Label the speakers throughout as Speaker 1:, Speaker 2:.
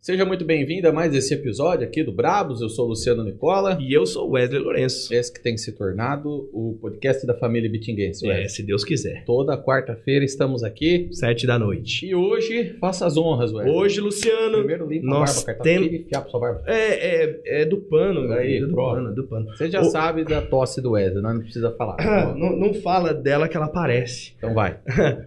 Speaker 1: Seja muito bem-vindo a mais esse episódio aqui do Brabos. Eu sou o Luciano Nicola.
Speaker 2: E eu sou o Wesley Lourenço.
Speaker 1: Esse que tem se tornado o podcast da família Bitinguense.
Speaker 2: É,
Speaker 1: Wesley.
Speaker 2: se Deus quiser.
Speaker 1: Toda quarta-feira estamos aqui.
Speaker 2: Sete da noite.
Speaker 1: E hoje, faça as honras, Wesley.
Speaker 2: Hoje, Luciano.
Speaker 1: Primeiro limpa
Speaker 2: nós
Speaker 1: a barba, cartão
Speaker 2: temos-
Speaker 1: tem... fiapo sua barba.
Speaker 2: É, é, é do pano, meu
Speaker 1: Aí,
Speaker 2: querido, do
Speaker 1: prova.
Speaker 2: pano, é do pano.
Speaker 1: Você já
Speaker 2: Ô-
Speaker 1: sabe da tosse do Wesley, nós não precisa falar.
Speaker 2: Ah, não, não fala dela que ela aparece.
Speaker 1: Então vai.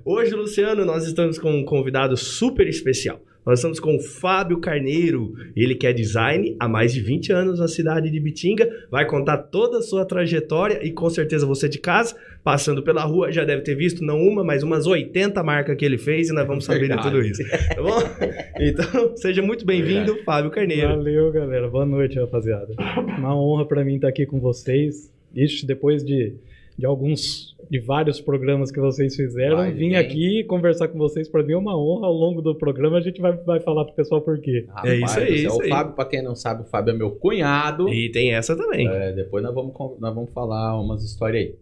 Speaker 2: Hoje, Luciano, nós estamos com um convidado super especial. Nós estamos com o Fábio Carneiro. Ele que é design há mais de 20 anos na cidade de Bitinga. Vai contar toda a sua trajetória e com certeza você de casa, passando pela rua, já deve ter visto não uma, mas umas 80 marcas que ele fez e nós vamos saber de
Speaker 1: Verdade.
Speaker 2: tudo isso. Tá bom? Então, seja muito bem-vindo, Fábio Carneiro.
Speaker 3: Valeu, galera. Boa noite, rapaziada. Uma honra pra mim estar aqui com vocês. Ixi, depois de, de alguns, de vários programas que vocês fizeram,
Speaker 1: Vai,
Speaker 3: vim
Speaker 1: bem.
Speaker 3: aqui conversar com vocês. Pra mim é uma honra. Ao longo do programa a gente vai, vai falar pro pessoal por quê.
Speaker 1: Rapaz,
Speaker 2: É isso aí,
Speaker 1: do céu.
Speaker 2: isso aí.
Speaker 1: O Fábio, pra quem não sabe, o Fábio é meu cunhado.
Speaker 2: E tem essa também.
Speaker 1: É, depois nós vamos, con- nós vamos falar umas histórias aí.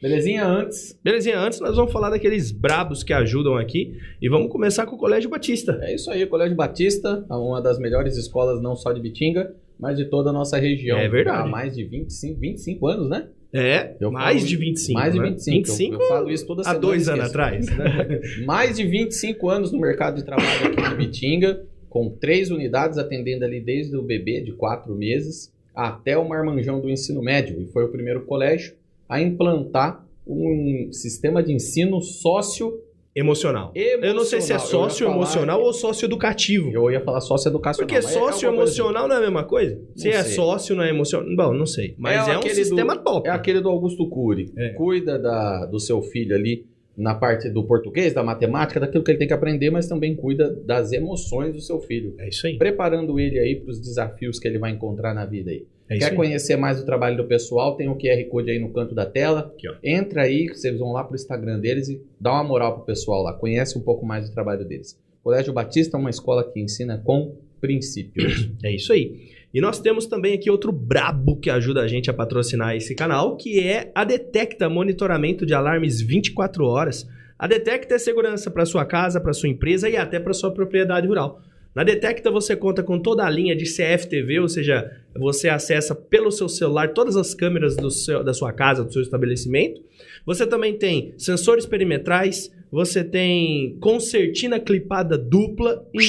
Speaker 1: Belezinha? Antes,
Speaker 2: Belezinha, antes nós vamos falar daqueles brabos que ajudam aqui e vamos começar com o Colégio Batista.
Speaker 1: é isso aí. o Colégio Batista, é uma das melhores escolas não só de Bitinga, mas de toda a nossa região.
Speaker 2: É verdade.
Speaker 1: Há mais de 25, 25 anos, né?
Speaker 2: É,
Speaker 1: Eu
Speaker 2: mais
Speaker 1: falo-
Speaker 2: de 25.
Speaker 1: mais de
Speaker 2: né?
Speaker 1: 25. eu, eu falo isso toda
Speaker 2: há
Speaker 1: semana.
Speaker 2: dois
Speaker 1: eu
Speaker 2: anos
Speaker 1: esqueço.
Speaker 2: atrás. né?
Speaker 1: Mais de 25 anos no mercado de trabalho aqui de Bitinga, com três unidades atendendo ali desde o bebê de quatro meses até o marmanjão do ensino médio. E foi o primeiro colégio a implantar um sistema de ensino sócio
Speaker 2: Emocional. Eu não sei se é sócio emocional ou sócio educativo.
Speaker 1: Eu ia falar sócio educacional.
Speaker 2: Porque
Speaker 1: mas é
Speaker 2: sócio
Speaker 1: alguma coisa assim.
Speaker 2: emocional não é a mesma coisa? Se é
Speaker 1: sei.
Speaker 2: sócio, não é emocional. Bom, não sei. Mas
Speaker 1: É
Speaker 2: é, um
Speaker 1: aquele
Speaker 2: sistema top.
Speaker 1: É aquele do Augusto Cury.
Speaker 2: É.
Speaker 1: Cuida da- do seu filho ali na parte do português, da matemática, daquilo que ele tem que aprender, mas também cuida das emoções do seu filho.
Speaker 2: É isso aí.
Speaker 1: preparando ele aí para os desafios que ele vai encontrar na vida aí.
Speaker 2: É isso
Speaker 1: Quer
Speaker 2: aí.
Speaker 1: conhecer mais do trabalho do pessoal? Tem o QR Code aí no canto da tela.
Speaker 2: Aqui, ó.
Speaker 1: Entra aí, vocês vão lá pro Instagram deles e dá uma moral pro pessoal lá. Conhece um pouco mais do trabalho deles. Colégio Batista é uma escola que ensina com princípios.
Speaker 2: É isso aí. E nós temos também aqui outro brabo que ajuda a gente a patrocinar esse canal, que é a Detecta Monitoramento de Alarmes 24 horas. A Detecta é segurança para sua casa, para sua empresa e até para sua propriedade rural. Na Detecta você conta com toda a linha de CFTV, ou seja, você acessa pelo seu celular todas as câmeras do seu- da sua casa, do seu estabelecimento. Você também tem sensores perimetrais, você tem concertina clipada dupla e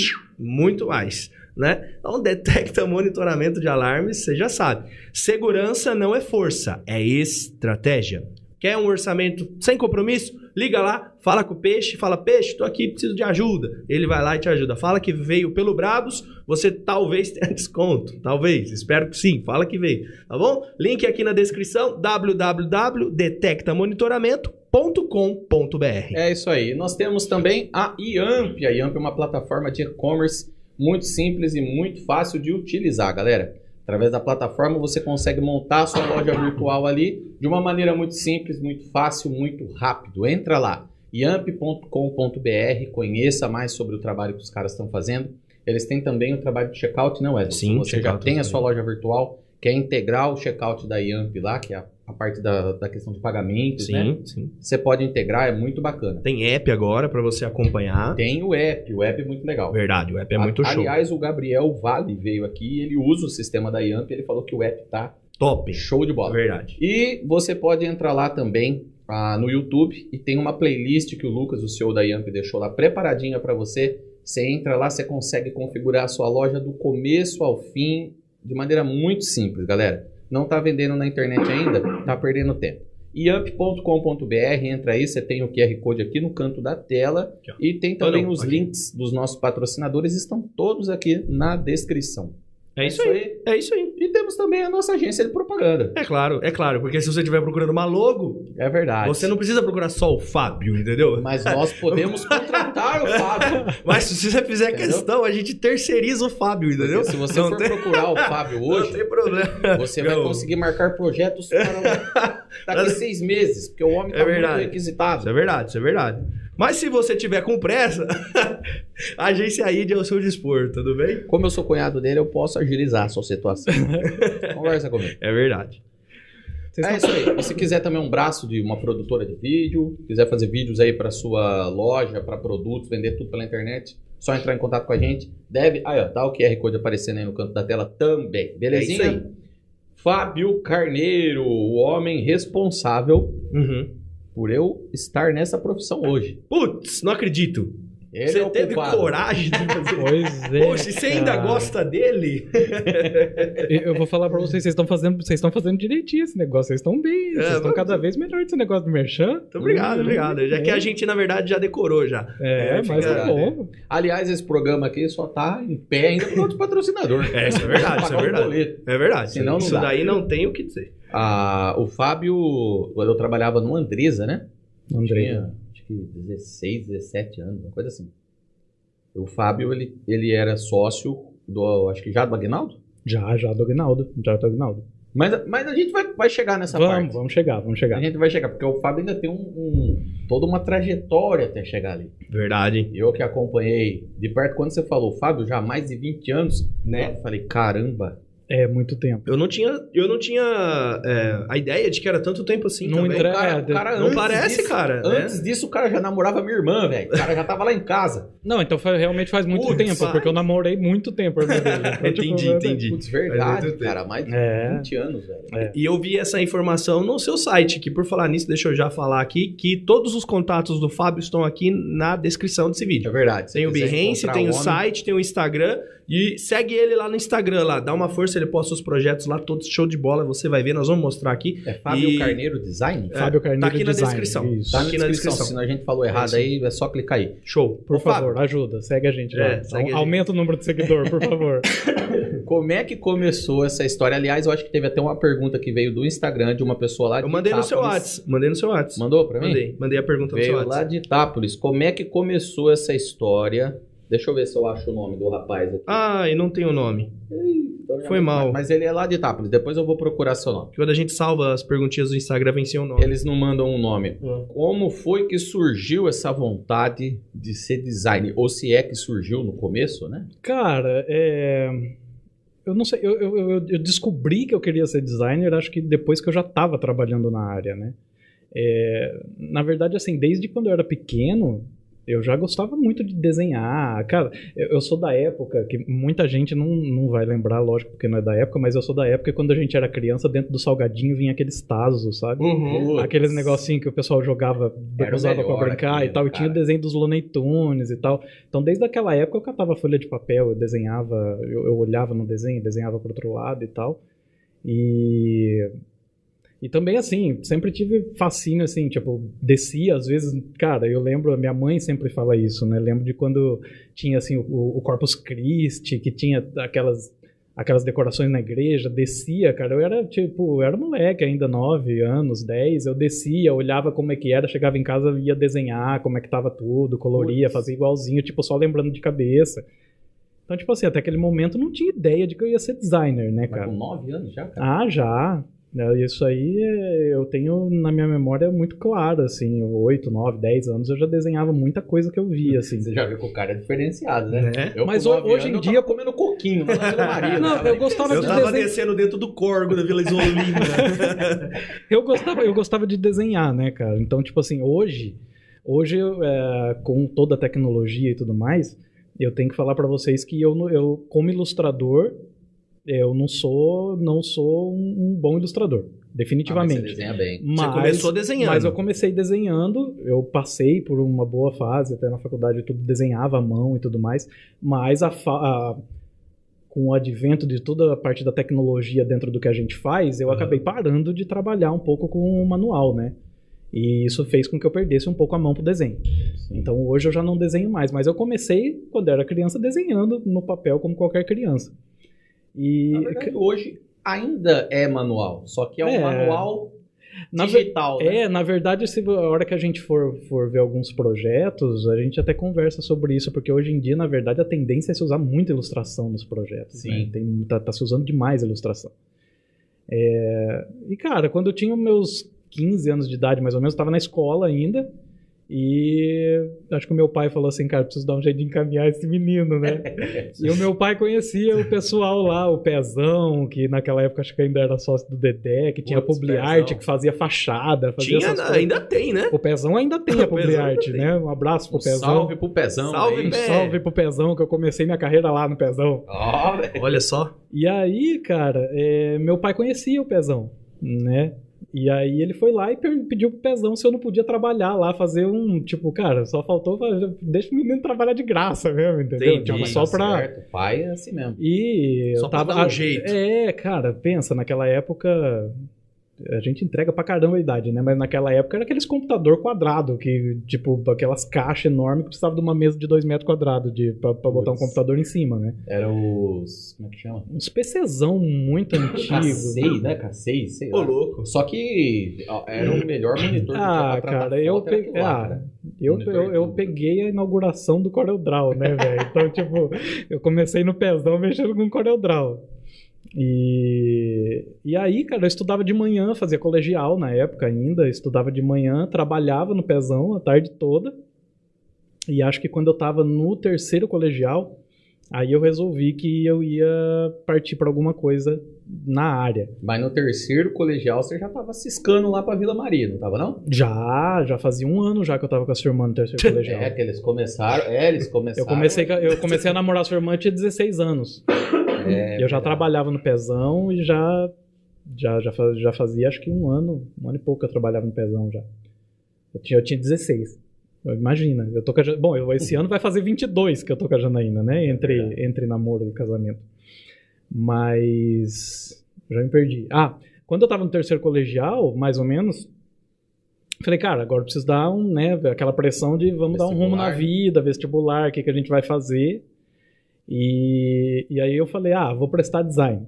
Speaker 2: muito mais, né? Então, detecta monitoramento de alarmes, você já sabe. Segurança não é força, é estratégia. Quer um orçamento sem compromisso? Liga lá, fala com o peixe, fala, peixe, tô aqui, preciso de ajuda. Ele vai lá e te ajuda. Fala que veio pelo Brabos, você talvez tenha desconto. Talvez, espero que sim, fala que veio, tá bom? Link aqui na descrição, www.detectamonitoramento.com.br.
Speaker 1: é isso aí. Nós temos também a IAMP. A IAMP é uma plataforma de e-commerce muito simples e muito fácil de utilizar, galera. Através da plataforma você consegue montar a sua loja virtual ali de uma maneira muito simples, muito fácil, muito rápido. Entra lá, yamp.com.br, conheça mais sobre o trabalho que os caras estão fazendo. Eles têm também o trabalho de checkout, não é?
Speaker 2: Sim,
Speaker 1: você já
Speaker 2: checkout
Speaker 1: tem a
Speaker 2: também.
Speaker 1: sua loja virtual, quer integrar o checkout da Yamp lá, que é a, a parte da, da questão de pagamentos, né?
Speaker 2: sim.
Speaker 1: Você pode integrar, é muito bacana.
Speaker 2: Tem app agora para você acompanhar.
Speaker 1: Tem o app, o app é muito legal.
Speaker 2: Verdade, o app é
Speaker 1: A-
Speaker 2: muito show.
Speaker 1: Aliás, o Gabriel Vale veio aqui, ele usa o sistema da Yamp, ele falou que o app tá
Speaker 2: Top.
Speaker 1: show de bola.
Speaker 2: Verdade.
Speaker 1: E você pode entrar lá também ah, no YouTube e tem uma playlist que o Lucas, o CEO da Yamp, deixou lá preparadinha para você. Você entra lá, você consegue configurar a sua loja do começo ao fim de maneira muito simples, galera. Não tá vendendo na internet ainda? Tá perdendo tempo. Yamp.com.br, entra aí, você tem o QR Code aqui no canto da tela
Speaker 2: Aqui, ó.
Speaker 1: e tem também
Speaker 2: não,
Speaker 1: os
Speaker 2: aqui.
Speaker 1: links dos nossos patrocinadores, estão todos aqui na descrição.
Speaker 2: É isso aí. É isso aí.
Speaker 1: E temos também a nossa agência de propaganda.
Speaker 2: É claro, é claro, porque se você estiver procurando uma logo,
Speaker 1: É verdade.
Speaker 2: você não precisa procurar só o Fábio, entendeu?
Speaker 1: Mas nós podemos contratar o Fábio.
Speaker 2: Mas se você fizer
Speaker 1: Entendeu?
Speaker 2: questão, a gente terceiriza o Fábio, entendeu?
Speaker 1: Porque se você
Speaker 2: Não
Speaker 1: for
Speaker 2: tem-
Speaker 1: procurar o Fábio
Speaker 2: Não
Speaker 1: hoje,
Speaker 2: tem problema.
Speaker 1: você vai
Speaker 2: Não.
Speaker 1: conseguir marcar projetos para um daqui seis meses, porque o homem
Speaker 2: É
Speaker 1: está muito
Speaker 2: verdade. Isso
Speaker 1: requisitado.
Speaker 2: é verdade, isso é verdade. Mas se você tiver com pressa, a agência ID é o seu dispor, tudo bem?
Speaker 1: Como eu sou cunhado dele, eu posso agilizar a sua situação. Conversa comigo.
Speaker 2: É verdade.
Speaker 3: Vocês
Speaker 1: É isso aí. E se quiser também um braço de uma produtora de vídeo, quiser fazer vídeos aí para sua loja, para produtos, vender tudo pela internet, Só entrar em contato com a gente. Deve. Aí, ó, tá o QR Code aparecendo aí no canto da tela também. Belezinha?
Speaker 2: É isso
Speaker 1: Fábio Carneiro, o homem responsável
Speaker 2: Uhum.
Speaker 1: por eu estar nessa profissão hoje.
Speaker 2: Putz, não acredito.
Speaker 1: Ele
Speaker 2: você
Speaker 1: é o
Speaker 2: teve
Speaker 1: culpado.
Speaker 2: coragem de fazer.
Speaker 3: Pois é.
Speaker 2: Poxa, e você ainda
Speaker 3: cara.
Speaker 2: gosta dele?
Speaker 3: Eu eu vou falar pra vocês, vocês estão fazendo, vocês estão fazendo direitinho esse negócio, vocês estão bem, vocês estão
Speaker 2: vamos-
Speaker 3: cada vez melhor esse negócio do Merchan.
Speaker 2: Muito obrigado,
Speaker 1: Uhum.
Speaker 3: Hum,
Speaker 2: obrigado. Já que a
Speaker 3: é.
Speaker 2: gente, na verdade, já decorou já.
Speaker 3: É,
Speaker 2: É,
Speaker 3: mas
Speaker 2: fica-
Speaker 3: tá bom.
Speaker 1: né? Aliás, esse programa aqui só tá em pé ainda por causa de patrocinador.
Speaker 2: É, isso é verdade, isso é
Speaker 1: Pagar o
Speaker 2: verdade.
Speaker 1: boleto.
Speaker 2: É verdade.
Speaker 1: Senão não
Speaker 2: isso
Speaker 1: dá.
Speaker 2: daí não tem o que dizer.
Speaker 1: Ah, o Fábio, quando eu trabalhava no Andresa, né?
Speaker 3: André.
Speaker 1: Tinha acho
Speaker 2: né?
Speaker 1: que 16, 17 anos, uma coisa assim. O Fábio, ele, ele era sócio do, acho que já do Agnaldo?
Speaker 3: Já, já do Agnaldo. Já do Agnaldo.
Speaker 1: Mas, mas a gente vai, vai chegar nessa
Speaker 3: Vamos,
Speaker 1: parte.
Speaker 3: vamos chegar,
Speaker 1: A
Speaker 3: vamos chegar.
Speaker 1: gente vai chegar, porque o Fábio ainda tem um, um- toda uma trajetória até chegar ali.
Speaker 2: Verdade, hein?
Speaker 1: Eu que acompanhei de perto, quando você falou, Fábio, já há mais de 20 anos,
Speaker 2: Né?
Speaker 1: eu falei, caramba.
Speaker 3: É muito tempo.
Speaker 2: Eu não tinha, eu não tinha é, a ideia de que era tanto tempo assim.
Speaker 3: Não
Speaker 2: também.
Speaker 3: entra-
Speaker 1: O cara, o
Speaker 3: É,
Speaker 1: cara
Speaker 2: não
Speaker 1: antes
Speaker 2: parece,
Speaker 1: disso-
Speaker 2: cara. né?
Speaker 1: Antes disso, o cara já namorava minha irmã, velho. O cara já tava lá em casa.
Speaker 3: Não, então foi- realmente faz muito
Speaker 2: Putz,
Speaker 3: tempo,
Speaker 2: vai.
Speaker 3: porque eu namorei muito tempo. a irmã dele. Então, tipo,
Speaker 2: Entendi,
Speaker 3: é-
Speaker 2: entendi.
Speaker 1: Putz,
Speaker 2: Faz
Speaker 1: verdade,
Speaker 2: muito
Speaker 1: cara. Mais de
Speaker 3: É.
Speaker 1: 20 anos, velho.
Speaker 2: E eu vi essa informação no seu site, que por falar nisso, deixa eu já falar aqui, que todos os contatos do Fábio estão aqui na descrição desse vídeo.
Speaker 1: É verdade.
Speaker 2: Tem o Behance, tem o site, tem o Instagram. E segue ele lá no Instagram, lá. Dá uma força, ele posta os projetos lá, todos show de bola. Você vai ver, nós vamos mostrar aqui.
Speaker 1: É Fábio
Speaker 2: E-
Speaker 1: Carneiro Design?
Speaker 2: É,
Speaker 3: Fábio Carneiro
Speaker 2: tá aqui na
Speaker 3: Design,
Speaker 2: descrição.
Speaker 3: isso.
Speaker 1: Tá
Speaker 2: aqui na descrição.
Speaker 1: Se a gente falou
Speaker 2: isso.
Speaker 1: errado aí, é só clicar aí.
Speaker 2: Show.
Speaker 3: Por
Speaker 1: Ô,
Speaker 3: favor, ajuda, segue a gente.
Speaker 2: É,
Speaker 3: lá.
Speaker 2: segue a gente.
Speaker 3: Aumenta o número de seguidor, por favor.
Speaker 1: Como é que começou essa história? Aliás, eu acho que teve até uma pergunta que veio do Instagram de uma pessoa lá tá de
Speaker 2: Eu mandei no seu
Speaker 1: Itápolis.
Speaker 2: WhatsApp. Mandei no seu WhatsApp.
Speaker 1: Mandou pra mim?
Speaker 2: Mandei. Mandei a pergunta no seu
Speaker 1: Veio lá
Speaker 2: WhatsApp.
Speaker 1: de Itápolis. Como é que começou essa história? Deixa eu ver se eu acho o nome do rapaz aqui.
Speaker 2: Ah, e não tem o nome.
Speaker 1: Então já
Speaker 2: foi
Speaker 1: vou-
Speaker 2: mal.
Speaker 1: Mas ele é lá de Itápolis. Depois eu vou procurar seu nome.
Speaker 2: Quando a gente salva as perguntinhas do Instagram, vem sem o nome.
Speaker 1: Eles não mandam um nome.
Speaker 3: É.
Speaker 2: Hum.
Speaker 1: Como foi que surgiu essa vontade de ser designer? Ou se é que surgiu no começo, né?
Speaker 3: Cara, é... eu não sei, eu, eu, eu- eu descobri que eu queria ser designer, acho que depois que eu já estava trabalhando na área, né? É, Na verdade, assim, desde quando eu era pequeno, eu já gostava muito de desenhar. Cara, eu, eu sou da época que muita gente não, não vai lembrar, lógico, porque não é da época, mas eu sou da época que quando a gente era criança, dentro do salgadinho vinha aqueles tazos, sabe?
Speaker 2: Uhum.
Speaker 3: Aqueles negocinhos que o pessoal jogava,
Speaker 1: Era o
Speaker 3: usava pra
Speaker 1: melhor
Speaker 3: brincar
Speaker 1: aquilo,
Speaker 3: e tal. E
Speaker 1: cara.
Speaker 3: tinha o desenho dos Looney Tunes e tal. Então, desde aquela época, eu catava folha de papel, eu desenhava, eu, eu olhava no desenho, desenhava pro outro lado e tal. E. E também, assim, sempre tive fascínio, assim, tipo, descia, às vezes, cara, eu lembro, a minha mãe sempre fala isso, né? Lembro de quando tinha, assim, o, o Corpus Christi, que tinha aquelas aquelas decorações na igreja, descia, cara, eu era tipo, eu era moleque ainda, 9 anos, 10, eu descia, olhava como é que era, chegava em casa, ia desenhar como é que tava tudo, coloria,
Speaker 2: Putz.
Speaker 3: fazia igualzinho, tipo, só lembrando de cabeça. Então, tipo assim, até aquele momento eu não tinha ideia de que eu ia ser designer, né,
Speaker 1: Mas
Speaker 3: cara?
Speaker 1: com nove anos já, cara.
Speaker 3: Ah, já. É, Isso aí é, eu tenho na minha memória muito claro, assim, 8, 9, 10 anos eu já desenhava muita coisa que eu via, assim.
Speaker 1: Você já viu que o cara é diferenciado, né?
Speaker 2: Né?
Speaker 1: Eu,
Speaker 3: Mas
Speaker 1: com
Speaker 3: ho-
Speaker 1: nove
Speaker 3: hoje em
Speaker 1: anos, eu
Speaker 3: dia-
Speaker 1: tava comendo coquinho, mas eu era marido,
Speaker 3: Ah, Não,
Speaker 1: né? tava
Speaker 3: eu
Speaker 1: em-
Speaker 3: gostava
Speaker 2: Eu
Speaker 3: de
Speaker 2: tava
Speaker 3: desenho.
Speaker 2: descendo dentro do corgo da Vila Isolina.
Speaker 3: Eu gostava, eu gostava de desenhar, né, cara? Então, tipo assim, hoje, hoje eu, é, com toda a tecnologia e tudo mais, eu tenho que falar pra vocês que eu, não- eu como ilustrador, eu não sou, não sou um, um bom ilustrador,
Speaker 1: Ah, mas você
Speaker 3: definitivamente.
Speaker 1: desenha bem.
Speaker 3: mas,
Speaker 2: Você começou desenhando.
Speaker 3: mas eu comecei desenhando, eu passei por uma boa fase, até na faculdade eu tudo desenhava à mão e tudo mais, mas a fa- a- com o advento de toda a parte da tecnologia dentro do que a gente faz, eu
Speaker 2: Aham.
Speaker 3: acabei parando de trabalhar um pouco com o manual, né? E isso fez com que eu perdesse um pouco a mão pro desenho. Então hoje eu já não desenho mais, mas eu comecei quando era criança desenhando no papel como qualquer criança. E
Speaker 2: Ah,
Speaker 1: Na verdade, é hoje ainda é manual, só que é um
Speaker 3: É.
Speaker 1: manual
Speaker 3: na ver-
Speaker 1: digital, né?
Speaker 3: É, na verdade, se, a hora que a gente for, for ver alguns projetos, a gente até conversa sobre isso, porque hoje em dia, na verdade, a tendência é se usar muito ilustração nos projetos.
Speaker 1: Sim.
Speaker 3: né? Tem, tá, tá se usando demais a ilustração. É, e, cara, quando eu tinha meus 15 anos de idade, mais ou menos, eu estava na escola ainda, E acho que o meu pai falou assim, cara, preciso dar um jeito de encaminhar esse menino, né? e o meu pai conhecia o pessoal lá, o Pezão, que naquela época acho que ainda era sócio do Dedé, que tinha a
Speaker 1: Putz,
Speaker 3: Publiarte,
Speaker 1: Pezão.
Speaker 3: que fazia fachada, fazia
Speaker 2: Tinha,
Speaker 3: essas coisas.
Speaker 2: ainda tem, né?
Speaker 3: O Pezão ainda tem a
Speaker 2: O Pezão ainda
Speaker 3: Publiarte,
Speaker 2: tem.
Speaker 3: né? Um abraço pro
Speaker 1: Um
Speaker 3: Pezão. Um
Speaker 1: salve pro Pezão. é
Speaker 2: Salve,
Speaker 1: aí.
Speaker 2: Pé.
Speaker 3: Salve pro Pezão, que eu comecei minha carreira lá no Pezão.
Speaker 1: Ó, né? velho.
Speaker 2: Olha só.
Speaker 3: E aí, cara, é, meu pai conhecia o Pezão, né? E aí ele foi lá e per- pediu pro Pezão se eu não podia trabalhar lá, fazer um, tipo, cara, só faltou, fazer- deixa o menino trabalhar de graça mesmo, entendeu?
Speaker 2: Entendi,
Speaker 3: Tipo, só
Speaker 1: Tá
Speaker 3: pra...
Speaker 1: certo. Pai é assim mesmo.
Speaker 3: E eu
Speaker 2: Só pra
Speaker 3: tava...
Speaker 2: dar um jeito.
Speaker 3: É, cara, pensa, naquela época... A gente entrega pra caramba a idade, né? Mas naquela época era aqueles computador quadrado, que, tipo, aquelas caixas enormes que precisava de uma mesa de dois metros quadrados de, pra, pra botar um
Speaker 1: Putz.
Speaker 3: computador em cima, né?
Speaker 1: Era os. Como é que chama?
Speaker 3: Uns PCzão muito antigo.
Speaker 1: K6, né? K6, sei
Speaker 2: Ô,
Speaker 1: lá.
Speaker 2: louco.
Speaker 1: Só que ó, era o melhor monitor que
Speaker 3: Ah,
Speaker 1: tinha pra tratar
Speaker 3: cara, eu,
Speaker 1: foto, era
Speaker 3: pe-
Speaker 1: aquilo lá,
Speaker 3: ah,
Speaker 1: cara.
Speaker 3: eu,
Speaker 1: Monitor
Speaker 3: eu,
Speaker 1: e
Speaker 3: eu
Speaker 1: tudo.
Speaker 3: peguei a inauguração do CorelDRAW, né, velho? Então, tipo, eu comecei no pezão mexendo com CorelDRAW. E, e aí, cara, eu estudava de manhã, fazia colegial na época ainda, estudava de manhã, trabalhava no pezão a tarde toda. E acho que quando eu tava no terceiro colegial, aí eu resolvi que eu ia partir pra alguma coisa na área.
Speaker 1: Mas no terceiro colegial você já tava ciscando lá pra Vila Maria, não tava não?
Speaker 3: Já, já fazia um ano já que eu tava com a sua irmã no terceiro colegial.
Speaker 1: É, que eles começaram. É, eles começaram.
Speaker 3: Eu comecei, ca- eu comecei a namorar sua irmã, eu tinha 16 anos.
Speaker 1: É,
Speaker 3: eu já
Speaker 1: verdade.
Speaker 3: trabalhava no Pezão e já, já, já, fa- já fazia acho que um ano, um ano e pouco que eu trabalhava no Pezão já. Eu tinha, eu tinha 16. Eu- Imagina, eu tô com a, Ja- Bom, eu- esse ano vai fazer 22 que eu tô com a Janaína, né? Entre, entre namoro e casamento. Mas. Já me perdi. Ah, quando eu tava no terceiro colegial, mais ou menos. Falei, cara, agora eu preciso dar um, né, aquela pressão de vamos dar um rumo na
Speaker 1: Vestibular.
Speaker 3: vida, vestibular, o que, que a gente vai fazer. E, e aí eu falei, ah, vou prestar design.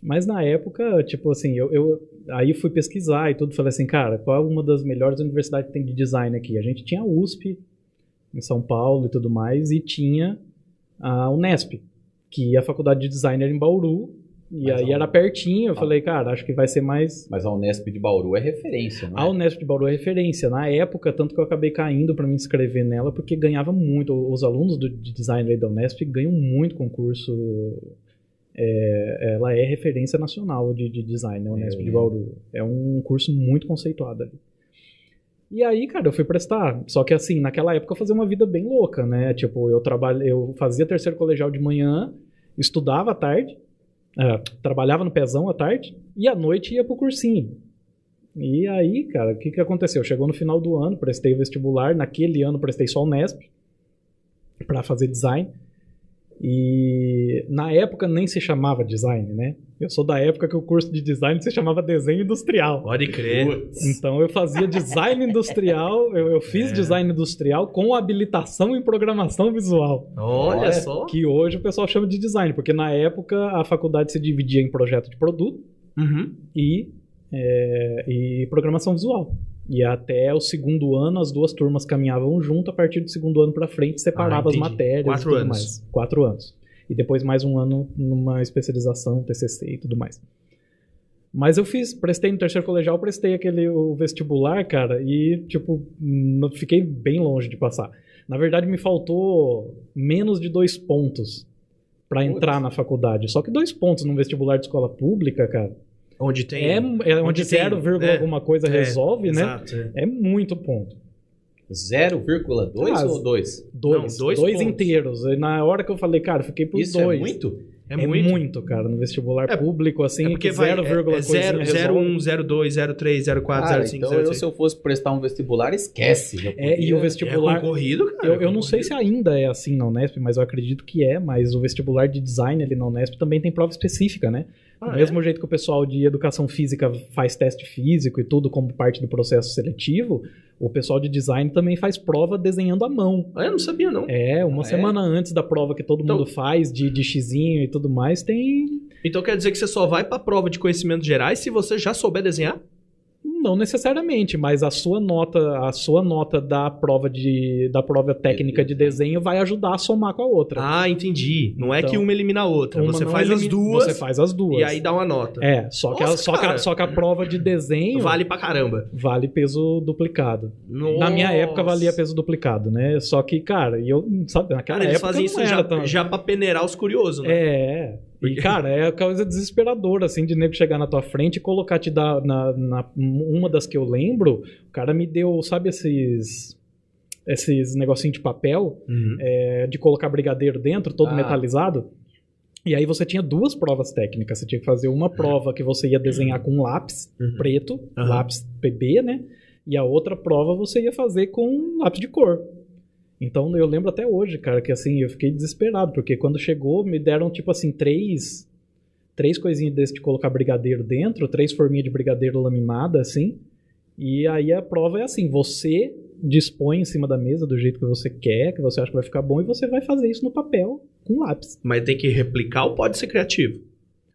Speaker 3: Mas na época, tipo assim, eu, eu aí fui pesquisar e tudo, falei assim, cara, qual é uma das melhores universidades que tem de design aqui? A gente tinha a USP em São Paulo e tudo mais, e tinha a Unesp, que é a faculdade de design era em Bauru, e
Speaker 1: Mas
Speaker 3: aí
Speaker 1: a-
Speaker 3: era pertinho, eu falei, cara, acho que vai ser mais...
Speaker 1: Mas a Unesp de Bauru é referência, não é?
Speaker 3: A Unesp de Bauru é referência. Na época, tanto que eu acabei caindo para me inscrever nela, porque ganhava muito. Os alunos do, de design aí da Unesp ganham muito concurso. É, ela é referência nacional de, de design, a
Speaker 1: Eu
Speaker 3: Unesp de
Speaker 1: lembro.
Speaker 3: Bauru. É um curso muito conceituado ali. E aí, cara, eu fui prestar. Só que assim, naquela época eu fazia uma vida bem louca, né? Tipo, eu trabalhei, eu fazia terceiro colegial de manhã, estudava à tarde, é, trabalhava no pezão à tarde e à noite ia pro cursinho. E aí, cara, o que, que aconteceu? Chegou no final do ano, prestei o vestibular, naquele ano prestei só o Nesp para fazer design. E na época nem se chamava design, né? Eu sou da época que o curso de design se chamava desenho industrial.
Speaker 2: Pode crer.
Speaker 3: Então eu fazia design industrial, eu, eu fiz
Speaker 2: É.
Speaker 3: design industrial com habilitação em programação visual.
Speaker 2: Olha
Speaker 1: Olha.
Speaker 2: só.
Speaker 3: Que hoje o pessoal chama de design, porque na época a faculdade se dividia em projeto de produto
Speaker 2: Uhum.
Speaker 3: e, é, e programação visual. E até o segundo ano as duas turmas caminhavam junto, a partir do segundo ano pra frente separava
Speaker 2: Ah,
Speaker 3: as
Speaker 2: entendi.
Speaker 3: matérias
Speaker 2: Quatro
Speaker 3: e tudo
Speaker 2: anos.
Speaker 3: mais. Quatro anos. E depois mais um ano numa especialização, TCC e tudo mais. Mas eu fiz, prestei no terceiro colegial, prestei aquele o vestibular, cara, e tipo, não- fiquei bem longe de passar. Na verdade, me faltou menos de dois pontos pra
Speaker 1: Putz.
Speaker 3: entrar na faculdade. Só que dois pontos num vestibular de escola pública, cara,
Speaker 2: Onde tem.
Speaker 3: é, é onde
Speaker 2: tem,
Speaker 3: 0, vírgula
Speaker 2: né?
Speaker 3: alguma coisa
Speaker 2: É,
Speaker 3: resolve, né?
Speaker 2: Exato. é.
Speaker 3: É muito ponto.
Speaker 1: 0,2
Speaker 3: Ah,
Speaker 1: ou 2?
Speaker 3: Dois.
Speaker 2: dois
Speaker 3: dois
Speaker 2: pontos.
Speaker 3: inteiros. E na hora que eu falei, cara, eu fiquei por
Speaker 1: Isso
Speaker 3: dois.
Speaker 1: é muito?
Speaker 2: É, muito.
Speaker 3: cara, no vestibular
Speaker 2: É-
Speaker 3: público, assim,
Speaker 2: É
Speaker 3: que
Speaker 2: porque vai.
Speaker 3: zero vírgula
Speaker 2: É
Speaker 3: coisinha
Speaker 2: 0,
Speaker 3: resolve. Ah,
Speaker 2: 01, 02, 03, 04,
Speaker 1: Cara,
Speaker 2: 05,
Speaker 1: então eu,
Speaker 2: 06.
Speaker 1: se eu fosse prestar um vestibular, esquece. eu
Speaker 3: É, e
Speaker 1: podia-
Speaker 3: o
Speaker 2: É
Speaker 3: vestibular...
Speaker 2: concorrido, cara.
Speaker 3: eu, eu não sei se ainda é assim na Unesp, mas eu acredito que é, mas o vestibular de design ali na Unesp também tem prova específica, né?
Speaker 2: Ah,
Speaker 3: Do mesmo jeito que o pessoal de educação física faz teste físico e tudo como parte do processo seletivo, o pessoal de design também faz prova desenhando à mão.
Speaker 2: Ah, eu não sabia, não.
Speaker 3: É, uma
Speaker 1: Ah, é?
Speaker 3: semana antes da prova que todo
Speaker 2: Então-
Speaker 3: mundo faz, de, de xizinho e tudo mais, tem.
Speaker 2: Então quer dizer que você só vai pra prova de conhecimentos gerais se você já souber desenhar?
Speaker 3: não necessariamente, mas a sua nota, a sua nota da prova de da prova técnica de desenho vai ajudar a somar com a outra.
Speaker 2: É, Ah, entendi. Não é
Speaker 3: Então,
Speaker 2: que uma elimina a outra.
Speaker 3: Uma
Speaker 2: você
Speaker 3: não
Speaker 2: faz as
Speaker 3: elimina-
Speaker 2: duas
Speaker 3: Você faz as duas.
Speaker 2: e aí dá uma nota.
Speaker 3: É, só que, a,
Speaker 2: Nossa,
Speaker 3: só, que a,
Speaker 2: cara.
Speaker 3: só que a prova de desenho
Speaker 2: Vale
Speaker 3: vale,
Speaker 2: pra caramba.
Speaker 3: peso duplicado. Na minha
Speaker 2: Nossa.
Speaker 3: época valia peso duplicado, né? Só que, cara, e eu, sabe, naquela
Speaker 2: Cara, eles
Speaker 3: época
Speaker 2: fazem
Speaker 3: É não
Speaker 2: isso
Speaker 3: era
Speaker 2: já,
Speaker 3: tão-
Speaker 2: já pra peneirar os curiosos, né?
Speaker 3: É, é. E,
Speaker 2: Porque-
Speaker 3: cara, é coisa desesperadora, assim, de nego chegar na tua frente e colocar te dar na, na- uma das que eu lembro, o cara me deu, sabe, esses esses negocinho de papel
Speaker 2: Uhum.
Speaker 3: é, de colocar brigadeiro dentro, todo
Speaker 1: Ah.
Speaker 3: metalizado. E aí você tinha duas provas técnicas. Você tinha que fazer uma prova que você ia desenhar com um lápis
Speaker 2: Uhum.
Speaker 3: preto,
Speaker 2: Aham.
Speaker 3: lápis PB, né? E a outra prova você ia fazer com um lápis de cor. Então eu lembro até hoje, cara, que assim, eu fiquei desesperado, porque quando chegou, me deram tipo assim, três. Três coisinhas desse de colocar brigadeiro dentro, três forminhas de brigadeiro laminada, assim. E aí a prova é assim: você dispõe em cima da mesa do jeito que você quer, que você acha que vai ficar bom, e você vai fazer isso no papel com lápis.
Speaker 2: Mas tem que replicar ou pode ser criativo?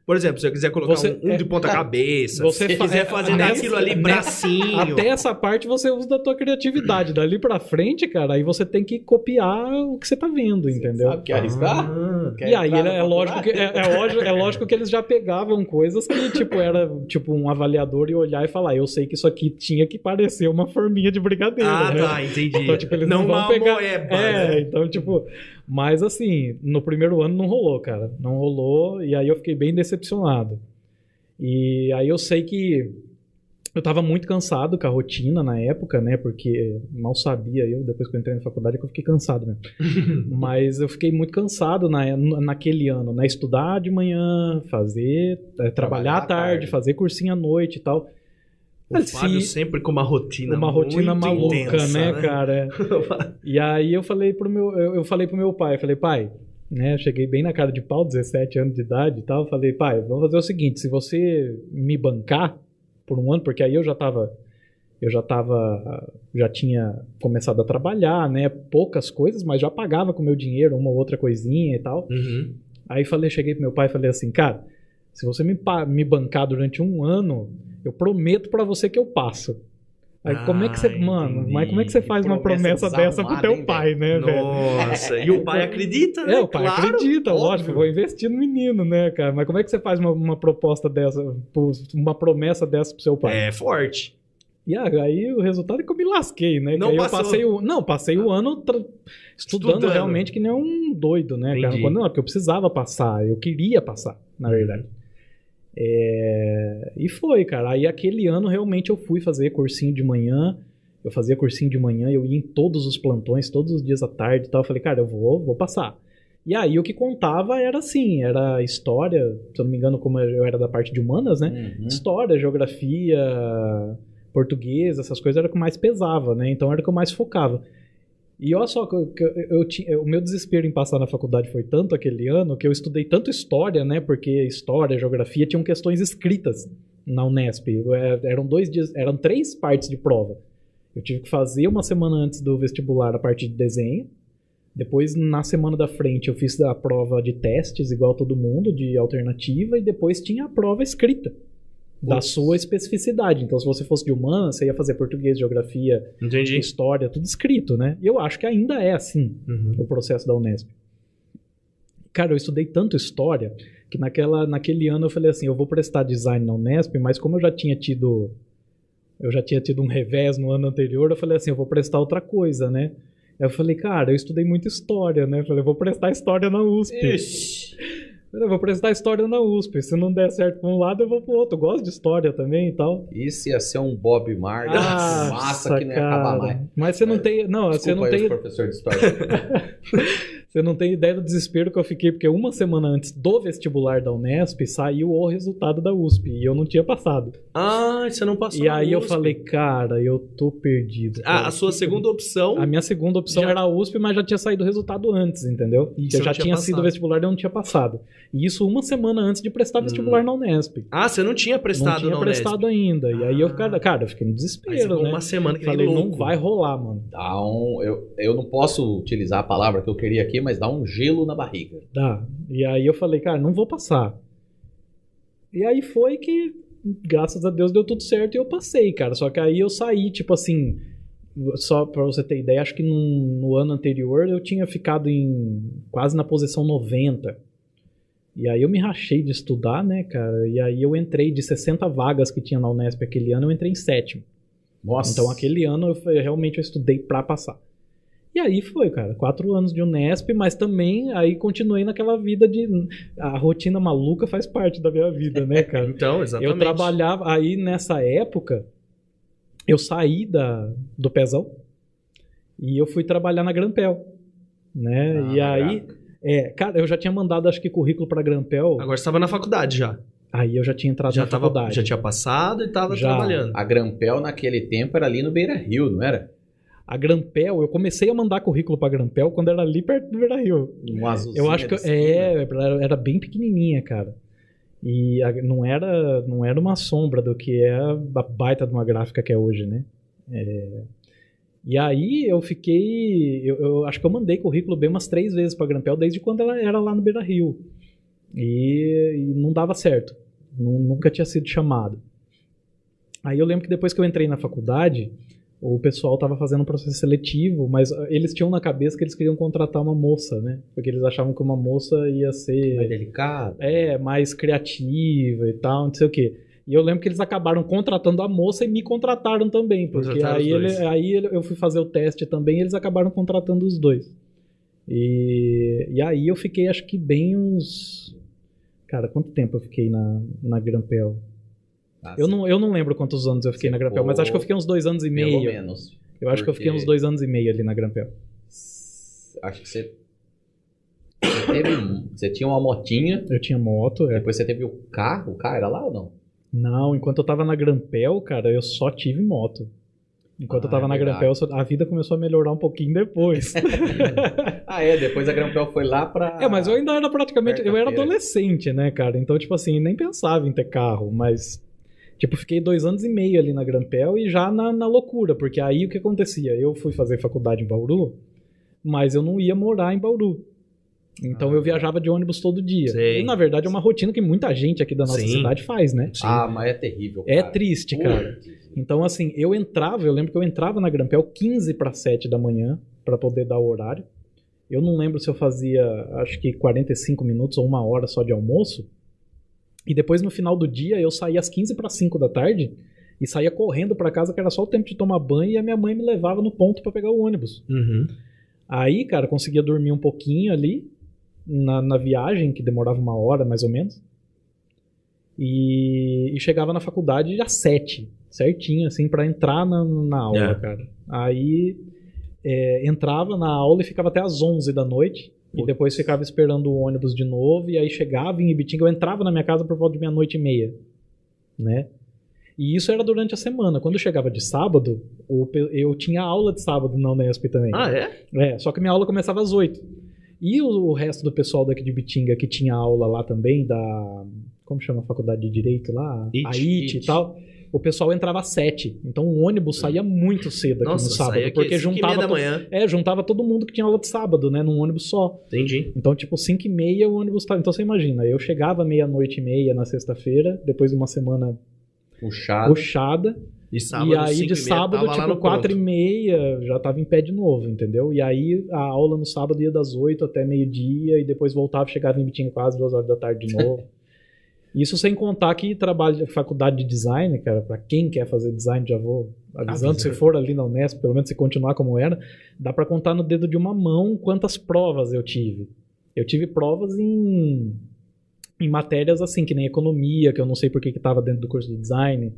Speaker 2: Por exemplo, se eu quiser colocar
Speaker 3: Você-
Speaker 2: um, um
Speaker 3: é.
Speaker 2: de ponta cabeça,
Speaker 3: Você
Speaker 2: se
Speaker 3: fa-
Speaker 2: quiser
Speaker 3: é,
Speaker 2: fazer
Speaker 3: nessa-
Speaker 2: daquilo ali,
Speaker 3: nessa-
Speaker 2: bracinho.
Speaker 3: Até essa parte você usa da tua criatividade. Dali pra frente, cara, aí você tem que copiar o que você tá vendo, entendeu?
Speaker 1: Sabe que arriscar?
Speaker 2: Ah.
Speaker 1: Quer
Speaker 3: E aí
Speaker 1: entrar
Speaker 3: ele-
Speaker 1: na
Speaker 3: é lógico, que,
Speaker 1: faculdade?
Speaker 3: é, é lógico, é lógico que eles já pegavam coisas que, tipo, era tipo um avaliador e olhar e falar, eu sei que isso aqui tinha que parecer uma forminha de brigadeiro.
Speaker 2: Ah,
Speaker 3: né?
Speaker 2: tá, entendi.
Speaker 3: Então, tipo, eles
Speaker 2: não
Speaker 3: não vão
Speaker 2: uma
Speaker 3: pegar-
Speaker 2: moeba, né?
Speaker 3: É, então, tipo, mas assim, no primeiro ano não rolou, cara. Não rolou, e aí eu fiquei bem decepcionado. E aí eu sei que eu tava muito cansado com a rotina na época, né? Porque mal sabia eu, depois que eu entrei na faculdade, que eu fiquei cansado mesmo. Mas eu fiquei muito cansado na, naquele ano, né? Estudar de manhã, fazer, eh, trabalhar,
Speaker 1: Trabalhar à
Speaker 3: à tarde,
Speaker 1: tarde.
Speaker 3: fazer cursinho à noite e tal.
Speaker 2: O
Speaker 3: Mas
Speaker 2: Fábio
Speaker 3: se-
Speaker 2: sempre com uma rotina
Speaker 3: uma rotina
Speaker 2: muito
Speaker 3: maluca,
Speaker 2: intensa,
Speaker 3: né, cara? E aí eu falei pro meu, eu eu falei pro meu pai, falei, pai, né, eu cheguei bem na cara de pau, 17 anos de idade e tal, falei, pai, vamos fazer o seguinte, se você me bancar por um ano, porque aí eu já tava, eu já tava, já tinha começado a trabalhar, né, poucas coisas, mas já pagava com meu dinheiro uma ou outra coisinha e tal.
Speaker 2: Uhum.
Speaker 3: Aí falei, cheguei pro meu pai e falei assim, cara, se você me, pa- me bancar durante um ano, eu prometo pra você que eu passo. Aí como é que você,
Speaker 2: Ah,
Speaker 3: mano,
Speaker 2: entendi.
Speaker 3: mas como é que você
Speaker 1: Que
Speaker 3: faz uma
Speaker 1: promessa
Speaker 3: promessa dessa pro
Speaker 1: desarmada,
Speaker 3: teu
Speaker 1: hein,
Speaker 3: pai, né, velho?
Speaker 2: Nossa, e o pai acredita, né?
Speaker 3: É, o pai
Speaker 2: claro.
Speaker 3: acredita,
Speaker 2: óbvio.
Speaker 3: lógico, vou investir no menino, né, cara? Mas como é que você faz uma, uma proposta dessa, pro- uma promessa dessa pro seu pai?
Speaker 2: É forte.
Speaker 3: E ah, aí o resultado é que eu me lasquei, né? Que
Speaker 2: Não
Speaker 3: aí eu
Speaker 2: passou. Ah.
Speaker 3: passei o, não, passei o ano tra- estudando,
Speaker 2: Estudando.
Speaker 3: realmente que nem um doido, né, cara?
Speaker 2: Entendi. Uhum.
Speaker 3: Quando, não, porque eu precisava passar, eu queria passar, na verdade. É, E foi, cara. Aí aquele ano realmente eu fui fazer cursinho de manhã. Eu fazia cursinho de manhã, eu ia em todos os plantões, todos os dias à tarde e tal. Eu falei, cara, eu vou, vou passar. E aí o que contava era assim, era história, se eu não me engano, como eu era da parte de humanas, né?
Speaker 1: Uhum.
Speaker 3: História, geografia, português, essas coisas era o que mais pesava, né? Então era o que eu mais focava. E olha só, que eu, que eu- eu tinha- o meu desespero em passar na faculdade foi tanto aquele ano que eu estudei tanto história, né? Porque história, geografia tinham questões escritas na Unesp. Eu era- Eram dois dias, eram três partes de prova. Eu tive que fazer uma semana antes do vestibular a parte de desenho. Depois, na semana da frente, eu fiz a prova de testes, igual todo mundo, de alternativa, e depois tinha a prova escrita, da
Speaker 2: Putz.
Speaker 3: sua especificidade. Então, se você fosse de humana, você ia fazer português, geografia,
Speaker 2: Entendi.
Speaker 3: história, tudo escrito, né? E eu acho que ainda é assim
Speaker 2: Uhum.
Speaker 3: o processo da Unesp. Cara, eu estudei tanto história que naquela, naquele ano eu falei assim, eu vou prestar design na Unesp, mas como eu já tinha tido eu já tinha tido um revés no ano anterior, eu falei assim, eu vou prestar outra coisa, né? Aí Eu falei, cara, eu estudei muito história, né? Eu falei, eu vou prestar história na USP.
Speaker 1: Ixi.
Speaker 3: Eu vou prestar história na USP. Se não der certo pra um lado, eu vou pro outro. Eu gosto de história também e tal.
Speaker 1: Isso ia ser um Bob Marley.
Speaker 3: Ah,
Speaker 1: massa que não ia acabar mais.
Speaker 3: Mas você não
Speaker 2: É.
Speaker 3: tem. Não, você
Speaker 1: Desculpa
Speaker 3: não
Speaker 1: aí os
Speaker 3: tem.
Speaker 1: professores de história.
Speaker 3: Você não tem ideia do desespero que eu fiquei, porque uma semana antes do vestibular da Unesp saiu o resultado da USP e eu não tinha passado.
Speaker 2: Ah, você não passou.
Speaker 3: e
Speaker 2: na
Speaker 3: aí eu
Speaker 2: USP.
Speaker 3: falei, cara, eu tô perdido.
Speaker 2: Ah,
Speaker 3: cara.
Speaker 2: a sua segunda opção.
Speaker 3: A minha segunda opção
Speaker 2: Já-
Speaker 3: era a USP, mas já tinha saído o resultado antes, entendeu?
Speaker 2: E você
Speaker 3: eu
Speaker 2: não
Speaker 3: já
Speaker 2: tinha
Speaker 3: tinha sido
Speaker 2: passado.
Speaker 3: vestibular e eu não tinha passado. E isso uma semana antes de prestar vestibular na Unesp.
Speaker 2: Ah, você não tinha Hum. prestado,
Speaker 3: não tinha
Speaker 2: não,
Speaker 3: prestado ainda. E aí eu, cara,
Speaker 2: Ah.
Speaker 3: cara, eu fiquei no desespero,
Speaker 2: Aí você ficou
Speaker 3: né?
Speaker 2: uma semana que nem
Speaker 3: Falei, não
Speaker 2: louco.
Speaker 3: vai rolar, mano.
Speaker 1: Dá um, eu, eu não posso utilizar a palavra que eu queria aqui, mas dá um gelo na
Speaker 3: Tá.
Speaker 1: barriga.
Speaker 3: Dá. E aí eu falei, cara, não vou passar. E aí foi que graças a Deus deu tudo certo e eu passei, cara. Só que aí eu saí, tipo assim, só pra você ter ideia, acho que num- no ano anterior eu tinha ficado em quase na posição 90. E aí eu me rachei de estudar, né, cara? E aí eu entrei de 60 vagas que tinha na Unesp aquele ano, eu entrei em sétimo.
Speaker 1: Nossa.
Speaker 3: Então aquele ano eu fui- realmente eu estudei pra passar. E aí foi, cara, quatro anos de Unesp, mas também aí continuei naquela vida de a rotina maluca faz parte da minha vida, né, cara?
Speaker 2: Então, exatamente.
Speaker 3: Eu trabalhava aí nessa época, eu saí da, do Pezão e eu fui trabalhar na Grampel, né?
Speaker 1: Ah,
Speaker 3: e aí, é, cara, eu já tinha mandado acho que currículo pra Grampel,
Speaker 2: Agora você estava na faculdade já.
Speaker 3: aí eu já tinha entrado
Speaker 2: Já,
Speaker 3: na
Speaker 2: tava,
Speaker 3: faculdade.
Speaker 2: já tinha passado e estava
Speaker 3: Já.
Speaker 2: trabalhando.
Speaker 1: A Grampel naquele tempo era ali no Beira Rio, não era?
Speaker 3: A Grampel, eu comecei a mandar currículo pra Grampel quando era ali perto do Beira Rio.
Speaker 1: Um azulzinho. né?
Speaker 3: Eu acho que eu- é, era- era bem pequenininha, cara. E a- não era não era uma sombra do que é a baita de uma gráfica que é hoje, né? É. E aí eu fiquei, eu, eu acho que eu mandei currículo bem umas três vezes para Grampel desde quando ela era lá no Beira Rio e, e não dava certo, Nu- nunca tinha sido chamado. Aí eu lembro que depois que eu entrei na faculdade o pessoal estava fazendo um processo seletivo, mas ah, eles tinham na cabeça que eles queriam contratar uma moça, né? Porque eles achavam que uma moça ia ser
Speaker 1: delicado.
Speaker 3: é, mais criativa e tal, não sei o quê. E eu lembro que eles acabaram contratando a moça e me contrataram também, porque
Speaker 2: Contrataram os
Speaker 3: aí, ele-
Speaker 2: dois.
Speaker 3: aí ele- eu fui fazer o teste também e eles acabaram contratando os dois. E, e aí eu fiquei, acho que bem uns. Cara, quanto tempo eu fiquei na, na Grampel?
Speaker 1: Ah,
Speaker 3: Eu não, eu não lembro quantos anos eu fiquei
Speaker 1: Você
Speaker 3: na Grampel, mas acho que eu fiquei uns dois anos e
Speaker 1: Assim, Pelo
Speaker 3: meio.
Speaker 1: menos.
Speaker 3: Eu acho que eu fiquei
Speaker 1: porque-
Speaker 3: uns dois anos e meio ali na Grampel.
Speaker 1: Acho que você. Você, teve um- você tinha uma motinha,
Speaker 3: Eu tinha moto, é.
Speaker 1: depois você teve o carro. O carro era lá ou não?
Speaker 3: Não, enquanto eu tava na Grampel, cara, eu só tive moto. Enquanto eu
Speaker 1: Ah,
Speaker 3: tava
Speaker 1: é
Speaker 3: na
Speaker 1: verdade.
Speaker 3: Grampel, eu só- a vida começou a melhorar um pouquinho depois.
Speaker 1: Ah, é. Depois a Grampel foi lá pra.
Speaker 3: é, mas eu ainda era praticamente. Eu era
Speaker 1: Ah, Quarta-feira.
Speaker 3: adolescente, né, cara? Então, tipo assim, nem pensava em ter carro, mas. Tipo, fiquei dois anos e meio ali na Grampel e já na, na loucura, porque aí o que acontecia? Eu fui fazer faculdade em Bauru, mas eu não ia morar em Bauru. Então
Speaker 1: Ah.
Speaker 3: eu viajava de ônibus todo dia.
Speaker 2: Sei.
Speaker 3: E na verdade é uma rotina que muita gente aqui da nossa
Speaker 2: Sim.
Speaker 3: cidade faz, né?
Speaker 2: Sim.
Speaker 1: Ah, mas é terrível.
Speaker 3: É
Speaker 1: cara.
Speaker 3: triste, cara.
Speaker 1: Putz.
Speaker 3: Então, assim, eu entrava, eu lembro que eu entrava na Grampel 15 para 7 da manhã, para poder dar o horário. Eu não lembro se eu fazia, acho que 45 minutos ou uma hora só de almoço. E depois, no final do dia, eu saía às 15 para 5 da tarde e saía correndo para casa, que era só o tempo de tomar banho, e a minha mãe me levava no ponto para pegar o ônibus.
Speaker 2: Uhum.
Speaker 3: Aí, cara, conseguia dormir um pouquinho ali na, na viagem, que demorava uma hora mais ou menos. E, e chegava na faculdade às sete, certinho, assim, pra entrar na, na aula,
Speaker 2: É.
Speaker 3: cara. Aí é, entrava na aula e ficava até às 11 da noite. E
Speaker 2: Putz.
Speaker 3: depois ficava esperando o ônibus de novo. E aí chegava em Ibitinga, eu entrava na minha casa por volta de meia-noite e meia, né? E isso era durante a semana. Quando eu chegava de sábado, o pe- eu tinha aula de sábado na Unesp também.
Speaker 2: Ah, é?
Speaker 3: É, só que minha aula começava às 8. E o, o resto do pessoal daqui de Bitinga que tinha aula lá também, da. Como chama a faculdade de Direito lá?
Speaker 2: IT. É.
Speaker 3: a IT, e
Speaker 1: IT.
Speaker 3: tal. O pessoal entrava às 7. Então o ônibus saía muito cedo aqui
Speaker 2: Nossa,
Speaker 3: no sábado.
Speaker 2: saía aqui
Speaker 3: porque
Speaker 2: cinco e
Speaker 3: juntava.
Speaker 2: meia da
Speaker 3: to-
Speaker 2: manhã.
Speaker 3: É, juntava todo mundo que tinha aula de sábado, né? Num ônibus só.
Speaker 2: Entendi.
Speaker 3: Então, tipo, 5 e meia o ônibus tava. Então você imagina, eu chegava meia-noite e meia na sexta-feira, depois de uma semana
Speaker 1: Puxado.
Speaker 3: puxada
Speaker 2: E sábado,
Speaker 3: e aí
Speaker 2: cinco
Speaker 3: de
Speaker 2: e meia,
Speaker 3: sábado,
Speaker 2: tava lá
Speaker 3: tipo,
Speaker 2: no
Speaker 3: 4 e
Speaker 2: ponto.
Speaker 3: meia, já tava em pé de novo, entendeu? E aí a aula no sábado ia das 8 até meio-dia, e depois voltava, chegava em Bitinga quase duas horas da tarde de novo. Isso sem contar que trabalho de faculdade de design, cara, pra quem quer fazer design, já vou avisando,
Speaker 2: Avisa.
Speaker 3: se for ali na Unesp, pelo menos se continuar como era, dá pra contar no dedo de uma mão quantas provas eu tive. Eu tive provas em, em matérias assim, que nem economia, que eu não sei por que estava dentro do curso de design.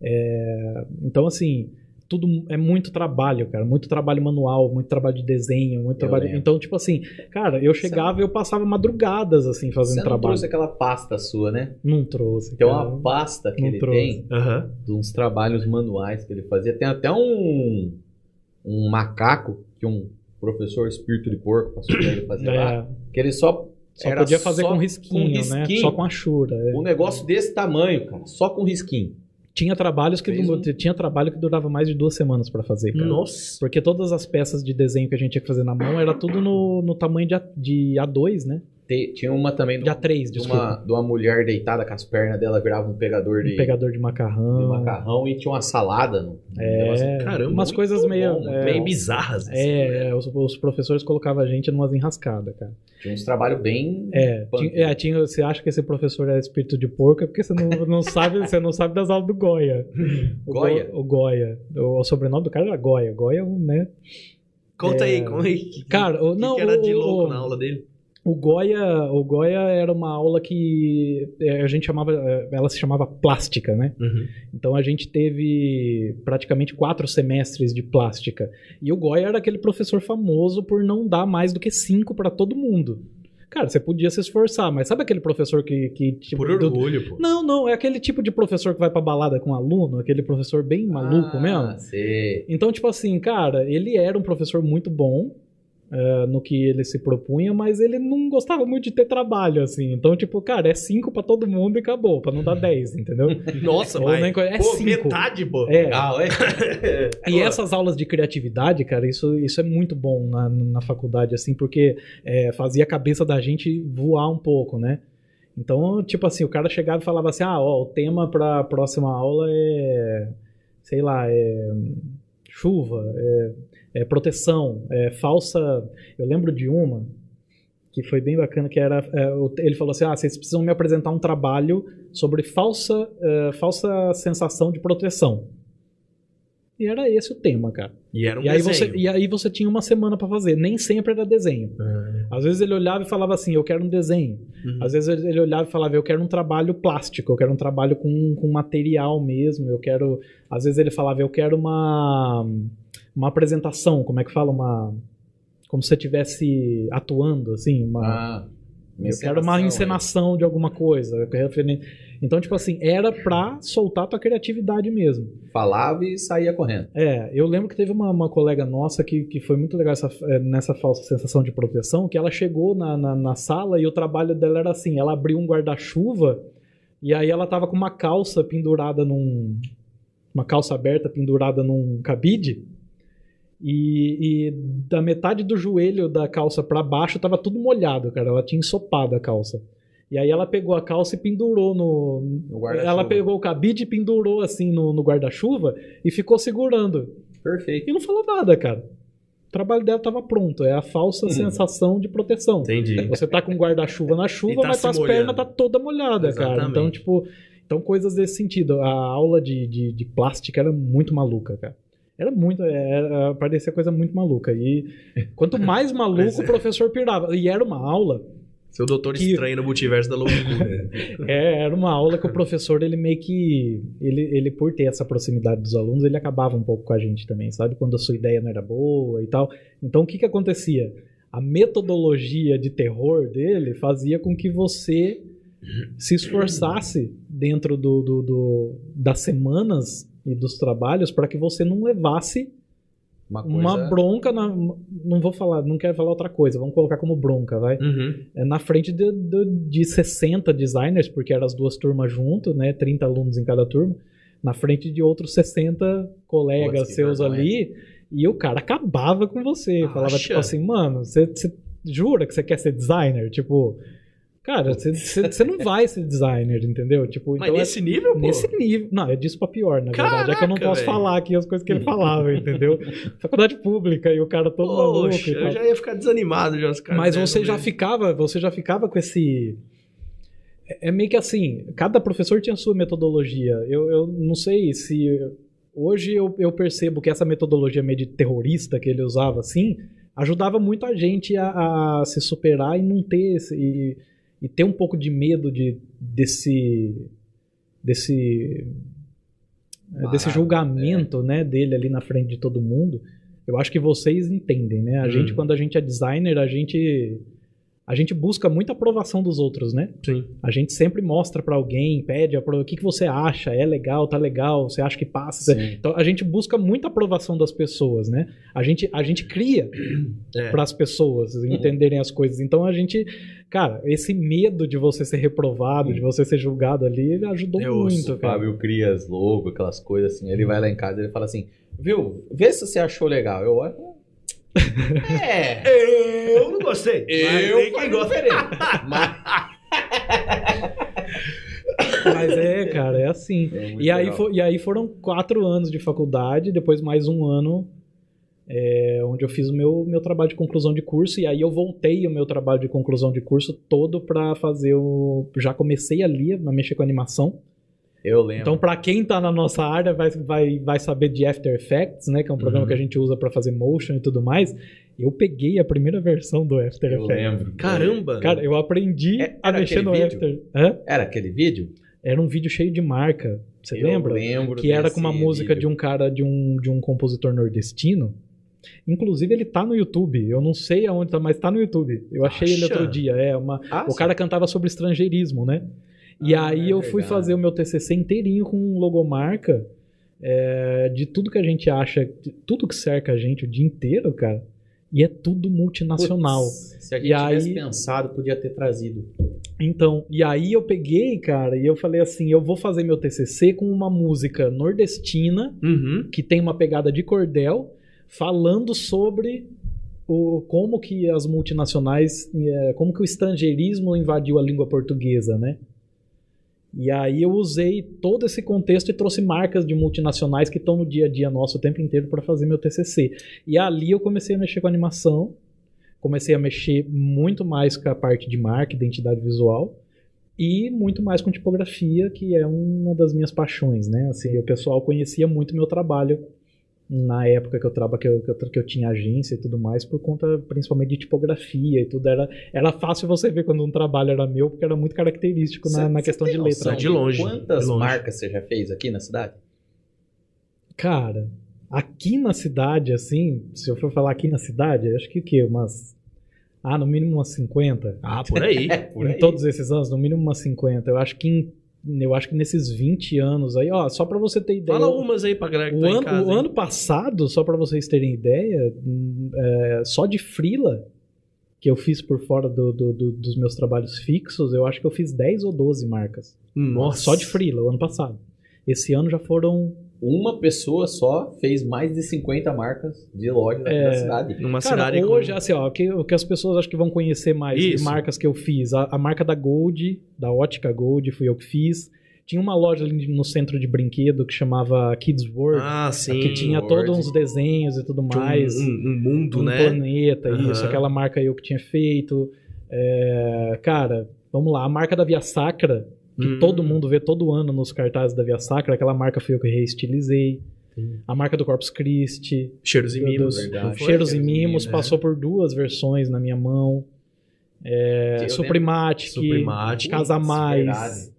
Speaker 3: É, então, assim, tudo mu- é muito trabalho, cara. Muito trabalho manual, muito trabalho de desenho, muito
Speaker 1: Eu
Speaker 3: trabalho.
Speaker 1: lembro.
Speaker 3: Então, tipo assim, cara, eu chegava e eu passava madrugadas, assim,
Speaker 1: Você
Speaker 3: fazendo
Speaker 1: não
Speaker 3: trabalho.
Speaker 1: trouxe aquela pasta sua, né?
Speaker 3: Não trouxe.
Speaker 1: Tem
Speaker 3: cara.
Speaker 1: uma pasta que
Speaker 3: Não
Speaker 1: ele
Speaker 3: trouxe.
Speaker 1: tem.
Speaker 2: Aham.
Speaker 1: de uns trabalhos manuais que ele fazia. Tem até um, um macaco que um professor espírito de porco passou pra ele fazer lá.
Speaker 3: É,
Speaker 1: Que ele só,
Speaker 3: só
Speaker 1: era
Speaker 3: podia fazer
Speaker 1: só
Speaker 3: com risquinho, né?
Speaker 1: risquinho.
Speaker 3: Só com achura. é.
Speaker 1: Um negócio desse tamanho, cara, só com risquinho.
Speaker 3: Tinha trabalhos que
Speaker 1: Fez
Speaker 3: du-
Speaker 1: um-
Speaker 3: tinha trabalho que durava mais de duas semanas pra fazer, cara.
Speaker 2: Nossa.
Speaker 3: Porque todas as peças de desenho que a gente tinha que fazer na mão era tudo no, no tamanho de, A, de A2, né?
Speaker 1: Te- tinha uma também de
Speaker 3: Já
Speaker 1: uma,
Speaker 3: três,
Speaker 1: de
Speaker 3: desculpa.
Speaker 1: uma, de uma mulher deitada com as pernas dela, virava um pegador de,
Speaker 3: Um pegador de
Speaker 1: de
Speaker 3: macarrão.
Speaker 1: macarrão e tinha uma salada. No, no negócio.
Speaker 3: É,
Speaker 2: Caramba,
Speaker 3: umas
Speaker 2: muito
Speaker 3: coisas meio.
Speaker 2: bom,
Speaker 3: é,
Speaker 2: meio bizarras. assim, né?
Speaker 3: é, é, os, os professores colocavam a gente numas enrascadas, cara.
Speaker 1: Tinha uns trabalhos bem.
Speaker 2: Um
Speaker 3: É,
Speaker 1: Punk,
Speaker 3: tinha- é,
Speaker 1: né?
Speaker 3: tinha- você acha que esse professor é espírito de porco é porque você não, não sabe, você não sabe das aulas do Goya. O Go-
Speaker 1: Goya?
Speaker 3: o Goya. O, o sobrenome do cara era Goya. Goya, é um, né?
Speaker 2: Conta
Speaker 3: é.
Speaker 2: aí, conta aí. que-
Speaker 3: Cara, o,
Speaker 2: que
Speaker 3: não,
Speaker 2: que era
Speaker 3: o,
Speaker 2: de
Speaker 3: o-
Speaker 2: louco na aula dele?
Speaker 3: o Goya, o Goya era uma aula que é, a gente chamava, é, ela se chamava plástica, né? Então a gente teve praticamente quatro semestres de plástica. E o Goya era aquele professor famoso por não dar mais do que cinco pra todo mundo. Cara, você podia se esforçar, mas sabe aquele professor que. que tipo,
Speaker 2: Por
Speaker 3: do-
Speaker 2: orgulho, pô.
Speaker 3: Não, não, é aquele tipo de professor que vai pra balada com um aluno, aquele professor bem maluco
Speaker 1: Ah,
Speaker 3: mesmo.
Speaker 1: sei.
Speaker 3: Então, tipo assim, cara, ele era um professor muito bom eh, no que ele se propunha, mas ele não gostava muito de ter trabalho, assim. Então, tipo, cara, é cinco pra todo mundo e acabou, pra não dar dez, entendeu?
Speaker 2: Nossa,
Speaker 3: Ou
Speaker 2: mas...
Speaker 3: nem co- é
Speaker 2: pô,
Speaker 3: cinco.
Speaker 2: metade, pô.
Speaker 3: É,
Speaker 1: Legal, é?
Speaker 3: e essas aulas de criatividade, cara, isso, isso é muito bom na, na faculdade, assim, porque é, fazia a cabeça da gente voar um pouco, né? Então, tipo assim, o cara chegava e falava assim: ah, ó, o tema pra próxima aula é. sei lá, é. chuva, é, é proteção, é falsa. Eu lembro de uma que foi bem bacana, que era. é, o- ele falou assim: ah, vocês precisam me apresentar um trabalho sobre falsa, é, falsa sensação de proteção. E era esse o tema, cara.
Speaker 2: E era um
Speaker 3: e, aí você,
Speaker 2: desenho.
Speaker 3: e aí você tinha uma semana pra fazer. Nem sempre era desenho.
Speaker 2: Ah.
Speaker 3: Às vezes ele olhava e falava assim, eu quero um desenho.
Speaker 2: Uhum.
Speaker 3: Às vezes ele olhava e falava, eu quero um trabalho plástico, eu quero um trabalho com, com material mesmo, eu quero... Às vezes ele falava, eu quero uma, uma apresentação, como é que fala? Uma... Como se você estivesse atuando, assim, uma...
Speaker 1: Ah,
Speaker 3: Eu quero uma
Speaker 1: é.
Speaker 3: encenação de alguma coisa. eu quero referente- Então, tipo assim, era pra soltar a tua criatividade mesmo.
Speaker 1: Falava e saía correndo.
Speaker 3: É, eu lembro que teve uma, uma colega nossa que, que foi muito legal essa- eh, nessa falsa sensação de proteção, que ela chegou na, na, na sala e o trabalho dela era assim, ela abriu um guarda-chuva e aí ela tava com uma calça pendurada num... uma calça aberta pendurada num cabide e, e da metade do joelho da calça pra baixo tava tudo molhado, cara, ela tinha ensopado a calça. E aí ela pegou a calça e pendurou no,
Speaker 1: No guarda-chuva.
Speaker 3: ela pegou o cabide e pendurou assim no, no guarda-chuva e ficou segurando.
Speaker 1: Perfeito.
Speaker 3: E não falou nada, cara. O trabalho dela tava pronto. É a falsa
Speaker 1: Hum.
Speaker 3: sensação de proteção.
Speaker 2: Entendi.
Speaker 3: Você tá com o guarda-chuva na
Speaker 2: E
Speaker 3: chuva,
Speaker 2: tá
Speaker 3: mas
Speaker 2: se
Speaker 3: tuas
Speaker 2: molhando.
Speaker 3: pernas tá toda molhada, cara.
Speaker 2: Exatamente.
Speaker 3: Então, tipo, então coisas desse sentido. A aula de, de, de plástica era muito maluca, cara. Era muito, era, parecia coisa muito maluca. E quanto mais
Speaker 2: Pois
Speaker 3: maluco,
Speaker 2: é.
Speaker 3: o professor pirava. E era uma aula
Speaker 2: Seu doutor
Speaker 3: Que-
Speaker 2: estranho no multiverso da loucura.
Speaker 3: É, era uma aula que o professor, ele meio que. Ele, ele, por ter essa proximidade dos alunos, ele acabava um pouco com a gente também, sabe? Quando a sua ideia não era boa e tal. Então, o que, que acontecia? A metodologia de terror dele fazia com que você se esforçasse dentro do, do- do- das semanas e dos trabalhos para que você não levasse
Speaker 1: Uma coisa.
Speaker 3: uma bronca na. Não vou falar, não quero falar outra coisa, vamos colocar como bronca, vai
Speaker 2: uhum.
Speaker 3: é, na frente de, de, de 60 designers, porque eram as duas turmas junto, né? 30 alunos em cada turma, na frente de outros 60 colegas
Speaker 1: Putz, que
Speaker 3: seus
Speaker 1: vergonha.
Speaker 3: ali, e o cara acabava com você.
Speaker 2: Acha?
Speaker 3: Falava tipo assim, mano, você você jura que você quer ser designer? Tipo, cara, você- você você não vai ser designer, entendeu? Tipo,
Speaker 2: Mas
Speaker 3: então é-
Speaker 2: nesse nível, pô.
Speaker 3: Nesse nível. Não, é disso pra pior, na verdade. É que eu não
Speaker 2: Caraca,
Speaker 3: posso
Speaker 2: velho.
Speaker 3: falar aqui as coisas que ele falava, entendeu? Faculdade pública e o cara todo maluco
Speaker 2: Poxa,
Speaker 3: e tal.
Speaker 2: eu já ia ficar desanimado, já, os caras.
Speaker 3: Mas
Speaker 2: né,
Speaker 3: você
Speaker 2: não
Speaker 3: já
Speaker 2: vê.
Speaker 3: ficava, você já ficava com esse. é- É meio que assim, cada professor tinha a sua metodologia. Eu, eu não sei se. Hoje eu, eu percebo que essa metodologia meio de terrorista que ele usava, assim, ajudava muito a gente a, a se superar e não ter esse, e, e ter um pouco de medo de, desse. desse.
Speaker 1: Ah,
Speaker 3: desse
Speaker 2: é.
Speaker 3: julgamento né, dele ali na frente de todo mundo. Eu acho que vocês entendem, né? A gente,
Speaker 2: Uhum.
Speaker 3: quando a gente é designer, a gente a gente busca muita aprovação dos outros, né?
Speaker 2: Sim.
Speaker 3: A gente sempre mostra pra alguém, pede, aprova- o que, que você acha? É legal, tá legal? Você acha que passa?
Speaker 1: Sim.
Speaker 3: Então a gente busca muita aprovação das pessoas, né? A gente a gente cria
Speaker 2: É.
Speaker 3: para as pessoas entenderem as coisas. Então a gente, cara, esse medo de você ser
Speaker 2: Hum.
Speaker 3: reprovado, de você ser julgado ali, ele ajudou
Speaker 2: Eu
Speaker 3: muito,
Speaker 2: ouço,
Speaker 1: O
Speaker 3: cara.
Speaker 1: Fábio cria as logo, aquelas coisas assim. Ele vai lá em casa e ele fala assim: Viu, vê se você achou legal. Eu olho. É.
Speaker 2: Eu não gostei. mas
Speaker 1: Eu falei
Speaker 2: tem quem gosta.
Speaker 1: diferente. Mas...
Speaker 3: Mas é, cara, é assim. E aí,
Speaker 1: foi
Speaker 3: fo- e aí foram quatro anos de faculdade, depois mais um ano é, onde eu fiz o meu, meu trabalho de conclusão de curso, e aí eu voltei o meu trabalho de conclusão de curso todo pra fazer o. Já comecei ali a mexer com animação.
Speaker 1: Eu lembro.
Speaker 3: Então, pra quem tá na nossa área, vai, vai, vai saber de After Effects, né? Que é um programa
Speaker 2: Uhum.
Speaker 3: que a gente usa pra fazer motion e tudo mais. Eu peguei a primeira versão do After
Speaker 1: eu
Speaker 3: Effects.
Speaker 1: lembro.
Speaker 2: Caramba.
Speaker 3: Cara, eu aprendi
Speaker 1: É-
Speaker 3: a
Speaker 1: era
Speaker 3: mexer no
Speaker 1: aquele
Speaker 3: After. Hã?
Speaker 1: Era aquele vídeo?
Speaker 3: Era um vídeo cheio de marca. Você
Speaker 1: eu
Speaker 3: lembra?
Speaker 1: lembro.
Speaker 3: que era
Speaker 1: desse
Speaker 3: com uma música
Speaker 1: vídeo.
Speaker 3: de um cara de um, de um compositor nordestino. Inclusive, ele tá no YouTube. Eu não sei aonde tá, mas tá no YouTube. Eu achei ele
Speaker 2: Acha?
Speaker 3: outro dia. É, uma,
Speaker 1: Ah,
Speaker 3: o cara cantava sobre estrangeirismo, né? E
Speaker 1: Ah,
Speaker 3: aí
Speaker 1: é
Speaker 3: eu fui
Speaker 1: verdade.
Speaker 3: fazer o meu TCC inteirinho com logomarca é, de tudo que a gente acha, de tudo que cerca a gente o dia inteiro, cara. E é tudo multinacional.
Speaker 1: Ah, Putz, Se a gente
Speaker 3: E
Speaker 1: tivesse
Speaker 3: aí-
Speaker 1: pensado, podia ter trazido.
Speaker 3: Então, e aí eu peguei, cara, e eu falei assim, eu vou fazer meu TCC com uma música nordestina
Speaker 2: Uhum.
Speaker 3: que tem uma pegada de cordel, falando sobre o, como que as multinacionais, eh, como que o estrangeirismo invadiu a língua portuguesa, né? E aí eu usei todo esse contexto e trouxe marcas de multinacionais que estão no dia a dia nosso o tempo inteiro para fazer meu TCC. E ali eu comecei a mexer com animação, comecei a mexer muito mais com a parte de marca, identidade visual e muito mais com tipografia, que é uma das minhas paixões, né? Assim, o pessoal conhecia muito meu trabalho na época que eu trabalho que eu, que eu, tra- que eu tinha agência e tudo mais por conta principalmente de tipografia e tudo era era fácil você ver quando um trabalho era meu porque era muito característico na,
Speaker 1: Cê-
Speaker 3: na
Speaker 1: cê
Speaker 3: questão
Speaker 1: tem
Speaker 3: de
Speaker 1: noção
Speaker 3: letra. né?
Speaker 2: de longe,
Speaker 1: Quantas
Speaker 2: de longe.
Speaker 1: marcas você já fez aqui na cidade?
Speaker 3: Cara, aqui na cidade, assim, se eu for falar aqui na cidade, eu acho que o quê? Umas. Ah, no mínimo umas 50.
Speaker 2: Ah, por aí.
Speaker 3: É,
Speaker 1: por
Speaker 3: Em todos esses anos, no mínimo umas 50. Eu acho que em- eu acho que nesses 20 anos aí, ó, só pra você ter ideia.
Speaker 2: Fala
Speaker 3: o-
Speaker 2: umas aí pra galera que
Speaker 3: o
Speaker 2: tá em
Speaker 3: ano,
Speaker 2: casa.
Speaker 3: o
Speaker 2: hein?
Speaker 3: ano passado, só pra vocês terem ideia, hum, é, só de frila que eu fiz por fora do- do- do- dos meus trabalhos fixos, eu acho que eu fiz 10 ou 12 marcas.
Speaker 2: Nossa.
Speaker 3: Só de frila, o ano passado. Esse ano já foram
Speaker 1: Uma pessoa só fez mais de 50 marcas de loja daqui
Speaker 3: É,
Speaker 1: da cidade.
Speaker 2: Numa
Speaker 3: Cara,
Speaker 2: cidade
Speaker 3: hoje,
Speaker 2: com...
Speaker 3: assim, ó, o que, o que as pessoas acho que vão conhecer mais de
Speaker 2: Isso.
Speaker 3: marcas que eu fiz. A, a marca da Gold, da Ótica Gold, fui eu que fiz. Tinha uma loja ali no centro de brinquedo que chamava Kids World,
Speaker 2: Ah, sim.
Speaker 3: é que tinha
Speaker 1: World.
Speaker 3: todos uns desenhos e tudo
Speaker 2: Tinha um-
Speaker 3: mais.
Speaker 2: um, um mundo,
Speaker 3: um
Speaker 2: né?
Speaker 3: planeta,
Speaker 2: Aham.
Speaker 3: isso. Aquela marca eu que tinha feito. É, cara, vamos lá. A marca da Via Sacra, que
Speaker 2: Hum.
Speaker 3: todo mundo vê todo ano nos cartazes da Via Sacra. Aquela marca fui eu que reestilizei.
Speaker 2: Sim.
Speaker 3: A marca do Corpus Christi.
Speaker 2: Cheiros e né?
Speaker 3: Meu
Speaker 2: mimos.
Speaker 3: Deus.
Speaker 2: não foi? né?
Speaker 3: Cheiros e
Speaker 1: Cheiros e
Speaker 3: Mimos
Speaker 2: Mimos,
Speaker 3: passou por duas versões na minha mão.
Speaker 1: Eu
Speaker 3: É,
Speaker 1: lembro-
Speaker 3: Suprimatic.
Speaker 2: Suprimatic.
Speaker 3: Casa
Speaker 1: Putz,
Speaker 3: Mais.
Speaker 1: verdade.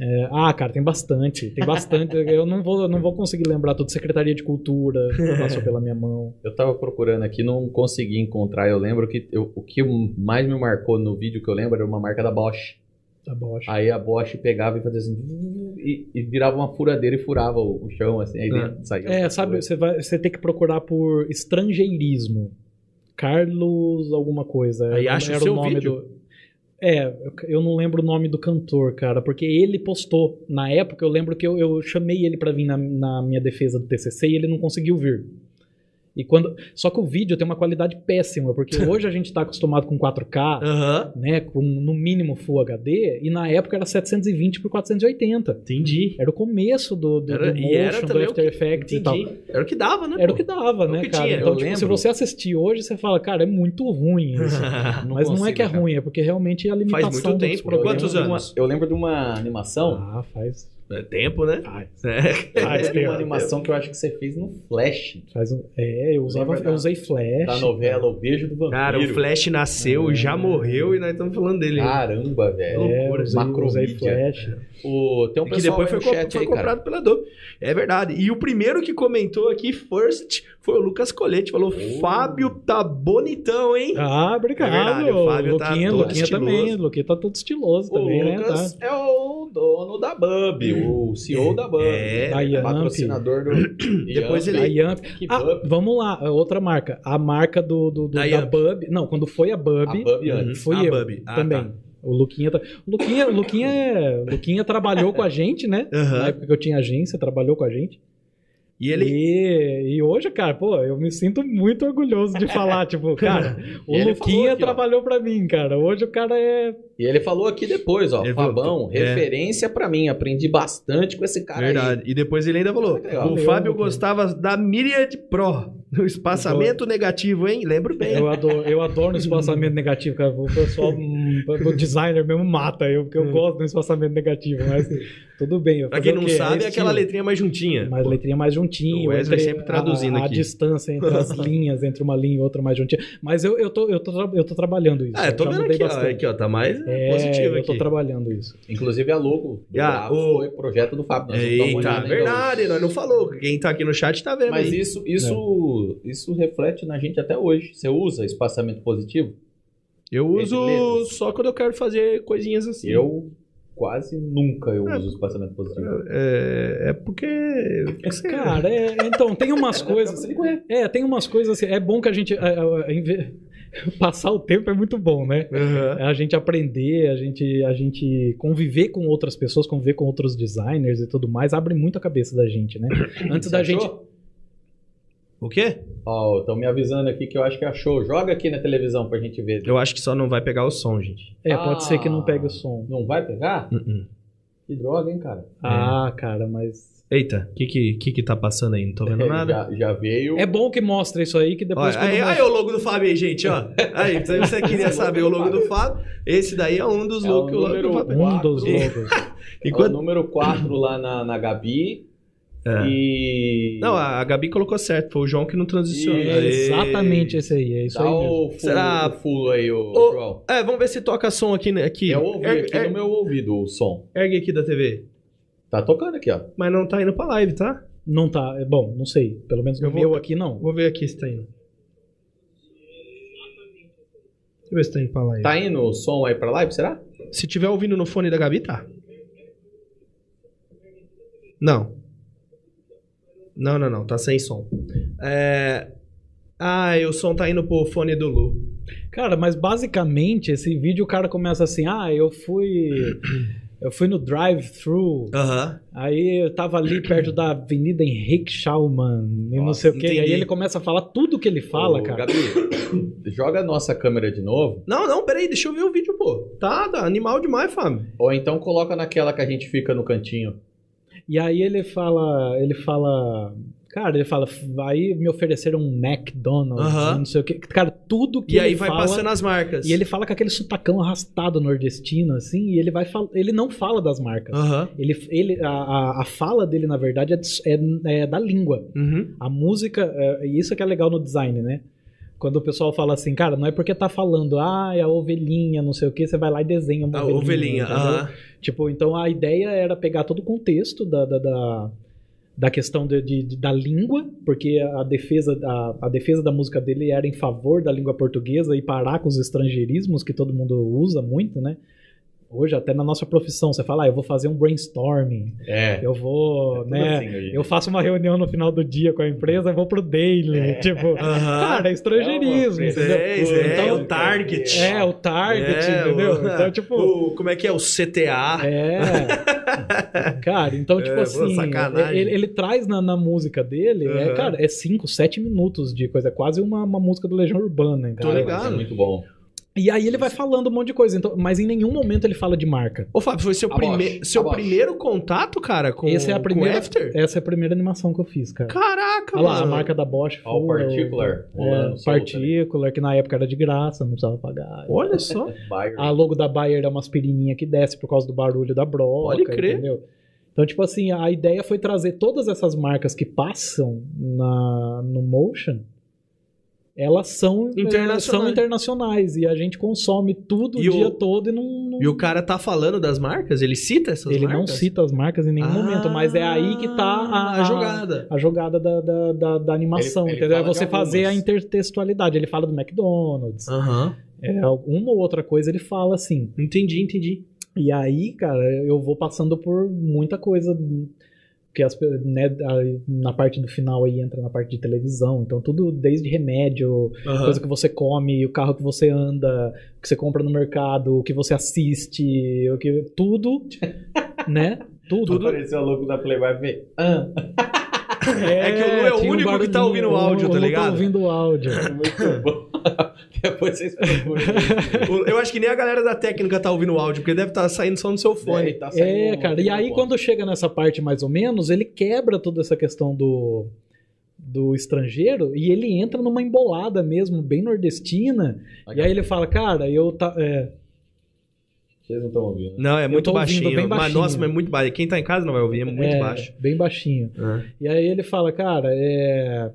Speaker 3: é, ah, cara, tem bastante. Tem bastante. eu não vou, eu não vou conseguir lembrar tudo. Secretaria de Cultura passou pela minha mão.
Speaker 1: Eu tava procurando aqui, não consegui encontrar. Eu lembro que eu- o que mais me marcou no vídeo que eu lembro era uma marca da Bosch.
Speaker 3: Tá bom, acho.
Speaker 1: Aí a Bosch pegava e fazia assim. E, e virava uma furadeira e furava o, o chão, assim. Aí
Speaker 2: É.
Speaker 1: dentro saía.
Speaker 3: É,
Speaker 1: outra
Speaker 3: sabe,
Speaker 1: coisa.
Speaker 3: você, vai, você tem que procurar por estrangeirismo. Carlos alguma coisa.
Speaker 2: Aí
Speaker 3: Era-
Speaker 2: acha o
Speaker 3: era
Speaker 2: seu
Speaker 3: nome
Speaker 2: vídeo.
Speaker 3: do. É, eu- eu não lembro o nome do cantor, cara, porque ele postou. Na época, eu lembro que eu, eu chamei ele pra vir na, na minha defesa do TCC e ele não conseguiu vir. E quando, só que o vídeo tem uma qualidade péssima, porque hoje a gente tá acostumado com 4K,
Speaker 2: Aham.
Speaker 3: né, com no mínimo Full HD, e na época era 720 por 480.
Speaker 2: Entendi.
Speaker 3: Era o começo do, do,
Speaker 2: Era-
Speaker 3: do
Speaker 2: e era
Speaker 3: motion, do
Speaker 2: também o que-
Speaker 3: After Effects e É tal.
Speaker 2: Entendi. Era o que dava, né?
Speaker 3: Era o
Speaker 2: pô?
Speaker 3: que dava,
Speaker 2: Era o
Speaker 3: né,
Speaker 2: que
Speaker 3: cara?
Speaker 2: tinha,
Speaker 1: eu
Speaker 3: então, tipo,
Speaker 1: lembro.
Speaker 3: se você assistir hoje, você fala, cara, é muito ruim isso. Mas não é
Speaker 1: consigo,
Speaker 3: que é
Speaker 1: cara.
Speaker 3: ruim, é porque realmente é a
Speaker 2: muito
Speaker 3: limitação dos
Speaker 2: tempo.
Speaker 1: Eu
Speaker 3: programas.
Speaker 2: Quantos
Speaker 1: lembro de
Speaker 2: anos?
Speaker 1: uma- eu lembro de uma animação.
Speaker 3: Ah, faz.
Speaker 2: É tempo, né?
Speaker 3: Faz.
Speaker 2: É.
Speaker 1: eu lembro
Speaker 3: Faz,
Speaker 1: de uma
Speaker 3: pior.
Speaker 1: animação que eu acho que você fez no Flash.
Speaker 3: faz um- É, eu, usava,
Speaker 1: Lembra da-
Speaker 3: eu usei flash.
Speaker 1: Da novela O Beijo do Vampiro.
Speaker 2: Cara, o Flash nasceu,
Speaker 3: É. Ah,
Speaker 2: já morreu e nós estamos falando dele.
Speaker 1: Caramba, velho.
Speaker 3: É,
Speaker 2: loucura,
Speaker 3: eu usei,
Speaker 1: macromídia.
Speaker 3: usei flash.
Speaker 1: O- Tem um
Speaker 2: E É que
Speaker 1: pessoal
Speaker 3: é
Speaker 2: depois
Speaker 1: aí
Speaker 2: foi,
Speaker 1: no
Speaker 2: co-
Speaker 1: chat
Speaker 2: foi
Speaker 1: aí, cara.
Speaker 2: comprado pela Adobe. É verdade. E o primeiro que comentou aqui, first, foi o Lucas Colete. Falou,
Speaker 1: Oh.
Speaker 2: Fábio tá bonitão, hein?
Speaker 3: Ah,
Speaker 2: É
Speaker 3: obrigado.
Speaker 2: verdade, o Fábio tá
Speaker 3: Luquinha,
Speaker 2: todo
Speaker 3: Luquinha
Speaker 2: estiloso.
Speaker 3: também. Luquinha tá todo estiloso
Speaker 1: O
Speaker 3: também,
Speaker 1: Lucas
Speaker 3: né?
Speaker 1: é o dono da Bub, o CEO da Bub.
Speaker 2: Tá. É,
Speaker 3: da Yamp.
Speaker 1: patrocinador do.
Speaker 2: Depois
Speaker 3: Tá.
Speaker 1: Yamp.
Speaker 2: ele-
Speaker 3: A Yamp.
Speaker 1: Que
Speaker 3: Ah,
Speaker 1: Bub?
Speaker 3: vamos lá, outra marca. A marca do, do, do-
Speaker 2: Da
Speaker 3: da
Speaker 2: Yamp.
Speaker 3: Bub. Não, quando foi a Bub.
Speaker 1: A Bub
Speaker 2: Uhum.
Speaker 1: antes.
Speaker 3: Foi
Speaker 2: Ah,
Speaker 3: eu
Speaker 2: Bub. Ah,
Speaker 3: também.
Speaker 2: tá.
Speaker 3: O Luquinha, tá- o Luquinha, o Luquinha, é- o Luquinha trabalhou com a gente, né?
Speaker 2: Aham.
Speaker 3: Na época que eu tinha agência, trabalhou com a gente.
Speaker 2: E ele.
Speaker 3: E, e hoje, cara, pô, eu me sinto muito orgulhoso de falar, tipo, cara, o
Speaker 1: E ele falou
Speaker 3: Luquinha
Speaker 1: aqui, ó.
Speaker 3: trabalhou pra mim, cara. Hoje o cara é.
Speaker 1: E ele falou aqui depois, ó.
Speaker 2: Ele falou,
Speaker 1: Fabão,
Speaker 2: é.
Speaker 1: referência pra mim. Aprendi bastante com esse cara
Speaker 2: Verdade. E depois ele ainda falou:
Speaker 1: Olha que legal.
Speaker 2: o
Speaker 3: Valeu,
Speaker 2: Fábio
Speaker 3: cara.
Speaker 2: gostava da Myriad Pro, no espaçamento negativo, hein? Lembro bem.
Speaker 3: Eu adoro, eu adoro o espaçamento negativo, cara. O pessoal, hum, o designer mesmo mata eu, porque eu gosto do espaçamento negativo, mas tudo bem. eu
Speaker 2: É. Pra
Speaker 3: fazer
Speaker 2: quem
Speaker 3: o
Speaker 2: não
Speaker 3: quê?
Speaker 2: sabe, é
Speaker 3: estilo.
Speaker 2: aquela letrinha mais juntinha.
Speaker 3: Mas
Speaker 2: Pô,
Speaker 3: letrinha mais juntinho.
Speaker 2: O Wesley
Speaker 3: entre
Speaker 2: sempre traduzindo
Speaker 3: a,
Speaker 2: aqui.
Speaker 3: A distância entre as linhas, entre uma linha e outra mais juntinha. Mas eu, eu, tô, eu, tô, tra- eu tô trabalhando isso.
Speaker 2: Ah, eu tô
Speaker 3: já
Speaker 2: vendo
Speaker 3: mudei
Speaker 2: aqui, ó,
Speaker 3: bastante.
Speaker 2: aqui, ó. Tá mais
Speaker 3: É,
Speaker 2: positivo
Speaker 3: eu tô
Speaker 2: aqui.
Speaker 3: trabalhando isso.
Speaker 1: aí. Inclusive a logo do
Speaker 2: Ah,
Speaker 1: Bravo
Speaker 2: o-
Speaker 1: foi projeto do Fábio. nós não damos uma
Speaker 2: Eita,
Speaker 1: olhada ainda
Speaker 2: tá verdade,
Speaker 1: hoje.
Speaker 2: nós não falou. Quem tá aqui no chat tá vendo.
Speaker 1: Mas
Speaker 2: aí.
Speaker 1: isso, isso,
Speaker 2: é.
Speaker 1: isso reflete na gente até hoje. Você usa espaçamento positivo?
Speaker 2: Eu uso
Speaker 1: é Beleza.
Speaker 2: só quando eu quero fazer coisinhas assim.
Speaker 1: Eu quase nunca eu uso espaçamento positivo.
Speaker 2: É, é porque.
Speaker 3: Cara, é- então, tem umas coisas.
Speaker 2: tá
Speaker 3: É, tem umas coisas assim. É bom que a gente. é, é, é, em vez- Passar o tempo é muito bom, né?
Speaker 2: Aham.
Speaker 3: a gente aprender, a gente, a gente conviver com outras pessoas, conviver com outros designers e tudo mais, abre muito a cabeça da gente, né? Antes da gente.
Speaker 2: O quê?
Speaker 1: Ó, estão me avisando aqui que eu acho que achou. Joga aqui na televisão pra gente ver.
Speaker 2: Eu acho que só não vai pegar o som, gente.
Speaker 3: É, pode ser que
Speaker 1: Ah.
Speaker 3: não pegue o som.
Speaker 1: Não vai pegar?
Speaker 2: Uh-uh.
Speaker 1: Que droga, hein,
Speaker 2: É.
Speaker 1: cara?
Speaker 3: Ah, cara, mas.
Speaker 2: Eita, o que, que que que tá passando aí? Não tô vendo nada.
Speaker 1: Já, já veio.
Speaker 3: É bom que mostra isso aí, que depois.
Speaker 2: Olha,
Speaker 3: quando
Speaker 2: aí,
Speaker 3: mostra-
Speaker 2: aí o logo do Fábio aí, gente, ó. Aí, se você queria saber é o logo do Fábio, esse daí é um dos
Speaker 1: É
Speaker 2: logos
Speaker 1: o
Speaker 2: que o logo
Speaker 1: número um. É
Speaker 2: do Fábio.
Speaker 3: Um dos
Speaker 2: Quatro.
Speaker 3: logos.
Speaker 1: Enquanto...
Speaker 2: Enquanto-
Speaker 1: número 4 lá na, na Gabi.
Speaker 2: É.
Speaker 1: E. tá
Speaker 2: Não, a Gabi colocou certo, foi o João que não transicionou.
Speaker 1: Isso.
Speaker 3: É
Speaker 2: Aê.
Speaker 3: exatamente esse aí, é isso
Speaker 1: Dá
Speaker 3: aí.
Speaker 1: o
Speaker 3: mesmo.
Speaker 1: fulo,
Speaker 2: Será-
Speaker 1: o fulo aí, ô,
Speaker 2: Ô,
Speaker 1: João.
Speaker 2: É, vamos ver se toca som aqui. né, aqui.
Speaker 1: Eu ouvi
Speaker 3: é,
Speaker 2: ergue,
Speaker 1: É aqui
Speaker 2: ergue-
Speaker 1: no meu ouvido o som.
Speaker 2: ergue aqui da TV.
Speaker 1: Tá tocando aqui, ó.
Speaker 2: Mas não tá indo pra live, tá?
Speaker 3: Não tá, é bom, não sei. Pelo menos
Speaker 2: Eu
Speaker 3: no
Speaker 2: vou-
Speaker 3: meu aqui não.
Speaker 2: Vou ver aqui se tá indo. Deixa eu ver se tá indo pra live.
Speaker 1: Tá indo o som aí pra live, será?
Speaker 2: Se tiver ouvindo no fone da Gabi, tá. Não. Não, não, não. Tá sem som. É... Ah, o som tá indo pro fone do Lu.
Speaker 3: Cara, mas basicamente esse vídeo o cara começa assim: ah, eu fui. Eu fui no drive-thru.
Speaker 2: Aham.
Speaker 3: Aí eu tava ali perto da Avenida Henrique Schaumann e não
Speaker 1: Nossa,
Speaker 3: sei o quê. E aí
Speaker 2: entendi.
Speaker 3: ele começa a falar tudo que ele fala,
Speaker 1: Ô,
Speaker 3: cara.
Speaker 1: Gabi, joga a nossa câmera de novo.
Speaker 2: Não, não, peraí. Deixa eu ver o vídeo, pô. Tá, tá animal demais, fam.
Speaker 1: Ou então coloca naquela que a gente fica no cantinho.
Speaker 3: E aí ele fala, ele fala, cara, ele fala, aí me ofereceram um McDonald's,
Speaker 2: Aham.
Speaker 3: e não sei o quê. Cara, tudo que
Speaker 2: E
Speaker 3: ele
Speaker 2: aí vai
Speaker 3: fala,
Speaker 2: passando as marcas.
Speaker 3: E ele fala com aquele sotacão arrastado nordestino assim, e ele vai fal- ele não fala das marcas.
Speaker 2: Aham.
Speaker 3: Ele, ele, a- a, a fala dele, na verdade, é de- é- é da língua.
Speaker 2: Uhum.
Speaker 3: A música, é, e isso que é legal no design, né? Quando o pessoal fala assim, cara, não é porque tá falando, ah, é a ovelhinha, não sei o que, você vai lá e desenha uma
Speaker 2: A Ah,
Speaker 3: ovelhinha.
Speaker 2: ovelhinha.
Speaker 3: entendeu?
Speaker 2: Aham.
Speaker 3: Tipo, então a ideia era pegar todo o contexto da, da, da, da questão de, de- de- da língua, porque a defesa, a, a defesa da música dele era em favor da língua portuguesa e parar com os estrangeirismos que todo mundo usa muito, né? Hoje, até na nossa profissão, você fala, ah, eu vou fazer um brainstorming,
Speaker 1: É.
Speaker 3: eu vou,
Speaker 1: tudo
Speaker 3: né,
Speaker 1: assim hoje.
Speaker 2: É
Speaker 3: eu faço uma reunião no final do dia com a empresa, eu vou pro daily. Tipo,
Speaker 2: Aham.
Speaker 3: cara, é estrangeirismo.
Speaker 1: É uma
Speaker 3: entendeu?
Speaker 2: É, é, é
Speaker 3: Então,
Speaker 2: o target.
Speaker 3: é, o target,
Speaker 2: É,
Speaker 3: entendeu?
Speaker 2: o-
Speaker 3: Então, tipo.
Speaker 2: O- como é que é? O CTA.
Speaker 3: É. Cara, então, tipo
Speaker 2: É, pô,
Speaker 3: assim.
Speaker 2: sacanagem.
Speaker 3: Ele, ele traz na, na música dele, é,
Speaker 2: Aham.
Speaker 3: cara, é 5, 7 minutos de coisa. É quase uma, uma música do Legião Urbana,
Speaker 1: Cara,
Speaker 3: entendeu?
Speaker 1: mas
Speaker 2: ligado.
Speaker 1: É muito bom.
Speaker 3: E aí ele vai falando um monte de coisa, então, mas em nenhum momento ele fala de marca.
Speaker 2: Ô, Fábio, foi seu,
Speaker 1: Abaixo,
Speaker 2: prime... seu
Speaker 1: abaixo.
Speaker 2: primeiro contato, cara, com
Speaker 3: Essa é a
Speaker 2: com
Speaker 3: primeira-
Speaker 2: After?
Speaker 3: Essa é a primeira animação que eu fiz, cara.
Speaker 2: Caraca,
Speaker 3: Olha lá, a
Speaker 2: mano.
Speaker 3: marca da Bosch.
Speaker 1: Ó, o
Speaker 3: Full,
Speaker 1: Particular.
Speaker 3: É,
Speaker 1: rolando solto ali.
Speaker 3: particular, que na época era de graça, não precisava pagar.
Speaker 2: Olha só.
Speaker 1: Bayer.
Speaker 3: A logo da Bayer é umas pirinhas que desce por causa do barulho da broca,
Speaker 2: Pode crer.
Speaker 3: entendeu? Então, tipo assim, a ideia foi trazer todas essas marcas que passam na, no Motion, elas são eh,
Speaker 2: Internacionais.
Speaker 3: são internacionais e a gente consome tudo
Speaker 2: E
Speaker 3: o dia
Speaker 2: o-
Speaker 3: todo e não... não-
Speaker 2: E o cara tá falando das marcas? Ele cita essas
Speaker 3: ele
Speaker 2: marcas?
Speaker 3: não cita as marcas em nenhum
Speaker 2: Ah,
Speaker 3: momento, mas é aí que tá a,
Speaker 2: a jogada.
Speaker 3: a jogada da, da, da, da animação,
Speaker 1: Ele- ele
Speaker 3: entendeu? É
Speaker 1: fala de
Speaker 3: você fazer a
Speaker 1: algumas.
Speaker 3: intertextualidade. Ele fala do McDonald's,
Speaker 2: Aham.
Speaker 3: é, uma ou outra coisa ele fala assim.
Speaker 2: Entendi, entendi.
Speaker 3: E aí, cara, eu vou passando por muita coisa que as pe- né, aí na parte do final aí entra na parte de televisão, então tudo desde remédio,
Speaker 2: Aham.
Speaker 3: coisa que você come, o carro que você anda, o que você compra no mercado, o que você assiste, o que tudo, né? Tudo.
Speaker 1: Apareceu o logo da Playboy. e falei, Ah,
Speaker 2: É que o Lu é o
Speaker 3: tinha um
Speaker 2: único que tá ouvindo
Speaker 3: barulhinho,
Speaker 2: o áudio,
Speaker 3: Lu-
Speaker 2: tá
Speaker 3: Lu
Speaker 2: ligado?
Speaker 3: Tá ouvindo o áudio.
Speaker 1: Muito bom. Depois vocês procuram.
Speaker 2: O- Eu acho que nem a galera da técnica tá ouvindo o áudio, porque deve estar saindo só no seu fone.
Speaker 1: Tá saindo
Speaker 3: É,
Speaker 1: um-
Speaker 3: cara. E
Speaker 1: um
Speaker 3: aí,
Speaker 1: bom.
Speaker 3: quando chega nessa parte mais ou menos, ele quebra toda essa questão do, do estrangeiro e ele entra numa embolada mesmo, bem nordestina. E aí ele fala, cara, eu tá. é,
Speaker 1: Vocês não estão ouvindo.
Speaker 2: Não, é muito
Speaker 3: tô ouvindo,
Speaker 2: baixinho.
Speaker 3: bem
Speaker 2: Mas
Speaker 3: baixinho.
Speaker 2: nossa, mas é muito baixo. Quem tá em casa não vai ouvir, é muito
Speaker 3: é,
Speaker 2: baixo.
Speaker 3: Bem baixinho.
Speaker 2: É.
Speaker 3: E aí ele fala, cara, é.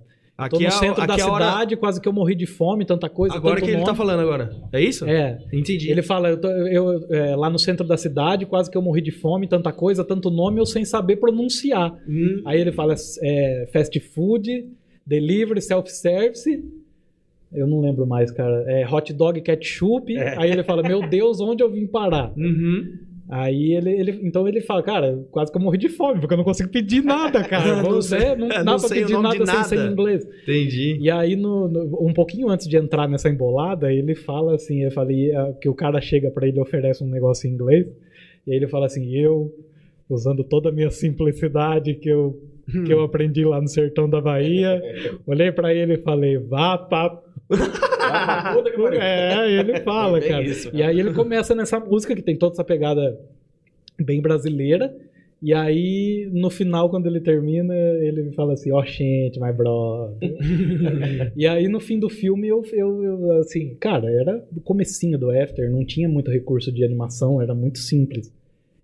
Speaker 3: Tô
Speaker 2: Aqui é,
Speaker 3: no
Speaker 2: a-
Speaker 3: centro da
Speaker 2: aqui é a hora.
Speaker 3: cidade, quase que eu morri de fome, tanta coisa.
Speaker 2: agora
Speaker 3: tanto
Speaker 2: que ele tá
Speaker 3: nome."
Speaker 2: falando agora. É isso?
Speaker 3: É,
Speaker 2: Entendi.
Speaker 3: Ele fala, eu tô- eu- é, lá no centro da cidade, quase que eu morri de fome, tanta coisa, tanto nome, eu sem saber pronunciar.
Speaker 2: Hum.
Speaker 3: Aí ele fala, é, fast food, delivery, self-service. Eu não lembro mais, cara. É, hot dog, ketchup.
Speaker 2: É.
Speaker 3: Aí ele fala, meu Deus, onde eu vim parar?
Speaker 2: Uhum.
Speaker 3: Aí ele, ele- então ele fala, cara, quase que eu morri de fome, porque eu não consigo pedir nada, cara.
Speaker 2: Não
Speaker 3: Vamos-
Speaker 2: sei-
Speaker 3: é,
Speaker 2: não
Speaker 3: não, dá pra
Speaker 2: sei o
Speaker 3: pedir
Speaker 2: nome
Speaker 3: nada,
Speaker 2: de
Speaker 3: sem ser
Speaker 2: nada.
Speaker 3: em inglês.
Speaker 2: Entendi.
Speaker 3: E aí, no- no- um pouquinho antes de entrar nessa embolada, ele fala assim, eu falei ah, que o cara chega pra ele e oferece um negócio em inglês, e aí ele fala assim, eu, usando toda a minha simplicidade que eu, que
Speaker 1: Hum.
Speaker 3: eu aprendi lá no sertão da Bahia, olhei pra ele e falei, vá pra...
Speaker 1: Ah, puta que pariu.
Speaker 3: É, ele fala,
Speaker 1: É bem
Speaker 3: cara.
Speaker 1: isso,
Speaker 3: E aí ele começa nessa música que tem toda essa pegada bem brasileira, e aí, no final, quando ele termina, ele fala assim, ó, gente, my brother. E aí no fim do filme eu, eu, eu, assim, cara, era o comecinho do After, não tinha muito recurso de animação, era muito simples.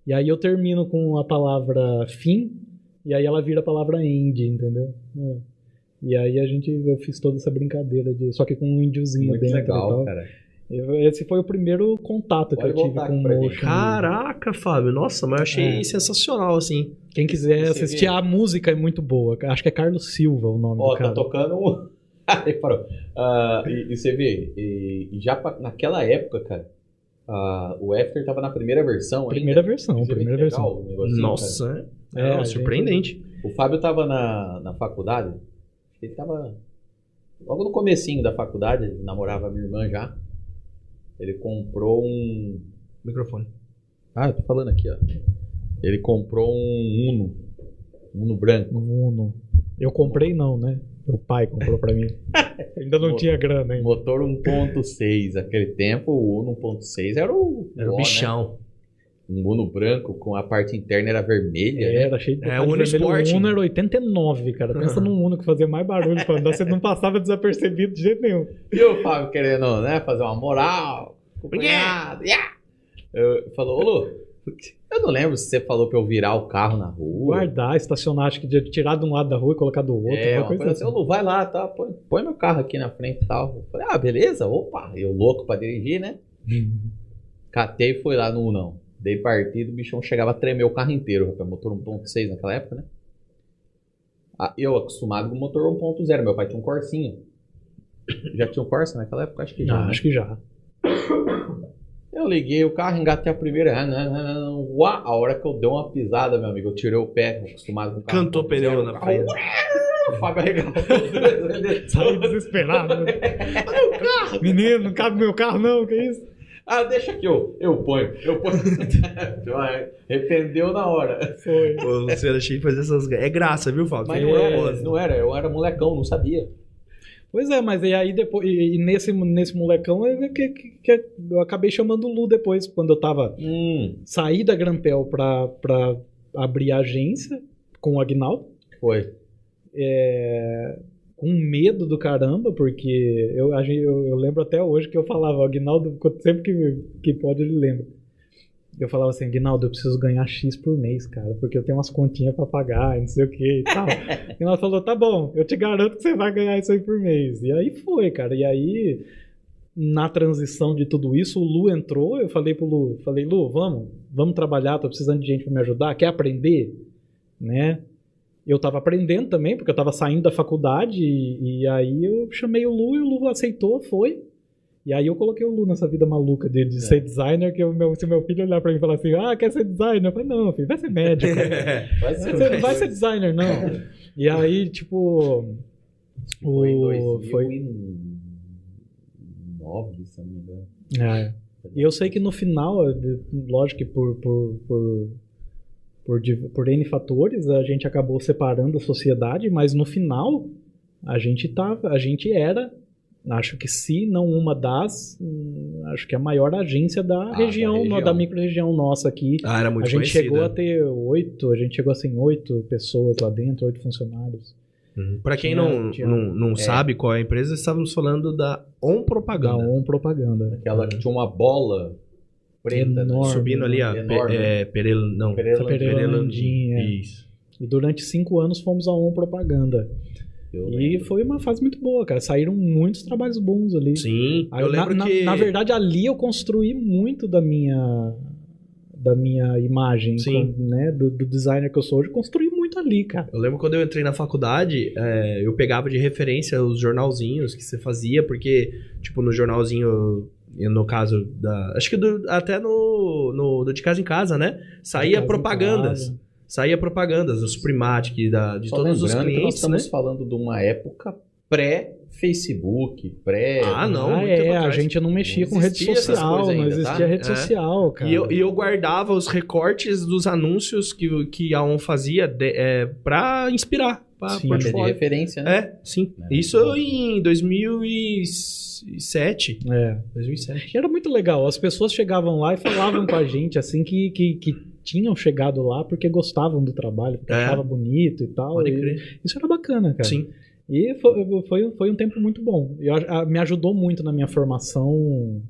Speaker 3: E aí eu termino com a palavra fim, e aí ela vira a palavra end, entendeu? É. E aí a gente, eu fiz toda essa brincadeira de, só que com um índiozinho
Speaker 1: Muito
Speaker 3: dentro e
Speaker 1: legal,
Speaker 3: tal.
Speaker 1: cara.
Speaker 3: Eu- esse foi o primeiro contato que
Speaker 1: Pode
Speaker 3: eu tive
Speaker 1: voltar
Speaker 3: com
Speaker 1: aqui
Speaker 3: o
Speaker 1: pra gente.
Speaker 3: motion.
Speaker 2: Caraca, Fábio. Nossa, mas eu achei
Speaker 3: É.
Speaker 2: sensacional, assim.
Speaker 3: Quem quiser
Speaker 1: Você
Speaker 3: assistir,
Speaker 1: vê.
Speaker 3: a música é muito boa. Acho que é Carlos Silva o nome
Speaker 1: Ó,
Speaker 3: do
Speaker 1: tá
Speaker 3: cara.
Speaker 1: tocando um. Aí parou. Ah, e, e você vê, e, e já pa- naquela época, cara, ah, o After tava na primeira versão. ainda.
Speaker 3: Primeira versão,
Speaker 1: Você vê
Speaker 3: primeira
Speaker 1: que é legal
Speaker 3: versão.
Speaker 1: o negocinho,
Speaker 2: Nossa, é,
Speaker 3: É,
Speaker 2: é,
Speaker 3: a gente-
Speaker 2: surpreendente.
Speaker 1: cara. O Fábio tava na, na faculdade, ele tava logo no comecinho da faculdade, ele namorava a minha irmã já. Ele comprou um.
Speaker 2: Microfone.
Speaker 1: Ah, eu tô falando aqui, ó. Ele comprou um Uno. Um Uno branco.
Speaker 3: Um Uno. Eu comprei não, né? Meu pai comprou pra mim. Ainda não
Speaker 1: Mo-
Speaker 3: tinha grana ainda.
Speaker 1: Motor 1.6. Naquele tempo, o Uno 1.6 era o.
Speaker 2: Era o
Speaker 1: ó, né?
Speaker 2: bichão.
Speaker 1: um Uno branco com a parte interna era vermelha. né?
Speaker 3: Era cheio de
Speaker 2: É,
Speaker 3: detalhe
Speaker 2: Uno
Speaker 3: vermelho.
Speaker 2: Sport.
Speaker 3: O Uno era 89, cara. Pensa num Uno que fazia mais barulho pra andar, você não passava desapercebido de jeito nenhum.
Speaker 1: E o Fábio querendo, né, fazer uma moral. Cunhado, yeah! Eu- Falou, ô Lu, eu não lembro se você falou pra eu virar o carro na rua.
Speaker 3: Guardar, estacionar, acho que de tirar de um lado da rua e colocar do outro,
Speaker 1: é,
Speaker 3: uma
Speaker 1: uma coisa, assim, ô Lu, vai lá, tá? Põe, põe meu carro aqui na frente e tal. Eu falei, ah, beleza, opa, eu louco pra dirigir, né? Catei e fui lá no Unão. Dei partido, o bichão chegava a tremer o carro inteiro, rapaz. Motor 1.6 naquela época, né? Ah, eu acostumado com motor 1.0, meu pai tinha um Corsinha. Já tinha um Corsa naquela época? Acho que já.
Speaker 3: Ah,
Speaker 1: né?
Speaker 3: acho que já.
Speaker 1: Eu liguei o carro, engatei a primeira. ah, não, não, não, não, uá, a hora que eu dei uma pisada, meu amigo, eu tirei o pé, acostumado com o carro.
Speaker 2: Cantou pneu na frente.
Speaker 1: O Fábio arregaçou. Ele
Speaker 3: Saí desesperado. né? Menino, não cabe meu carro não, que isso?
Speaker 1: Ah, deixa que eu, eu ponho, eu ponho. Arrependeu na hora.
Speaker 3: Foi.
Speaker 2: Ô, Luciano, cheio de fazer essas. É graça, viu, Fábio? é
Speaker 1: Mas
Speaker 2: Fica
Speaker 1: não
Speaker 3: é,
Speaker 1: era,
Speaker 3: né?
Speaker 2: nervoso.
Speaker 1: não era, eu era molecão, não sabia.
Speaker 3: Pois é, mas e aí depois. E, e nesse, nesse molecão é que, que- que eu acabei chamando o Lu depois, quando eu tava.
Speaker 1: Hum,
Speaker 3: Saí da Grampel pra, pra abrir a agência com o Agnaldo.
Speaker 1: foi.
Speaker 3: é, com medo do caramba, porque eu, a gente- eu, eu lembro até hoje que eu falava, o Aguinaldo, sempre que, que pode, ele lembra. Eu falava assim, Aguinaldo, eu preciso ganhar X por mês, cara, porque eu tenho umas continhas pra pagar, e não sei o que e tal. e ela falou, tá bom, eu te garanto que você vai ganhar isso aí por mês. E aí foi, cara. E aí, na transição de tudo isso, o Lu entrou, eu falei pro Lu, falei, Lu, vamos, vamos trabalhar, tô precisando de gente pra me ajudar, quer aprender? Né? eu tava aprendendo também, porque eu tava saindo da faculdade, e, e aí eu chamei o Lu e o Lu aceitou, foi. E aí eu coloquei o Lu nessa vida maluca dele de ser designer, que o meu, se meu filho olhar pra mim e falar assim, ah, quer ser designer? Eu falei, não, filho, vai ser médico. é.
Speaker 1: Vai
Speaker 3: Você não vai ser designer, não. E aí, tipo,
Speaker 1: Foi em
Speaker 3: O-
Speaker 1: 2009, se não me engano.
Speaker 3: É. E eu sei que no final, eh, de- lógico que por, por, por, por, div- por N fatores, a gente acabou separando a sociedade, mas no final a gente tava, a gente era, acho que se não uma das, hum, acho que a maior agência da
Speaker 1: Ah, da
Speaker 3: região, no-
Speaker 1: região.
Speaker 3: da micro-região nossa aqui.
Speaker 2: Ah, era muito
Speaker 3: a gente
Speaker 2: conhecida.
Speaker 3: chegou a ter oito, a gente chegou assim, oito pessoas lá dentro, oito funcionários.
Speaker 2: Uhum. Pra quem
Speaker 3: Tinha-
Speaker 2: não,
Speaker 3: tinha-
Speaker 2: não, não sabe qual é a empresa, estávamos falando da On
Speaker 3: Da
Speaker 2: Propaganda.
Speaker 3: ON Propaganda.
Speaker 1: Aquela que tinha uma bola preta, né?
Speaker 3: Enorme.
Speaker 2: Subindo ali a
Speaker 1: Enorme.
Speaker 2: Pe- é, Perel, não,
Speaker 1: Perelândia.
Speaker 3: Perelândia, é.
Speaker 2: Isso.
Speaker 3: E durante cinco anos fomos a ON Propaganda.
Speaker 1: Eu
Speaker 3: E
Speaker 1: lembro.
Speaker 3: foi uma fase muito boa, cara. Saíram muitos trabalhos bons ali.
Speaker 2: Sim,
Speaker 3: Aí
Speaker 2: eu
Speaker 3: na-
Speaker 2: lembro
Speaker 3: na,
Speaker 2: que...
Speaker 3: na verdade, ali eu construí muito da minha da minha imagem,
Speaker 2: Sim.
Speaker 3: com- né, do, do designer que eu sou hoje, eu construí muito ali, cara.
Speaker 2: Eu lembro quando eu entrei na faculdade, é, eu pegava de referência os jornalzinhos que você fazia, porque, tipo, no jornalzinho, no caso da. Acho que do- até no, no do De Casa em Casa, né? Saía
Speaker 3: Casa em
Speaker 2: propagandas.
Speaker 3: casa.
Speaker 2: Saía propagandas dos Primatic, da, de
Speaker 1: Só
Speaker 2: todos os
Speaker 1: lembrando que nós
Speaker 2: clientes, né?
Speaker 1: estamos falando de uma época pré-Facebook, pré...
Speaker 2: Ah, não,
Speaker 3: Ah,
Speaker 2: muito tempo
Speaker 3: é, a
Speaker 2: atrás.
Speaker 3: gente não mexia
Speaker 1: Não
Speaker 3: com rede
Speaker 1: existia essas
Speaker 3: social,
Speaker 1: coisas
Speaker 3: não
Speaker 1: ainda,
Speaker 3: existia
Speaker 1: tá?
Speaker 3: rede
Speaker 2: É.
Speaker 3: social, cara.
Speaker 2: E eu, e eu guardava os recortes dos anúncios que, que a ON fazia de, é, pra inspirar, pra
Speaker 3: Sim.
Speaker 1: Pra ter de
Speaker 2: portfólio.
Speaker 1: referência, né?
Speaker 2: É, sim.
Speaker 1: Né?
Speaker 2: Isso em 2007.
Speaker 3: É.
Speaker 2: 2007.
Speaker 3: Era muito legal. As pessoas chegavam lá e falavam com a gente, assim, que, que, que tinham chegado lá porque gostavam do trabalho, porque
Speaker 2: É.
Speaker 3: achava bonito e tal.
Speaker 2: Pode
Speaker 3: e-
Speaker 2: crer.
Speaker 3: Isso era bacana, cara.
Speaker 2: Sim.
Speaker 3: E foi, foi, foi um tempo muito bom. Eu, ach- a- me ajudou muito na minha formação,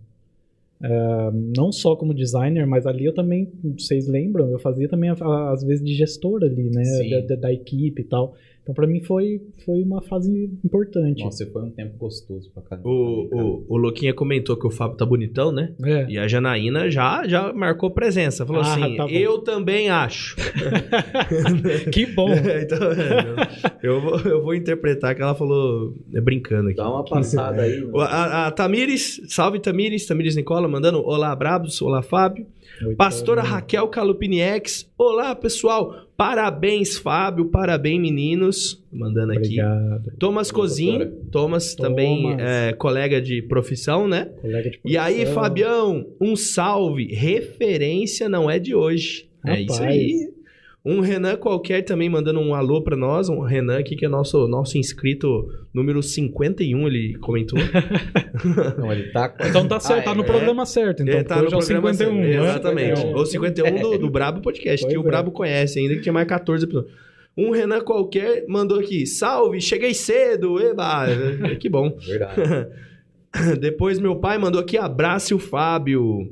Speaker 3: eh, não só como designer, mas ali eu também, vocês lembram, eu fazia também, a- a- às vezes, de gestor ali, né?
Speaker 1: Sim.
Speaker 3: Da, da- da equipe e tal. Então, pra mim, foi, foi uma fase importante.
Speaker 1: Nossa, foi um tempo gostoso pra caramba.
Speaker 2: O, o, o Luquinha comentou que o Fábio tá bonitão, né?
Speaker 3: É.
Speaker 2: E a Janaína já, já marcou presença. Falou
Speaker 3: Ah,
Speaker 2: assim:
Speaker 3: tá bom.
Speaker 2: eu também acho.
Speaker 3: Que bom!
Speaker 2: então, é, eu, eu vou, eu vou interpretar que ela falou é, brincando aqui.
Speaker 1: Dá uma passada aí. né?
Speaker 2: O- A, a Tamires, salve Tamires, Tamires Nicola, mandando olá Brabos, olá Fábio.
Speaker 3: Oito
Speaker 2: Pastora
Speaker 3: anos.
Speaker 2: Raquel Calupiniex, olá pessoal, parabéns Fábio, parabéns meninos, mandando aqui.
Speaker 3: Obrigado,
Speaker 2: Thomas Cozin,
Speaker 1: Doutora.
Speaker 2: Thomas também
Speaker 3: Thomas.
Speaker 2: é, colega de profissão, né?
Speaker 3: colega de
Speaker 2: E aí,
Speaker 3: profissão.
Speaker 2: Fabião, um salve. Referência não é de hoje. É
Speaker 3: Rapaz.
Speaker 2: isso aí. Um Renan qualquer também mandando um alô pra nós. Um Renan aqui que é nosso, nosso inscrito número 51, ele comentou.
Speaker 1: Não, ele tá com...
Speaker 3: Então tá certo,
Speaker 1: Ah,
Speaker 3: tá
Speaker 1: é,
Speaker 3: no
Speaker 1: é.
Speaker 3: programa certo. Então,
Speaker 2: Ele
Speaker 3: tá hoje é o
Speaker 2: programa
Speaker 3: 51.
Speaker 2: certo.
Speaker 3: né?
Speaker 2: Exatamente.
Speaker 1: 51.
Speaker 2: Ou 51 do, do Brabo Podcast, que
Speaker 3: Pois
Speaker 2: o
Speaker 3: é.
Speaker 2: Brabo conhece ainda, que tinha mais 14 episódios. Um Renan qualquer mandou aqui, salve, cheguei cedo, eba, que bom.
Speaker 1: é Verdade.
Speaker 2: Depois meu pai mandou aqui, abrace o Fábio.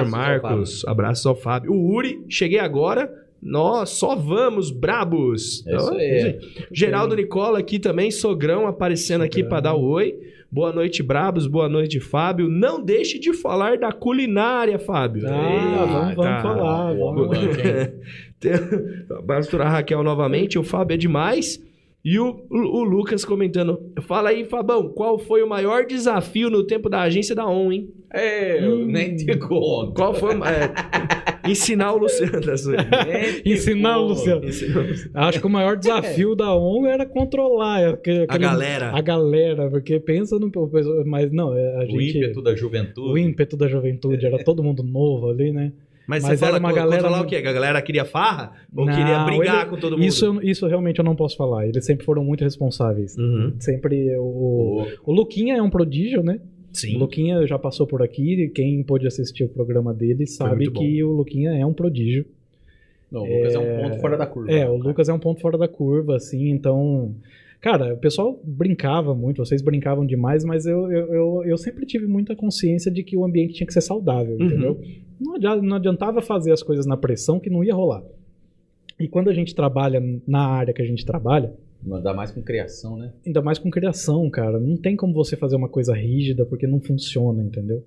Speaker 1: Abraços ao
Speaker 2: Marcos, abraço ao Fábio. O Uri, cheguei agora. Nós só vamos, brabos.
Speaker 1: É isso
Speaker 2: Então,
Speaker 1: aí.
Speaker 2: gente. Geraldo Nicola aqui também, sogrão aparecendo aqui
Speaker 3: Sogrão.
Speaker 2: para dar o oi. Boa noite, brabos. Boa noite, Fábio. Não deixe de falar da culinária, Fábio.
Speaker 3: Ah, vamos, vamos
Speaker 2: Eita. tá.
Speaker 3: falar.
Speaker 1: Boa,
Speaker 3: Vamos.
Speaker 1: boa.
Speaker 2: Tem- Pastor Raquel novamente, o Fábio é demais. E o, o- o Lucas comentando: Fala aí, Fabão, qual foi o maior desafio no tempo da agência da ON, hein?
Speaker 1: É, eu
Speaker 3: Hum.
Speaker 1: nem te conto.
Speaker 2: Qual foi. o ma- é, ensinar o Luciano. da sua-
Speaker 1: Nem te
Speaker 3: Ensinar o
Speaker 1: conto.
Speaker 3: Luciano.
Speaker 2: ensinar o Luciano.
Speaker 3: Acho que o maior desafio da ONU era controlar aquele-
Speaker 2: É. A
Speaker 3: aquele-
Speaker 2: galera.
Speaker 3: a galera, porque pensa no. Mas não, é, a
Speaker 1: O
Speaker 3: gente.
Speaker 1: ímpeto da juventude.
Speaker 3: o ímpeto da juventude, era todo mundo novo ali, né?
Speaker 2: Mas,
Speaker 3: mas
Speaker 2: você
Speaker 3: era
Speaker 2: fala
Speaker 3: uma
Speaker 2: co-
Speaker 3: galera
Speaker 2: controlar o
Speaker 3: muito-
Speaker 2: quê? Que a galera queria farra? Ou
Speaker 3: Não,
Speaker 2: queria brigar
Speaker 3: ele-
Speaker 2: com todo mundo?
Speaker 3: Isso, é um eu- isso realmente eu não posso falar. Eles sempre foram muito responsáveis.
Speaker 2: Uhum.
Speaker 3: Sempre o.
Speaker 1: Pô,
Speaker 3: O Luquinha é um prodígio, né?
Speaker 2: Sim.
Speaker 3: O Luquinha já passou por aqui. e Quem pôde assistir o programa dele sabe
Speaker 2: muito bom.
Speaker 3: que o Luquinha é um prodígio.
Speaker 1: Não, o Lucas é... um ponto fora da curva.
Speaker 3: É, o Lucas é um ponto fora da curva, assim, então. Cara, o pessoal brincava muito, vocês brincavam demais, mas eu, eu, eu, eu sempre tive muita consciência de que o ambiente tinha que ser saudável,
Speaker 2: Uhum.
Speaker 3: entendeu? Não adia- não adiantava fazer as coisas na pressão que não ia rolar. E quando a gente trabalha na área que a gente trabalha,
Speaker 1: Mandar mais com criação, né?
Speaker 3: ainda mais com criação, cara, não tem como você fazer uma coisa rígida porque não funciona, entendeu?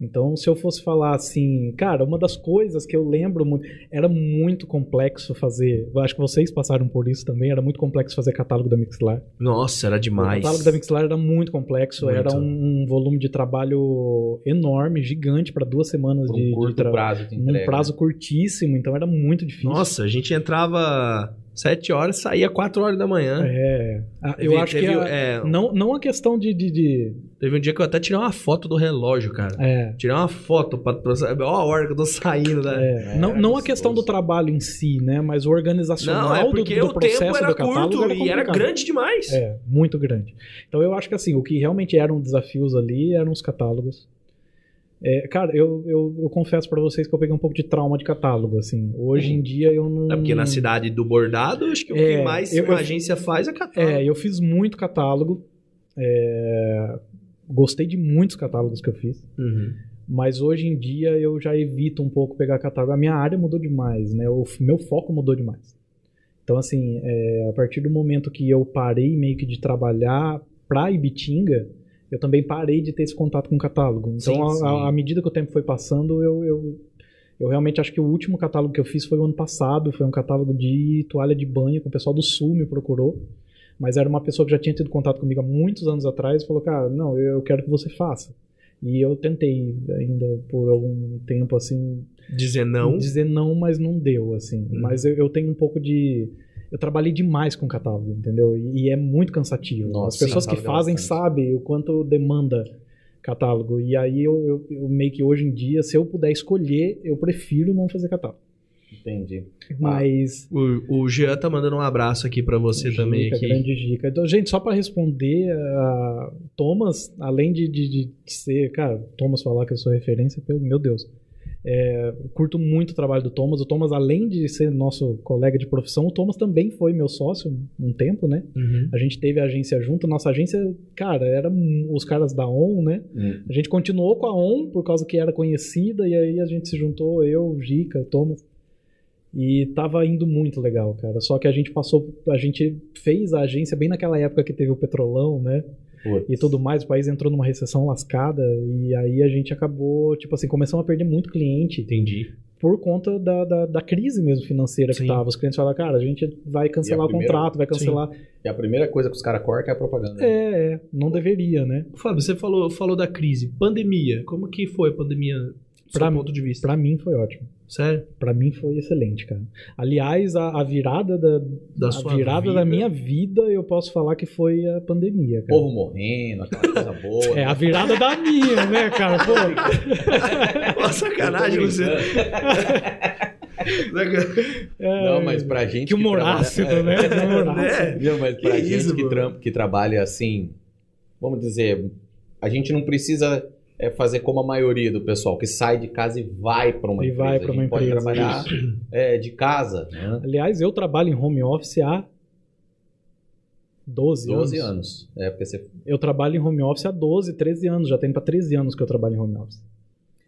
Speaker 3: Então, se eu fosse falar assim, cara, uma das coisas que eu lembro muito. Era muito complexo fazer. eu Acho que vocês passaram por isso também. Era muito complexo fazer catálogo da Mixlar.
Speaker 2: Nossa, era demais.
Speaker 3: O catálogo da Mixlar era muito complexo.
Speaker 2: Muito.
Speaker 3: Era um, um volume de trabalho enorme, gigante, para duas semanas
Speaker 1: Por um
Speaker 3: de, de
Speaker 1: curto
Speaker 3: trabalho.
Speaker 1: prazo de
Speaker 3: Num
Speaker 1: entrega.
Speaker 3: prazo curtíssimo, então era muito difícil.
Speaker 2: Nossa, a gente entrava Sete horas, saía quatro horas da manhã.
Speaker 3: É. Ah,
Speaker 2: Teve-
Speaker 3: Eu acho que
Speaker 2: teve,
Speaker 3: a-
Speaker 2: é,
Speaker 3: não, não a questão de. de, de-
Speaker 2: teve um dia que eu até tirei uma foto do relógio, cara.
Speaker 3: é,
Speaker 2: Tirar uma foto pra, pra saber, ó a hora que eu tô saindo da.
Speaker 3: é.
Speaker 1: É,
Speaker 3: não, não a
Speaker 1: gostoso.
Speaker 3: questão do trabalho em si, né? Mas o organizacional
Speaker 2: Não, é
Speaker 3: do-
Speaker 2: porque
Speaker 3: do,
Speaker 2: o
Speaker 3: processo
Speaker 2: tempo era
Speaker 3: do catálogo
Speaker 2: curto e era
Speaker 3: complicado.
Speaker 2: grande demais.
Speaker 3: É, muito grande. Então eu acho que assim, o que realmente eram desafios ali eram os catálogos. É, cara, eu, eu, eu confesso pra vocês que eu peguei um pouco de trauma de catálogo, assim. Hoje em dia eu não.
Speaker 2: É porque na cidade do bordado, acho que o
Speaker 3: Hum. É,
Speaker 2: que mais
Speaker 3: eu-
Speaker 2: uma
Speaker 3: eu-
Speaker 2: agência faz é catálogo.
Speaker 3: É, eu fiz muito catálogo. é, Gostei de muitos catálogos que eu fiz.
Speaker 2: Uhum.
Speaker 3: Mas hoje em dia eu já evito um pouco pegar catálogo. A minha área mudou demais, né? O f- meu foco mudou demais. Então, assim, é, a partir do momento que eu parei meio que de trabalhar pra Ibitinga, eu também parei de ter esse contato com o catálogo. Então,
Speaker 2: Sim,
Speaker 3: a-
Speaker 2: sim.
Speaker 3: a- à medida que o tempo foi passando, eu, eu, eu realmente acho que o último catálogo que eu fiz foi o ano passado. Foi um catálogo de toalha de banho que o pessoal do Sul me procurou. Mas era uma pessoa que já tinha tido contato comigo há muitos anos atrás e falou, cara, não, eu eu quero que você faça. E eu tentei ainda por algum tempo, assim,
Speaker 2: Dizer não.
Speaker 3: dizer não, mas não deu, assim.
Speaker 2: Hum.
Speaker 3: Mas eu, eu tenho um pouco de. Eu trabalhei demais com catálogo, entendeu? E, e é muito cansativo.
Speaker 1: Nossa,
Speaker 3: As pessoas que
Speaker 1: catálogo é
Speaker 3: fazem
Speaker 1: bastante.
Speaker 3: sabem o quanto demanda catálogo. E aí eu, eu, eu meio que hoje em dia, se eu puder escolher, eu prefiro não fazer catálogo.
Speaker 1: Entendi.
Speaker 3: Mas.
Speaker 2: O, o Jean tá mandando um abraço aqui pra você também.
Speaker 3: Dica,
Speaker 2: Aqui.
Speaker 3: grande dica. Então, gente, só pra responder, a Thomas, além de, de, de ser, cara, Thomas falar que eu sou referência, pelo- meu Deus. É, eu curto muito o trabalho do Thomas. O Thomas, além de ser nosso colega de profissão, o Thomas também foi meu sócio um tempo, né?
Speaker 2: Uhum.
Speaker 3: A gente teve a agência junto. Nossa agência, cara, era um- os caras da ON, né?
Speaker 1: Hum.
Speaker 3: A gente continuou com a ON por causa que era conhecida, e aí a gente se juntou, eu, Gica, Thomas. E tava indo muito legal, cara. Só que a gente passou, a gente fez a agência bem naquela época que teve o petrolão, né?
Speaker 1: Putz.
Speaker 3: E tudo mais, o país entrou numa recessão lascada e aí a gente acabou, tipo assim, começamos a perder muito cliente
Speaker 2: Entendi.
Speaker 3: por conta da, da, da crise mesmo financeira
Speaker 2: Sim.
Speaker 3: que tava. Os clientes falaram, cara, a gente vai cancelar o
Speaker 1: primeira-
Speaker 3: contrato, vai cancelar.
Speaker 1: E a primeira coisa que os caras cortam é a propaganda. né?
Speaker 3: É, é, não deveria, né?
Speaker 2: Fábio, você falou, falou da crise. Pandemia. Como que foi a pandemia do seu
Speaker 3: Pra-
Speaker 2: ponto de vista?
Speaker 3: Pra mim foi ótimo.
Speaker 2: Sério?
Speaker 3: Pra mim foi excelente, cara. Aliás, a, a virada da,
Speaker 2: Da
Speaker 3: a
Speaker 2: sua
Speaker 3: virada
Speaker 2: vida?
Speaker 3: da minha vida, eu posso falar que foi a pandemia, cara.
Speaker 1: Povo morrendo, aquela coisa boa.
Speaker 3: É, a virada da minha, né, cara? Pô,
Speaker 2: Pô, sacanagem, você. tá
Speaker 3: é,
Speaker 1: Não, mas pra é. gente.
Speaker 3: Que humor
Speaker 1: trabalha-
Speaker 3: ácido, né? Que humor
Speaker 2: né?
Speaker 3: ácido.
Speaker 1: Não, mas pra
Speaker 2: Que
Speaker 1: gente
Speaker 2: isso,
Speaker 1: que,
Speaker 2: mano.
Speaker 1: trampa, que trabalha assim, vamos dizer, a gente não precisa é, fazer como a maioria do pessoal que sai de casa e vai para uma
Speaker 3: E
Speaker 1: empresa.
Speaker 3: vai pra uma
Speaker 1: a gente pode
Speaker 3: empresa,
Speaker 1: trabalhar é, de casa, né?
Speaker 3: Aliás, eu trabalho em home office há 12,
Speaker 1: 12
Speaker 3: anos.
Speaker 1: anos. É, porque você,
Speaker 3: Eu trabalho em home office há 12, 13 anos. Já tem pra 13 anos que eu trabalho em home office.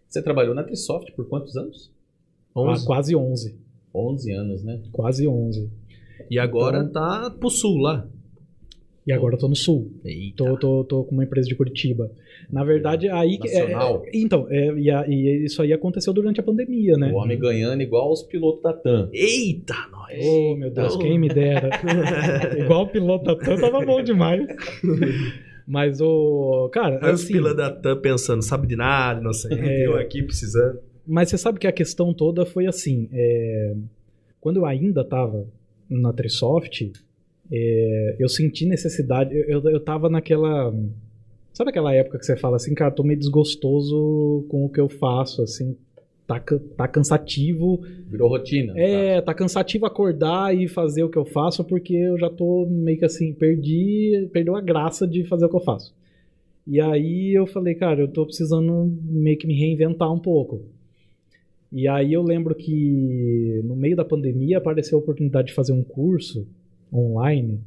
Speaker 1: você trabalhou na Trisoft por quantos anos?
Speaker 3: Há
Speaker 2: 11.
Speaker 3: quase 11.
Speaker 1: 11 anos, né?
Speaker 3: Quase 11.
Speaker 2: E agora
Speaker 3: Então-
Speaker 2: tá pro sul lá.
Speaker 3: E agora eu tô no sul.
Speaker 2: Eita.
Speaker 3: Tô, tô, tô com uma empresa de Curitiba. Na verdade, aí que. é-
Speaker 1: Nacional.
Speaker 3: é- então, é, e, a- e isso aí aconteceu durante a pandemia, né?
Speaker 1: O homem ganhando igual os pilotos da TAM.
Speaker 2: Eita, nós.
Speaker 3: Oh, meu Deus,
Speaker 2: Eita.
Speaker 3: quem me dera. Igual o piloto da TAM, tava bom demais. Mas o. Cara,
Speaker 2: Aí os
Speaker 3: assim,
Speaker 2: pila da TAM pensando, sabe de nada, não sei.
Speaker 3: É.
Speaker 2: Eu aqui precisando.
Speaker 3: mas você sabe que a questão toda foi assim. é, quando eu ainda tava na Trisoft, é, eu senti necessidade. Eu, eu, eu tava naquela. Sabe aquela época que você fala assim, cara, tô meio desgostoso com o que eu faço, assim. Tá, ca- tá cansativo.
Speaker 1: Virou rotina. tá?
Speaker 3: É, tá cansativo acordar e fazer o que eu faço, porque eu já tô meio que assim, perdi, perdeu a graça de fazer o que eu faço. E aí eu falei, cara, eu tô precisando meio que me reinventar um pouco. E aí eu lembro que no meio da pandemia apareceu a oportunidade de fazer um curso online,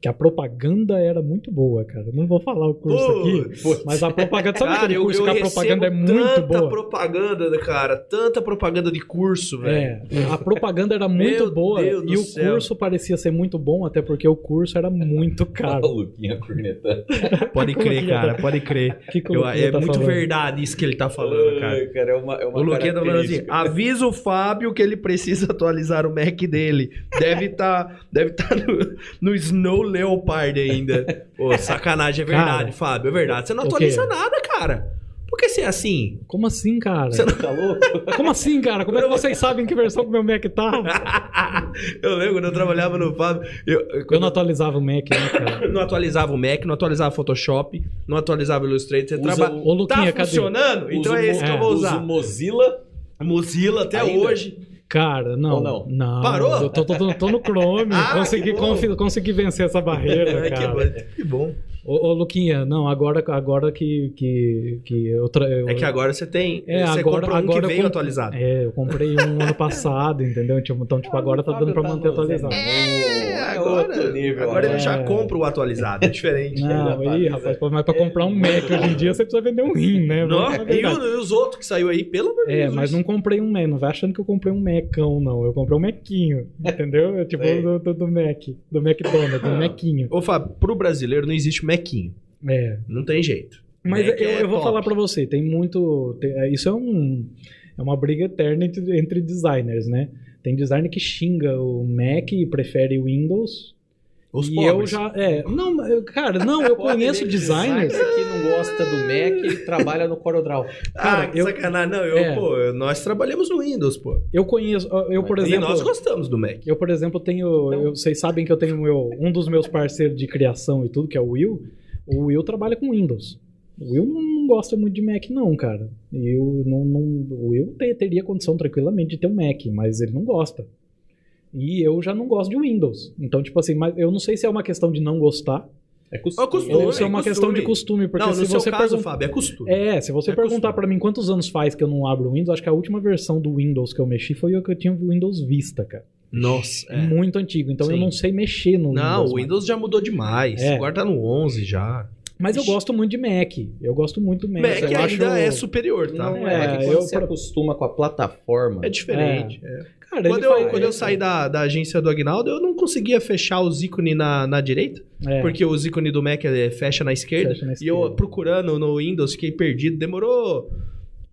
Speaker 3: que a propaganda era muito boa, cara. Eu Não vou falar o curso aqui,
Speaker 1: Putz.
Speaker 3: mas a propaganda, sabe
Speaker 2: Cara,
Speaker 3: aquele
Speaker 2: eu,
Speaker 3: curso
Speaker 2: eu
Speaker 3: que a
Speaker 2: recebo
Speaker 3: propaganda é muito
Speaker 2: tanta
Speaker 3: boa?
Speaker 2: propaganda, cara. Tanta propaganda de curso, velho.
Speaker 3: É, a propaganda era muito
Speaker 2: Meu
Speaker 3: boa
Speaker 2: Deus do
Speaker 3: e o
Speaker 2: céu.
Speaker 3: curso parecia ser muito bom, até porque o curso era muito
Speaker 1: Ó,
Speaker 3: caro.
Speaker 1: o Luquinha cornetando.
Speaker 3: É.
Speaker 2: Pode crer,
Speaker 3: Loucura.
Speaker 2: cara, pode crer.
Speaker 3: tá- Que
Speaker 2: Eu-
Speaker 3: loucura
Speaker 2: é
Speaker 3: tá
Speaker 2: muito
Speaker 3: falando.
Speaker 2: verdade isso que ele tá falando, cara.
Speaker 1: Ai, cara, é uma, é uma
Speaker 2: O Luquinha tá falando assim:
Speaker 1: característica.
Speaker 2: avisa o Fábio que ele precisa atualizar o Mac dele. Deve tá, deve tá no, no Snow Leopard ainda. Ô, sacanagem, é verdade,
Speaker 3: Cara,
Speaker 2: Fábio, é verdade. Você não
Speaker 3: o
Speaker 2: atualiza
Speaker 3: quê?
Speaker 2: nada, cara. Porque assim, assim.
Speaker 3: Como assim, cara?
Speaker 2: Você
Speaker 1: Tá louco?
Speaker 3: Como assim, cara? Como é que vocês sabem que versão que meu Mac tá?
Speaker 2: eu lembro quando eu trabalhava no Fábio. Eu, eu-
Speaker 3: Eu
Speaker 2: quando
Speaker 3: não atualizava o Mac, né, cara?
Speaker 2: eu não atualizava o Mac, não atualizava o Photoshop, não atualizava o Illustrator. Você
Speaker 1: Usa
Speaker 2: traba...
Speaker 1: o-
Speaker 3: Ô, Luquinha,
Speaker 2: tá
Speaker 3: cadê?
Speaker 2: funcionando? então
Speaker 1: Usa o
Speaker 2: é esse
Speaker 1: Mo-
Speaker 2: que eu vou
Speaker 1: usa
Speaker 2: usar.
Speaker 1: o Mozilla.
Speaker 2: Mozilla até
Speaker 1: Ainda?
Speaker 2: hoje.
Speaker 3: Cara, não.
Speaker 1: Ou não?
Speaker 2: Parou?
Speaker 3: Eu tô, tô- tô- tô no Chrome.
Speaker 2: Ah, que
Speaker 3: consegui,
Speaker 2: bom.
Speaker 3: confi- consegui vencer essa barreira,
Speaker 2: Ai, que,
Speaker 3: cara.
Speaker 2: bom, que bom.
Speaker 3: Ô, ô, Luquinha, não, agora, agora que, que, que eu, tra... eu-
Speaker 2: É que agora você tem.
Speaker 3: É,
Speaker 2: você
Speaker 3: agora-
Speaker 2: comprou um
Speaker 3: agora
Speaker 2: que
Speaker 3: eu
Speaker 2: veio
Speaker 3: comp-
Speaker 2: atualizado.
Speaker 3: É, eu comprei um ano passado, entendeu? Tipo, Então,
Speaker 2: Ah,
Speaker 3: tipo, agora tá dando pra manter atualizado.
Speaker 1: É,
Speaker 2: É,
Speaker 1: outro nível,
Speaker 2: agora
Speaker 1: né?
Speaker 2: ele já compra o atualizado, é diferente.
Speaker 3: Não,
Speaker 1: atualiza.
Speaker 3: aí,
Speaker 2: né?
Speaker 3: rapaz, pô, mas pra comprar
Speaker 2: É,
Speaker 3: um Mac hoje em dia você precisa vender um rim, né?
Speaker 2: Não,
Speaker 3: Vamos falar a
Speaker 2: e,
Speaker 3: verdade.
Speaker 2: o- e os outros que saiu aí, pelo amor de
Speaker 3: É,
Speaker 2: Jesus.
Speaker 3: mas não comprei um Mac, não vai achando que eu comprei um Macão, não. Eu comprei um Mequinho, entendeu? Eu, tipo,
Speaker 1: Sei.
Speaker 3: do, do, do Mac, do McDonald's,
Speaker 2: Ah.
Speaker 3: do Mequinho.
Speaker 2: Ô, Fábio, pro brasileiro não existe mequinho.
Speaker 3: É.
Speaker 2: Não tem jeito.
Speaker 3: Mas
Speaker 2: Mac
Speaker 3: eu,
Speaker 2: é
Speaker 3: eu vou
Speaker 2: top.
Speaker 3: falar pra você, tem muito. tem- é, isso é um. É uma briga eterna entre, entre designers, né? Tem designer que xinga o Mac e prefere o Windows.
Speaker 2: Os
Speaker 3: e eu
Speaker 2: pobres.
Speaker 3: já. É, não, eu- cara, não, eu
Speaker 1: Pode
Speaker 3: conheço
Speaker 1: ver que
Speaker 3: designers.
Speaker 1: né? designer que não gosta do Mac ele trabalha no CorelDRAW.
Speaker 2: Ah,
Speaker 3: cara,
Speaker 2: que
Speaker 3: eu-
Speaker 2: sacanagem. Não, eu,
Speaker 3: É.
Speaker 2: pô, eu- nós trabalhamos no Windows, pô.
Speaker 3: Eu conheço. Eu, por
Speaker 1: E
Speaker 2: E
Speaker 3: exemplo.
Speaker 2: nós gostamos do Mac.
Speaker 3: Eu, por exemplo, tenho.
Speaker 2: Então
Speaker 3: eu- vocês sabem que eu tenho meu, um dos meus parceiros de criação e tudo, que é o Will. O Will trabalha com Windows. O Will não, não gosta muito de Mac, não, cara. E eu não, não, o Will te- teria condição tranquilamente de ter um Mac, mas ele não gosta. E eu já não gosto de Windows. Então, tipo assim, mas eu não sei se é uma questão de não gostar
Speaker 1: É
Speaker 2: Ó, costume. um-
Speaker 1: costume.
Speaker 3: ou se é uma
Speaker 2: costume.
Speaker 3: questão de costume, porque
Speaker 2: não,
Speaker 3: se
Speaker 2: no seu
Speaker 3: você
Speaker 2: caso,
Speaker 3: perguntar-
Speaker 2: Fábio, é costume.
Speaker 3: é, se você
Speaker 2: É
Speaker 3: perguntar
Speaker 2: costume.
Speaker 3: pra mim quantos anos faz que eu não abro o Windows, acho que a última versão do Windows que eu mexi foi o que eu tinha o Windows Vista, cara
Speaker 2: Nossa. é.
Speaker 3: muito antigo. Então eu
Speaker 2: Sim.
Speaker 3: não sei mexer no Windows.
Speaker 2: Não, o
Speaker 3: mais.
Speaker 2: Windows já mudou demais.
Speaker 3: É.
Speaker 2: Agora tá no 11 já.
Speaker 3: Mas eu gosto muito de Mac. Eu gosto muito do Mac.
Speaker 2: Mac
Speaker 3: eu
Speaker 2: ainda
Speaker 3: acho...
Speaker 2: é superior, tá?
Speaker 1: Não
Speaker 3: É,
Speaker 1: é, que quando
Speaker 3: eu
Speaker 1: você
Speaker 3: pro-
Speaker 1: acostuma com a plataforma.
Speaker 2: É diferente. é.
Speaker 3: Cara,
Speaker 2: Quando
Speaker 3: ele
Speaker 2: eu,
Speaker 3: faz-
Speaker 2: quando eu
Speaker 3: é,
Speaker 2: saí da, da agência do Agnaldo, eu não conseguia fechar os ícones na, na direita,
Speaker 3: é,
Speaker 2: porque os ícones do Mac é, fecha na esquerda.
Speaker 3: fecha na
Speaker 2: E eu
Speaker 3: esquerda.
Speaker 2: procurando no Windows, fiquei perdido. Demorou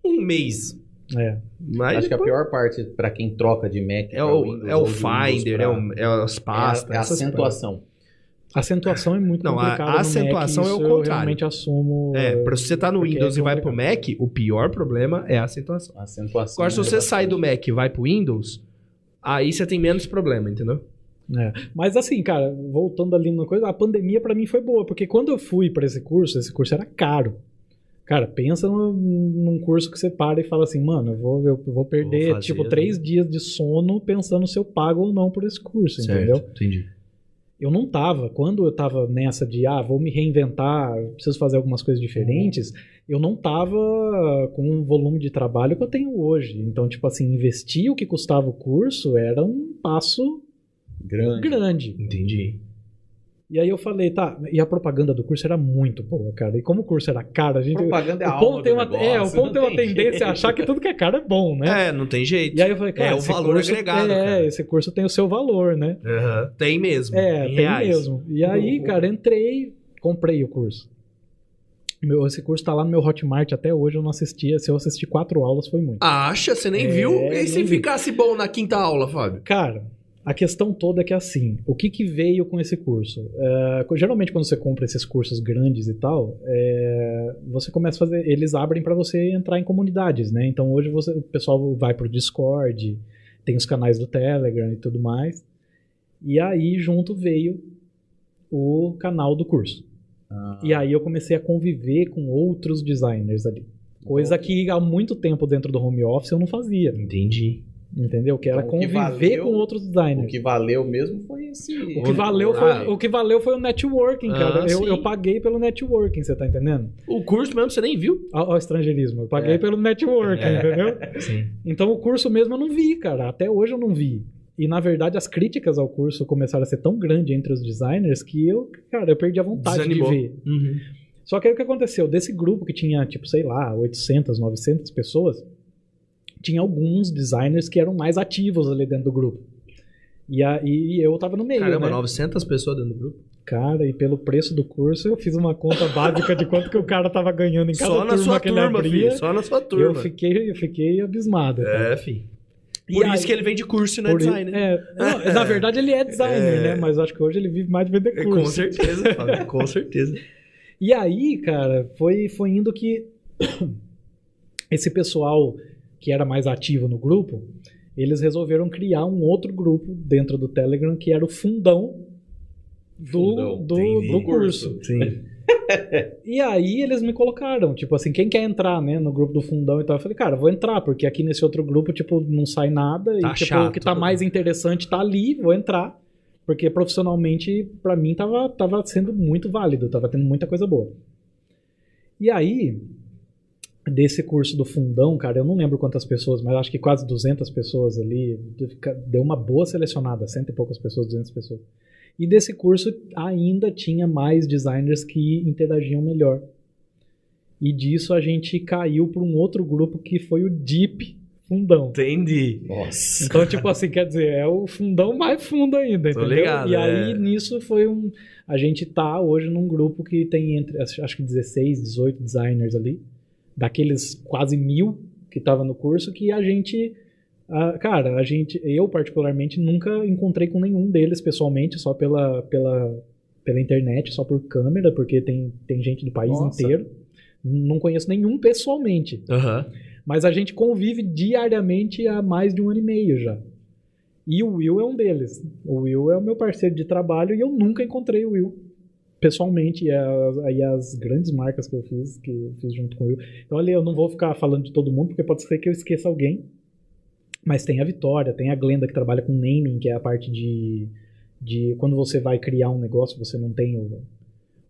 Speaker 2: um mês.
Speaker 3: É.
Speaker 2: Mas
Speaker 1: Acho que a
Speaker 2: depois-
Speaker 1: pior parte pra quem troca de Mac
Speaker 2: é
Speaker 1: pra
Speaker 2: o,
Speaker 1: Windows
Speaker 2: é o
Speaker 1: ou de Windows
Speaker 2: Finder,
Speaker 1: pra-
Speaker 2: é, o, é as pastas.
Speaker 1: é a, é a
Speaker 2: essas
Speaker 1: acentuação.
Speaker 3: A Acentuação é muito
Speaker 2: Não, a-
Speaker 3: complicada.
Speaker 2: a
Speaker 3: no
Speaker 2: acentuação
Speaker 3: Mac,
Speaker 2: é o
Speaker 3: isso Eu
Speaker 2: contrário.
Speaker 3: realmente assumo.
Speaker 2: É, pra você estar no
Speaker 3: Porque
Speaker 2: Windows
Speaker 3: é
Speaker 2: e vai pro Mac,
Speaker 3: complicado.
Speaker 2: o pior problema é a acentuação.
Speaker 1: A acentuação.
Speaker 2: Agora, se
Speaker 1: né,
Speaker 2: você
Speaker 1: bastante.
Speaker 2: sai do Mac e vai pro Windows, aí você tem menos problema, entendeu?
Speaker 3: É. Mas assim, cara, voltando ali numa coisa, a pandemia pra mim foi boa, porque quando eu fui pra esse curso, esse curso era caro. Cara, pensa num, num curso que você para e fala assim, mano, eu vou, eu vou perder,
Speaker 2: fazer,
Speaker 3: tipo,
Speaker 2: né?
Speaker 3: três dias de sono pensando se eu pago ou não por esse curso, entendeu?
Speaker 2: entendi.
Speaker 3: eu não tava, quando eu tava nessa de ah, vou me reinventar, preciso fazer algumas coisas diferentes, eu não tava com o volume de trabalho que eu tenho hoje. Então, tipo assim, investir o que custava o curso era um passo
Speaker 1: Grande.
Speaker 3: grande.
Speaker 2: Entendi.
Speaker 3: E aí eu falei, tá, e a propaganda do curso era muito boa, cara. E como o curso era caro, a gente
Speaker 1: Propaganda é a
Speaker 3: o povo
Speaker 1: alma
Speaker 3: tem
Speaker 1: do
Speaker 3: uma,
Speaker 1: negócio,
Speaker 3: é, o povo
Speaker 1: não
Speaker 3: tem uma
Speaker 1: tem
Speaker 3: tendência
Speaker 1: jeito.
Speaker 3: a achar que tudo que é caro é bom, né?
Speaker 2: É, não tem jeito.
Speaker 3: E aí eu falei, cara,
Speaker 2: É, o
Speaker 3: esse
Speaker 2: valor
Speaker 3: curso,
Speaker 2: agregado,
Speaker 3: é,
Speaker 2: cara.
Speaker 3: esse curso tem o seu valor, né?
Speaker 2: Aham, Tem mesmo.
Speaker 3: É,
Speaker 2: em
Speaker 3: tem
Speaker 2: reais.
Speaker 3: mesmo. E aí,
Speaker 1: Uhum.
Speaker 3: cara, entrei, comprei o curso. Meu, esse curso tá lá no meu Hotmart até hoje, eu não assistia. Se eu assisti quatro aulas, foi muito.
Speaker 2: Acha? Você nem
Speaker 3: É,
Speaker 2: viu? E se
Speaker 3: nem vi.
Speaker 2: ficasse bom na quinta aula, Fábio?
Speaker 3: Cara, a questão toda é que é assim, o que, que veio com esse curso? É, co- geralmente quando você compra esses cursos grandes e tal, é, você começa a fazer, eles abrem para você entrar em comunidades, né? Então hoje você- o pessoal vai pro Discord, tem os canais do Telegram e tudo mais. E aí junto veio o canal do curso. E aí eu comecei a conviver com outros designers ali. Coisa que há muito tempo dentro do home office eu não fazia. né?
Speaker 2: Entendi.
Speaker 3: Entendeu? Que era
Speaker 1: Então, o que
Speaker 3: conviver
Speaker 1: valeu-
Speaker 3: com outros
Speaker 1: O
Speaker 3: designers.
Speaker 1: que valeu mesmo foi esse.
Speaker 3: O que, valeu foi,
Speaker 2: Ah.
Speaker 3: o que valeu foi o networking, cara.
Speaker 2: Ah,
Speaker 3: eu,
Speaker 2: sim.
Speaker 3: eu paguei pelo networking, você tá entendendo?
Speaker 2: O curso mesmo você nem viu?
Speaker 3: Ó, ó, o estrangeirismo. Eu paguei
Speaker 1: É.
Speaker 3: pelo networking,
Speaker 2: É.
Speaker 3: entendeu?
Speaker 2: Sim.
Speaker 3: Então o curso mesmo eu não vi, cara. Até hoje eu não vi. E na verdade as críticas ao curso começaram a ser tão grande entre os designers que eu, cara, eu perdi a vontade
Speaker 2: Desanimou.
Speaker 3: de ver.
Speaker 2: Uhum.
Speaker 3: Só que aí o que aconteceu? Desse grupo que tinha, tipo, sei lá, 800, 900 pessoas, tinha alguns designers que eram mais ativos ali dentro do grupo. E, a, e eu tava no meio,
Speaker 2: Caramba,
Speaker 3: né?
Speaker 2: 900 pessoas dentro do grupo.
Speaker 3: Cara, e pelo preço do curso, eu fiz uma conta básica de quanto que o cara tava ganhando em cada
Speaker 2: Só
Speaker 3: turma
Speaker 2: na sua
Speaker 3: que ele
Speaker 2: turma,
Speaker 3: abria.
Speaker 2: filho. Só na sua
Speaker 3: eu
Speaker 2: turma.
Speaker 3: fiquei, eu fiquei abismado. cara.
Speaker 2: É, filho. Por
Speaker 3: E
Speaker 2: isso
Speaker 3: aí-
Speaker 2: que ele vem de curso e não é
Speaker 3: por isso-
Speaker 2: design, né?
Speaker 3: é, não, na verdade, ele é designer,
Speaker 2: É.
Speaker 3: né? Mas acho que hoje ele vive mais de vender
Speaker 2: É,
Speaker 3: curso.
Speaker 2: Com certeza, Fábio. Com certeza.
Speaker 3: E aí, cara, foi, foi indo que esse pessoal que era mais ativo no grupo, eles resolveram criar um outro grupo dentro do Telegram que era o fundão do,
Speaker 1: Fundão,
Speaker 3: do,
Speaker 2: entendi.
Speaker 3: do curso.
Speaker 2: Sim.
Speaker 3: E aí eles me colocaram, tipo assim, quem quer entrar, né, no grupo do fundão e tal. Eu falei, cara, vou entrar, porque aqui nesse outro grupo, tipo, não sai nada.
Speaker 2: Tá
Speaker 3: e, tipo,
Speaker 2: chato.
Speaker 3: o que tá mais interessante tá ali, vou entrar. Porque profissionalmente, pra mim, tava, tava sendo muito válido, tava tendo muita coisa boa. E aí, desse curso do fundão, cara, eu não lembro quantas pessoas, mas acho que quase 200 pessoas ali. Deu uma boa selecionada, cento e poucas pessoas, 200 pessoas. E desse curso ainda tinha mais designers que interagiam melhor. E disso a gente caiu para um outro grupo que foi o Deep Fundão.
Speaker 2: Entendi.
Speaker 1: Nossa.
Speaker 3: Então, tipo assim, quer dizer, é o fundão mais fundo ainda,
Speaker 2: Tô
Speaker 3: entendeu?
Speaker 2: ligado,
Speaker 3: e aí,
Speaker 2: é.
Speaker 3: nisso foi um. A gente tá hoje num grupo que tem entre, acho acho que 16, 18 designers ali, daqueles quase mil que tava no curso, que a gente. ah, cara, a gente. Eu, particularmente, nunca encontrei com nenhum deles pessoalmente, só pela, pela, pela internet, só por câmera, porque tem, tem gente do país
Speaker 1: Nossa.
Speaker 3: inteiro. Não conheço nenhum pessoalmente.
Speaker 2: Aham.
Speaker 3: Mas a gente convive diariamente há mais de um ano e meio já. E o Will é um deles. O Will é o meu parceiro de trabalho e eu nunca encontrei o Will pessoalmente. E as, aí as grandes marcas que eu fiz, que eu fiz junto com o Will. Então, ali eu não vou ficar falando de todo mundo, porque pode ser que eu esqueça alguém. Mas tem a Vitória, tem a Glenda que trabalha com naming, que é a parte de. de quando você vai criar um negócio, você não tem o,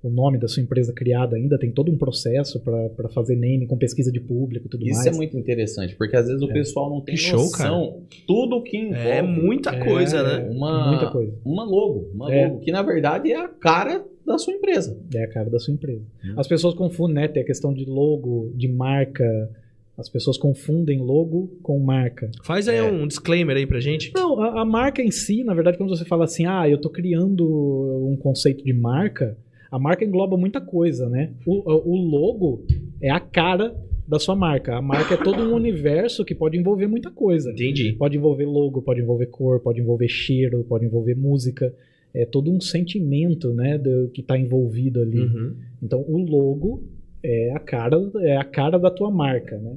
Speaker 3: o nome da sua empresa criada ainda, tem todo um processo para fazer naming com pesquisa de público e tudo
Speaker 1: Isso
Speaker 3: mais.
Speaker 1: é muito interessante, porque às vezes o pessoal não tem
Speaker 2: Que show, cara.
Speaker 1: noção tudo que envolve
Speaker 2: É muita
Speaker 3: É,
Speaker 2: coisa, né?
Speaker 1: uma,
Speaker 3: Muita coisa.
Speaker 1: uma logo, uma
Speaker 3: É.
Speaker 1: logo, que na verdade é a cara da sua empresa.
Speaker 3: É a cara da sua empresa.
Speaker 1: Hum.
Speaker 3: As pessoas confundem, né? Tem a questão de logo, de marca. As pessoas confundem logo com marca.
Speaker 2: Faz aí
Speaker 1: É.
Speaker 2: um disclaimer aí pra gente.
Speaker 3: Não, a, a marca em si, na verdade, quando você fala assim, ah, eu tô criando um conceito de marca, a marca engloba muita coisa, né? O, o- o logo é a cara da sua marca. A marca é todo um universo que pode envolver muita coisa.
Speaker 2: Entendi.
Speaker 3: Pode envolver logo, pode envolver cor, pode envolver cheiro, pode envolver música. É todo um sentimento, né, do- que tá envolvido ali.
Speaker 2: Uhum.
Speaker 3: Então o logo é a cara, é a cara da tua marca, né?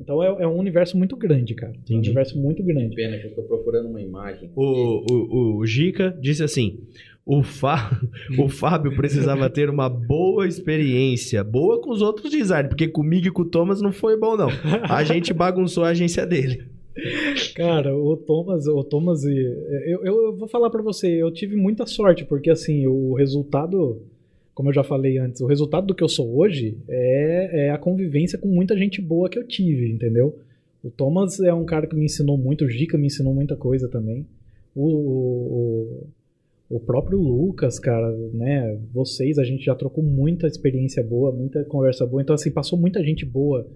Speaker 3: Então é, é um universo muito grande, cara. É Um
Speaker 2: Entendi.
Speaker 3: universo muito
Speaker 1: Que
Speaker 3: grande.
Speaker 1: pena que eu tô procurando uma imagem.
Speaker 2: O, o, o Gica disse assim: o, Fá, o Fábio precisava ter uma boa experiência, boa com os outros designers, porque comigo e com o Thomas não foi bom, não. A gente bagunçou a agência dele.
Speaker 3: Cara, o Thomas, o Thomas, e- eu, eu, eu vou falar pra você, eu tive muita sorte porque assim o resultado, como eu já falei antes, o resultado do que eu sou hoje é, é a convivência com muita gente boa que eu tive, entendeu? O Thomas é um cara que me ensinou muito, o Gica me ensinou muita coisa também. O, o, o- o próprio Lucas, cara, né? Vocês, a gente já trocou muita experiência boa, muita conversa boa. Então, assim, passou muita gente boa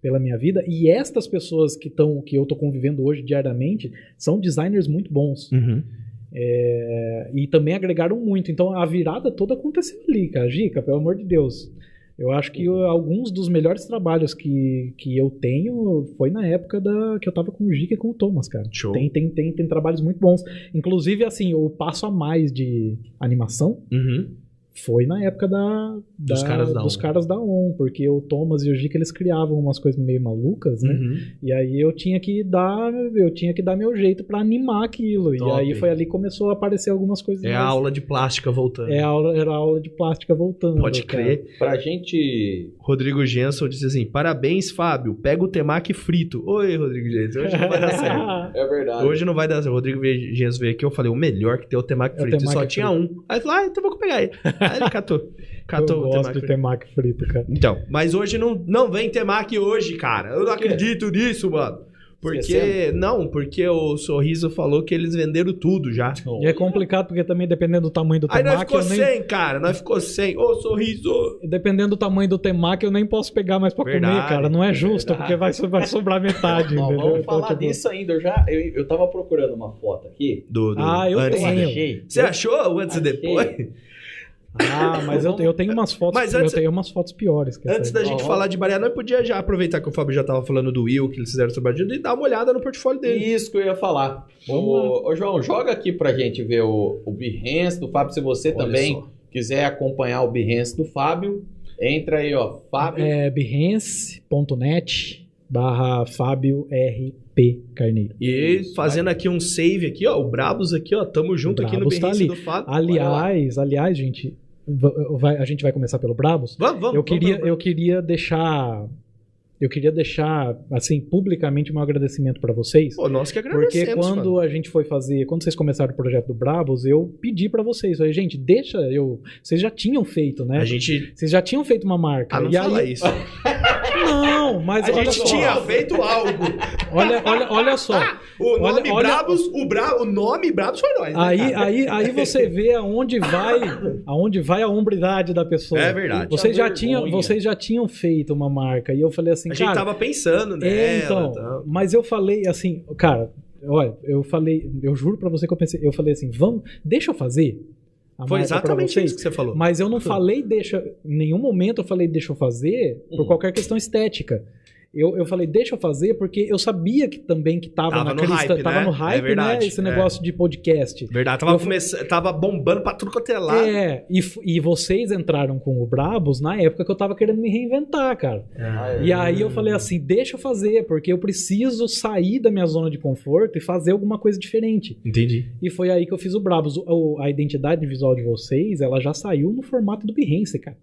Speaker 3: pela minha vida. E estas pessoas que estão, que eu tô convivendo hoje diariamente, são designers muito bons. É, e também agregaram muito. Então a virada toda aconteceu ali, cara. Gica, pelo amor de Deus. Eu acho que
Speaker 2: Uhum.
Speaker 3: eu- alguns dos melhores trabalhos que, que eu tenho foi na época da, que eu tava com o Gica e com o Thomas, cara.
Speaker 2: Show.
Speaker 3: Tem, tem, tem, tem trabalhos muito bons. Inclusive, assim, o passo a mais de animação
Speaker 2: Uhum.
Speaker 3: foi na época da, da-
Speaker 2: Dos caras da
Speaker 3: dos
Speaker 2: ON.
Speaker 3: caras da ON, porque o Thomas e o Gica eles criavam umas coisas meio malucas, né?
Speaker 2: Uhum.
Speaker 3: E aí eu tinha que dar, eu tinha que dar meu jeito pra animar aquilo.
Speaker 2: Top.
Speaker 3: E aí foi ali que começou a aparecer algumas coisas.
Speaker 2: É a
Speaker 3: mais-
Speaker 2: aula de plástica voltando.
Speaker 3: É a aula, era a aula de plástica voltando.
Speaker 2: Pode
Speaker 3: cara.
Speaker 2: crer.
Speaker 1: Pra gente.
Speaker 2: Rodrigo Genson disse assim: parabéns, Fábio. Pega o temaki frito. Oi, Rodrigo Genson. Hoje não vai dar tá certo.
Speaker 1: É verdade.
Speaker 2: Hoje não vai dar certo. O Rodrigo Genso veio aqui, eu falei, o melhor que tem é o temaki
Speaker 3: É o
Speaker 2: frito. e
Speaker 3: temaki
Speaker 2: só
Speaker 3: frito.
Speaker 2: tinha um. Aí ele falou, ah, então vou pegar ele. Aí ele catou. Catou
Speaker 3: eu
Speaker 2: o
Speaker 3: gosto
Speaker 2: temaki frito.
Speaker 3: de temaki frito, cara.
Speaker 2: Então, mas hoje não, não vem temaki hoje, cara. Eu não
Speaker 1: Por quê?
Speaker 2: acredito nisso, mano. Porque,
Speaker 1: Esquecendo?
Speaker 2: não, porque o Sorriso falou que eles venderam tudo já.
Speaker 3: E é complicado porque também dependendo do tamanho do
Speaker 2: Aí nós
Speaker 3: temaki,
Speaker 2: ficou
Speaker 3: eu nem,
Speaker 2: sem, cara. Nós ficou sem. Ô, Sorriso.
Speaker 3: dependendo do tamanho do temaki, eu nem posso pegar mais pra
Speaker 2: Verdade,
Speaker 3: comer, cara. Não é justo,
Speaker 1: verdade.
Speaker 3: porque vai, so- vai sobrar metade,
Speaker 1: Não,
Speaker 3: entendeu?
Speaker 1: vamos
Speaker 3: Então,
Speaker 1: falar
Speaker 3: tipo,
Speaker 1: disso ainda. Eu já. Eu, eu tava procurando uma foto aqui.
Speaker 2: Do, do-
Speaker 3: Ah, eu
Speaker 2: antes.
Speaker 1: Eu
Speaker 3: tenho.
Speaker 1: achei.
Speaker 2: Você é achou o antes e
Speaker 1: Achei.
Speaker 2: depois?
Speaker 3: Ah, mas eu, eu tenho umas fotos,
Speaker 2: Mas antes-
Speaker 3: eu tenho umas fotos piores. que essa
Speaker 2: Antes
Speaker 3: aí.
Speaker 2: da gente
Speaker 1: Ó.
Speaker 2: falar de Maria, nós podia já aproveitar que o Fábio já tava falando do Will, que eles fizeram sobre a Dilda, e dar uma olhada no portfólio dele.
Speaker 1: É Isso que eu ia falar.
Speaker 3: Vamos
Speaker 1: Ô, ô, João, joga aqui pra gente ver o, o Behance do Fábio. Se você
Speaker 2: Olha
Speaker 1: também
Speaker 2: só.
Speaker 1: quiser acompanhar o
Speaker 2: É,
Speaker 1: Behance do Fábio, entra aí, ó. Fábio.
Speaker 3: É behance.net barra Fábio RP Carneiro.
Speaker 2: E
Speaker 1: Isso,
Speaker 2: fazendo aqui um save aqui, ó. O Brabos aqui, ó. Tamo junto aqui no
Speaker 3: Brabos tá
Speaker 2: Berrice
Speaker 3: ali.
Speaker 2: do Fábio. Vai lá.
Speaker 3: Aliás, aliás, gente, va- vai- a gente vai começar pelo Brabos.
Speaker 2: vamos, vamos.
Speaker 3: Eu
Speaker 2: vamos,
Speaker 3: queria,
Speaker 2: vamos.
Speaker 3: eu queria deixar, eu queria deixar assim publicamente meu agradecimento para vocês.
Speaker 2: Pô, nós que agradecemos.
Speaker 3: Porque quando
Speaker 2: mano.
Speaker 3: a gente foi fazer, quando vocês começaram o projeto do Brabos, eu pedi pra vocês, falei, gente, deixa eu, vocês já tinham feito, né?
Speaker 2: A gente.
Speaker 3: Vocês já tinham feito uma marca.
Speaker 2: Ah, não
Speaker 3: e
Speaker 2: fala
Speaker 3: aí,
Speaker 2: isso.
Speaker 3: não, mas
Speaker 2: A
Speaker 3: olha
Speaker 2: gente
Speaker 3: só,
Speaker 2: tinha feito algo.
Speaker 3: olha, olha, olha só.
Speaker 2: O
Speaker 3: Olha-
Speaker 2: nome
Speaker 3: olha-
Speaker 2: Brabos, o, Bra... o nome Brabos foi nós. né,
Speaker 3: Aí,
Speaker 2: cara?
Speaker 3: aí, aí você vê aonde vai, aonde vai a hombridade da pessoa.
Speaker 2: É verdade.
Speaker 3: Vocês já
Speaker 1: Vergonha.
Speaker 3: tinham, vocês já tinham feito uma marca e eu falei assim,
Speaker 2: A gente
Speaker 3: cara,
Speaker 2: tava pensando nela.
Speaker 3: É, então.
Speaker 2: tal.
Speaker 3: Mas eu falei assim, cara, olha, eu falei, eu juro pra você que eu pensei, eu falei assim, vamos, deixa eu fazer. a
Speaker 2: Foi
Speaker 3: marca pra
Speaker 2: exatamente
Speaker 3: vocês.
Speaker 2: isso que você falou.
Speaker 3: Mas eu não falei, deixa. Em nenhum momento eu falei, deixa eu fazer, por
Speaker 1: Uhum.
Speaker 3: qualquer questão estética. Eu, eu falei, deixa eu fazer, porque eu sabia que também que tava,
Speaker 2: Tava
Speaker 3: na
Speaker 2: no
Speaker 3: crista,
Speaker 2: hype,
Speaker 3: tava
Speaker 2: né?
Speaker 3: no
Speaker 2: É
Speaker 3: hype, né?
Speaker 2: verdade,
Speaker 3: Esse
Speaker 2: é.
Speaker 3: negócio de podcast.
Speaker 2: Verdade, tava,
Speaker 3: Eu fui-
Speaker 2: começando, tava bombando pra tudo quanto é lado.
Speaker 3: É, e, f- e vocês entraram com o Brabos na época que eu tava querendo me reinventar, cara.
Speaker 1: Ah,
Speaker 3: E aí eu falei assim, deixa eu fazer, porque eu preciso sair da minha zona de conforto e fazer alguma coisa diferente.
Speaker 2: Entendi.
Speaker 3: E foi aí que eu fiz o Brabos. O- a identidade visual de vocês, ela já saiu no formato do Behance, cara.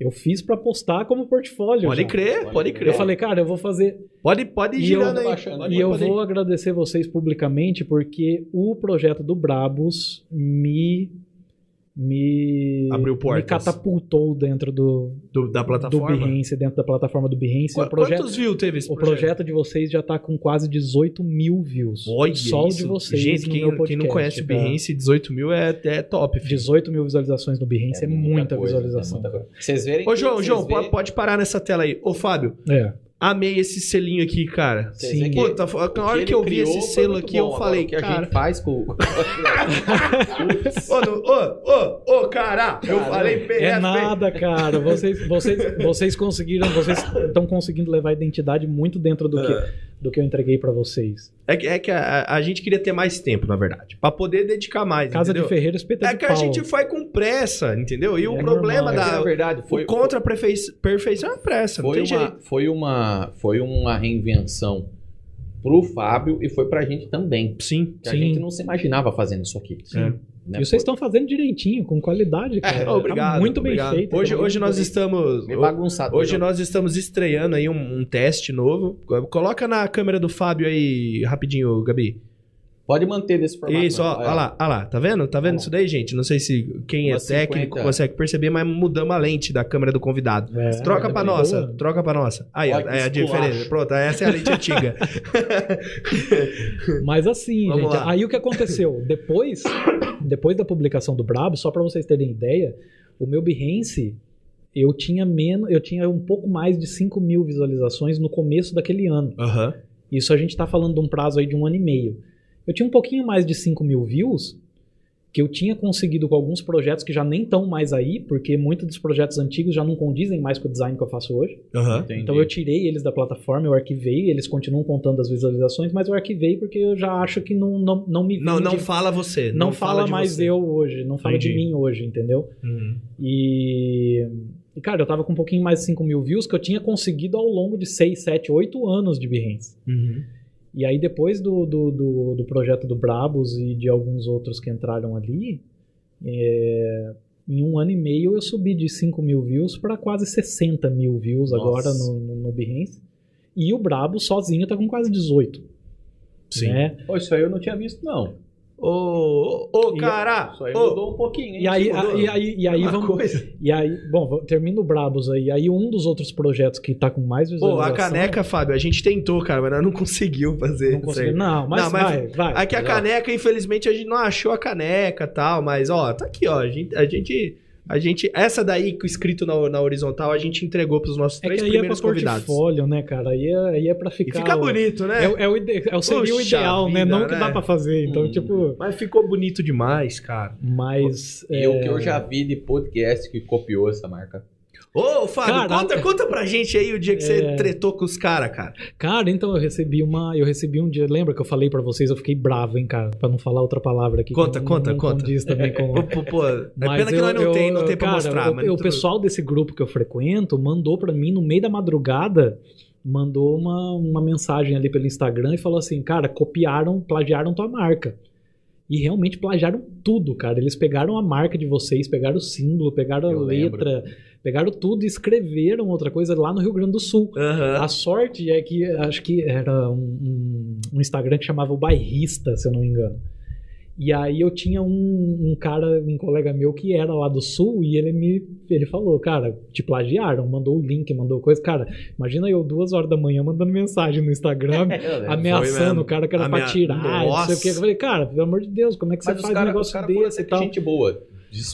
Speaker 3: Eu fiz pra postar como portfólio.
Speaker 2: Pode
Speaker 3: já.
Speaker 2: crer,
Speaker 1: Pode
Speaker 2: pode
Speaker 1: crer.
Speaker 2: crer.
Speaker 3: Eu falei, cara, eu vou fazer.
Speaker 2: Pode, pode ir
Speaker 3: E
Speaker 2: girando
Speaker 1: eu-
Speaker 2: aí.
Speaker 1: baixando.
Speaker 2: Pode-
Speaker 3: e eu
Speaker 2: pode ir.
Speaker 3: vou agradecer vocês publicamente porque o projeto do Brabos me. Me.
Speaker 2: Abriu
Speaker 3: Me
Speaker 2: portas
Speaker 3: catapultou dentro do,
Speaker 2: do- da
Speaker 3: do
Speaker 2: plataforma.
Speaker 3: Behance, dentro da plataforma do Behance.
Speaker 2: Qu-
Speaker 3: o projeto,
Speaker 2: Quantos views teve esse
Speaker 3: o projeto de vocês já tá com quase 18 mil views.
Speaker 2: Olha
Speaker 3: Só o
Speaker 2: isso.
Speaker 3: de vocês.
Speaker 2: Gente,
Speaker 3: no
Speaker 2: quem,
Speaker 3: meu
Speaker 2: quem não conhece
Speaker 3: podcast,
Speaker 2: o
Speaker 3: tá?
Speaker 2: Behance, 18 mil é, é top. filho.
Speaker 3: 18 mil visualizações no Behance é, muita,
Speaker 1: coisa,
Speaker 3: visualização.
Speaker 1: é muita coisa. Vocês verem.
Speaker 2: Ô,
Speaker 1: que-
Speaker 2: João,
Speaker 1: vocês
Speaker 2: João,
Speaker 1: verem-
Speaker 2: po- pode parar nessa tela aí. Ô, Fábio,
Speaker 3: É.
Speaker 2: amei esse selinho aqui, cara.
Speaker 1: vocês
Speaker 3: sim.
Speaker 1: verem que-
Speaker 2: Puta, f-
Speaker 1: o
Speaker 2: na hora
Speaker 1: ele
Speaker 2: que eu vi
Speaker 1: criou
Speaker 2: esse
Speaker 1: foi
Speaker 2: selo
Speaker 1: muito
Speaker 2: aqui, eu
Speaker 1: bom. Agora,
Speaker 2: falei,
Speaker 1: o que a
Speaker 2: cara.
Speaker 1: gente faz com.
Speaker 2: Ô, no- ô, ô, ô, cara, eu
Speaker 1: Caramba.
Speaker 2: falei
Speaker 3: É
Speaker 2: PF.
Speaker 3: nada, cara. Vocês, vocês, vocês conseguiram, vocês estão conseguindo levar a identidade muito dentro do, que, do que eu entreguei pra vocês.
Speaker 2: É que, é que a, a- a gente queria ter mais tempo, na verdade. Pra poder dedicar mais.
Speaker 3: Casa
Speaker 2: entendeu?
Speaker 3: de Ferreira, espeta
Speaker 2: É
Speaker 3: de
Speaker 2: que a
Speaker 3: pau.
Speaker 2: gente foi com pressa, entendeu? E o
Speaker 3: É
Speaker 2: problema
Speaker 3: normal.
Speaker 1: Na
Speaker 2: da.
Speaker 1: verdade, foi.
Speaker 2: o contra a perfei- perfeição é a pressa, não
Speaker 1: Foi
Speaker 2: tem jeito.
Speaker 1: uma, foi, uma, foi uma reinvenção pro Fábio e foi pra gente também.
Speaker 2: Sim.
Speaker 1: Que A
Speaker 3: Sim. É.
Speaker 1: gente não se imaginava fazendo isso aqui.
Speaker 2: Sim.
Speaker 1: Né?
Speaker 3: E vocês estão fazendo direitinho, com qualidade, cara.
Speaker 2: É,
Speaker 3: Tá
Speaker 2: obrigado.
Speaker 3: muito
Speaker 2: obrigado.
Speaker 3: bem feito.
Speaker 2: Hoje,
Speaker 3: tá
Speaker 2: hoje
Speaker 3: muito
Speaker 2: nós
Speaker 3: bem-
Speaker 2: estamos.
Speaker 1: Meio bagunçado.
Speaker 2: Hoje
Speaker 1: né,
Speaker 2: nós estamos estreando aí um, um teste novo. Coloca na câmera do Fábio aí rapidinho, Gabi.
Speaker 1: João? Pode manter nesse formato.
Speaker 2: Isso, ó,
Speaker 1: né?
Speaker 2: ó lá, ó lá, tá vendo? Tá
Speaker 1: Ó
Speaker 2: vendo
Speaker 1: lá.
Speaker 2: isso daí, gente? Não sei se quem é
Speaker 1: Uma
Speaker 2: técnico
Speaker 1: 50.
Speaker 2: consegue perceber, mas mudamos a lente da câmera do convidado.
Speaker 3: É,
Speaker 2: troca
Speaker 3: tá
Speaker 2: pra
Speaker 3: bem
Speaker 2: nossa,
Speaker 3: boa.
Speaker 2: troca pra nossa. Aí, ó,
Speaker 1: Olha que
Speaker 2: é a
Speaker 1: esculacho.
Speaker 2: diferença. Pronto, essa é a lente antiga.
Speaker 3: Mas assim,
Speaker 2: Vamos
Speaker 3: gente,
Speaker 2: lá.
Speaker 3: aí o que aconteceu? Depois, depois da publicação do Brabo, só pra vocês terem ideia, o meu Behance, eu tinha menos, eu tinha um pouco mais de 5 mil visualizações no começo daquele ano.
Speaker 2: Aham.
Speaker 3: Isso a gente tá falando de um prazo aí de um ano e meio. Eu tinha um pouquinho mais de 5 mil views que eu tinha conseguido com alguns projetos que já nem estão mais aí, porque muitos dos projetos antigos já não condizem mais com o design que eu faço hoje.
Speaker 2: Aham.
Speaker 1: Entendi.
Speaker 3: Então eu tirei eles da plataforma, eu arquivei, eles continuam contando as visualizações, mas eu arquivei porque eu já acho que não, não, não me
Speaker 2: Não, não
Speaker 3: vende-
Speaker 2: fala você.
Speaker 3: não fala,
Speaker 2: de
Speaker 3: mais
Speaker 2: você.
Speaker 3: eu hoje, não fala de
Speaker 2: Entendi.
Speaker 3: mim hoje, entendeu?
Speaker 2: Uhum.
Speaker 3: E, e, cara, eu tava com um pouquinho mais de 5 mil views que eu tinha conseguido ao longo de 6, 7, 8 anos de Behance.
Speaker 2: Uhum.
Speaker 3: E aí, depois do, do, do, do projeto do Brabos e de alguns outros que entraram ali, é, em um ano e meio eu subi de 5 mil views para quase 60 mil views
Speaker 1: Nossa.
Speaker 3: agora no, no, no Behance. E o Brabo sozinho tá com quase 18.
Speaker 2: Sim.
Speaker 3: né?
Speaker 1: Pô, isso aí eu não tinha visto, não.
Speaker 2: Ô, ô, ô,
Speaker 3: E-
Speaker 2: cara!
Speaker 1: Isso aí
Speaker 2: ô,
Speaker 1: mudou um pouquinho, hein?
Speaker 3: E aí,
Speaker 2: mudou?
Speaker 3: a- e aí, e aí
Speaker 2: uma
Speaker 3: vamos.
Speaker 2: coisa.
Speaker 3: E aí, bom, vou- termina o Brabos aí. Aí um dos outros projetos que tá com mais
Speaker 2: Pô,
Speaker 3: visualização.
Speaker 2: a caneca, Fábio, a gente tentou, cara, mas nós não conseguiu fazer.
Speaker 3: Não,
Speaker 2: isso
Speaker 3: consegui,
Speaker 2: aí.
Speaker 3: não, mas
Speaker 2: Não, mas-
Speaker 3: vai, vai. É
Speaker 2: Aqui a
Speaker 1: Legal.
Speaker 2: caneca, infelizmente, a gente não achou a caneca e tal, mas ó, tá aqui, ó. A gente. A gente, a gente essa daí com escrito na, na horizontal, a gente entregou pros nossos
Speaker 3: É
Speaker 2: três
Speaker 3: que aí é pra
Speaker 2: primeiros convidados.
Speaker 3: portfólio, né, cara? Aí é, aí é pra
Speaker 2: E
Speaker 3: ficar.
Speaker 2: fica
Speaker 3: ó,
Speaker 2: bonito, né?
Speaker 3: É, o- é o ide- é o seria o
Speaker 2: Puxa
Speaker 3: ideal, né?
Speaker 2: vida,
Speaker 3: Não o que
Speaker 2: né?
Speaker 3: dá pra fazer. Então,
Speaker 1: Hum.
Speaker 3: tipo.
Speaker 2: Mas ficou bonito demais, cara.
Speaker 3: Mas.
Speaker 1: E
Speaker 3: é,
Speaker 1: o que eu já vi de podcast que copiou essa marca.
Speaker 2: Ô, Fábio,
Speaker 3: Cara,
Speaker 2: conta, conta pra gente aí o dia que você
Speaker 3: É.
Speaker 2: tretou com os caras, cara.
Speaker 3: Cara, então eu recebi uma. Eu recebi um dia. Lembra que eu falei pra vocês? Eu fiquei bravo, hein, cara? Pra não falar outra palavra aqui. que
Speaker 2: Conta,
Speaker 3: não-
Speaker 2: conta,
Speaker 3: não
Speaker 2: conta. é,
Speaker 3: condiz também com.
Speaker 2: Pô, pô, pô, é
Speaker 3: Mas
Speaker 2: pena que nós não
Speaker 3: eu-
Speaker 2: tem, não
Speaker 3: eu-
Speaker 2: tem pra
Speaker 3: cara,
Speaker 2: mostrar.
Speaker 3: O,
Speaker 2: mas
Speaker 3: o
Speaker 2: tudo-
Speaker 3: pessoal desse grupo que eu frequento mandou pra mim no meio da madrugada mandou uma, uma mensagem ali pelo Instagram e falou assim: cara, copiaram, plagiaram tua marca. E realmente plagiaram tudo, cara. Eles pegaram a marca de vocês, pegaram o símbolo, pegaram a
Speaker 1: Eu lembro.
Speaker 3: letra, pegaram tudo e escreveram outra coisa lá no Rio Grande do Sul.
Speaker 2: Aham.
Speaker 3: A sorte é que acho que era um, um- um Instagram que chamava o Bairrista, se eu não me engano. E aí eu tinha um, um cara, um colega meu que era lá do sul e ele me ele falou, cara, te plagiaram, mandou o link, mandou coisa. Cara, imagina eu duas horas da manhã mandando mensagem no Instagram
Speaker 1: É,
Speaker 3: ameaçando
Speaker 2: É, mesmo.
Speaker 3: o cara que era
Speaker 2: Amea-
Speaker 3: pra tirar, não sei o
Speaker 2: Nossa.
Speaker 3: que. Eu falei, cara, pelo amor de Deus, como é que
Speaker 1: Mas
Speaker 3: você
Speaker 1: os
Speaker 3: faz um
Speaker 1: caras
Speaker 3: negócio
Speaker 1: cara foram
Speaker 3: desse e
Speaker 1: sempre
Speaker 3: tal?
Speaker 1: gente boa.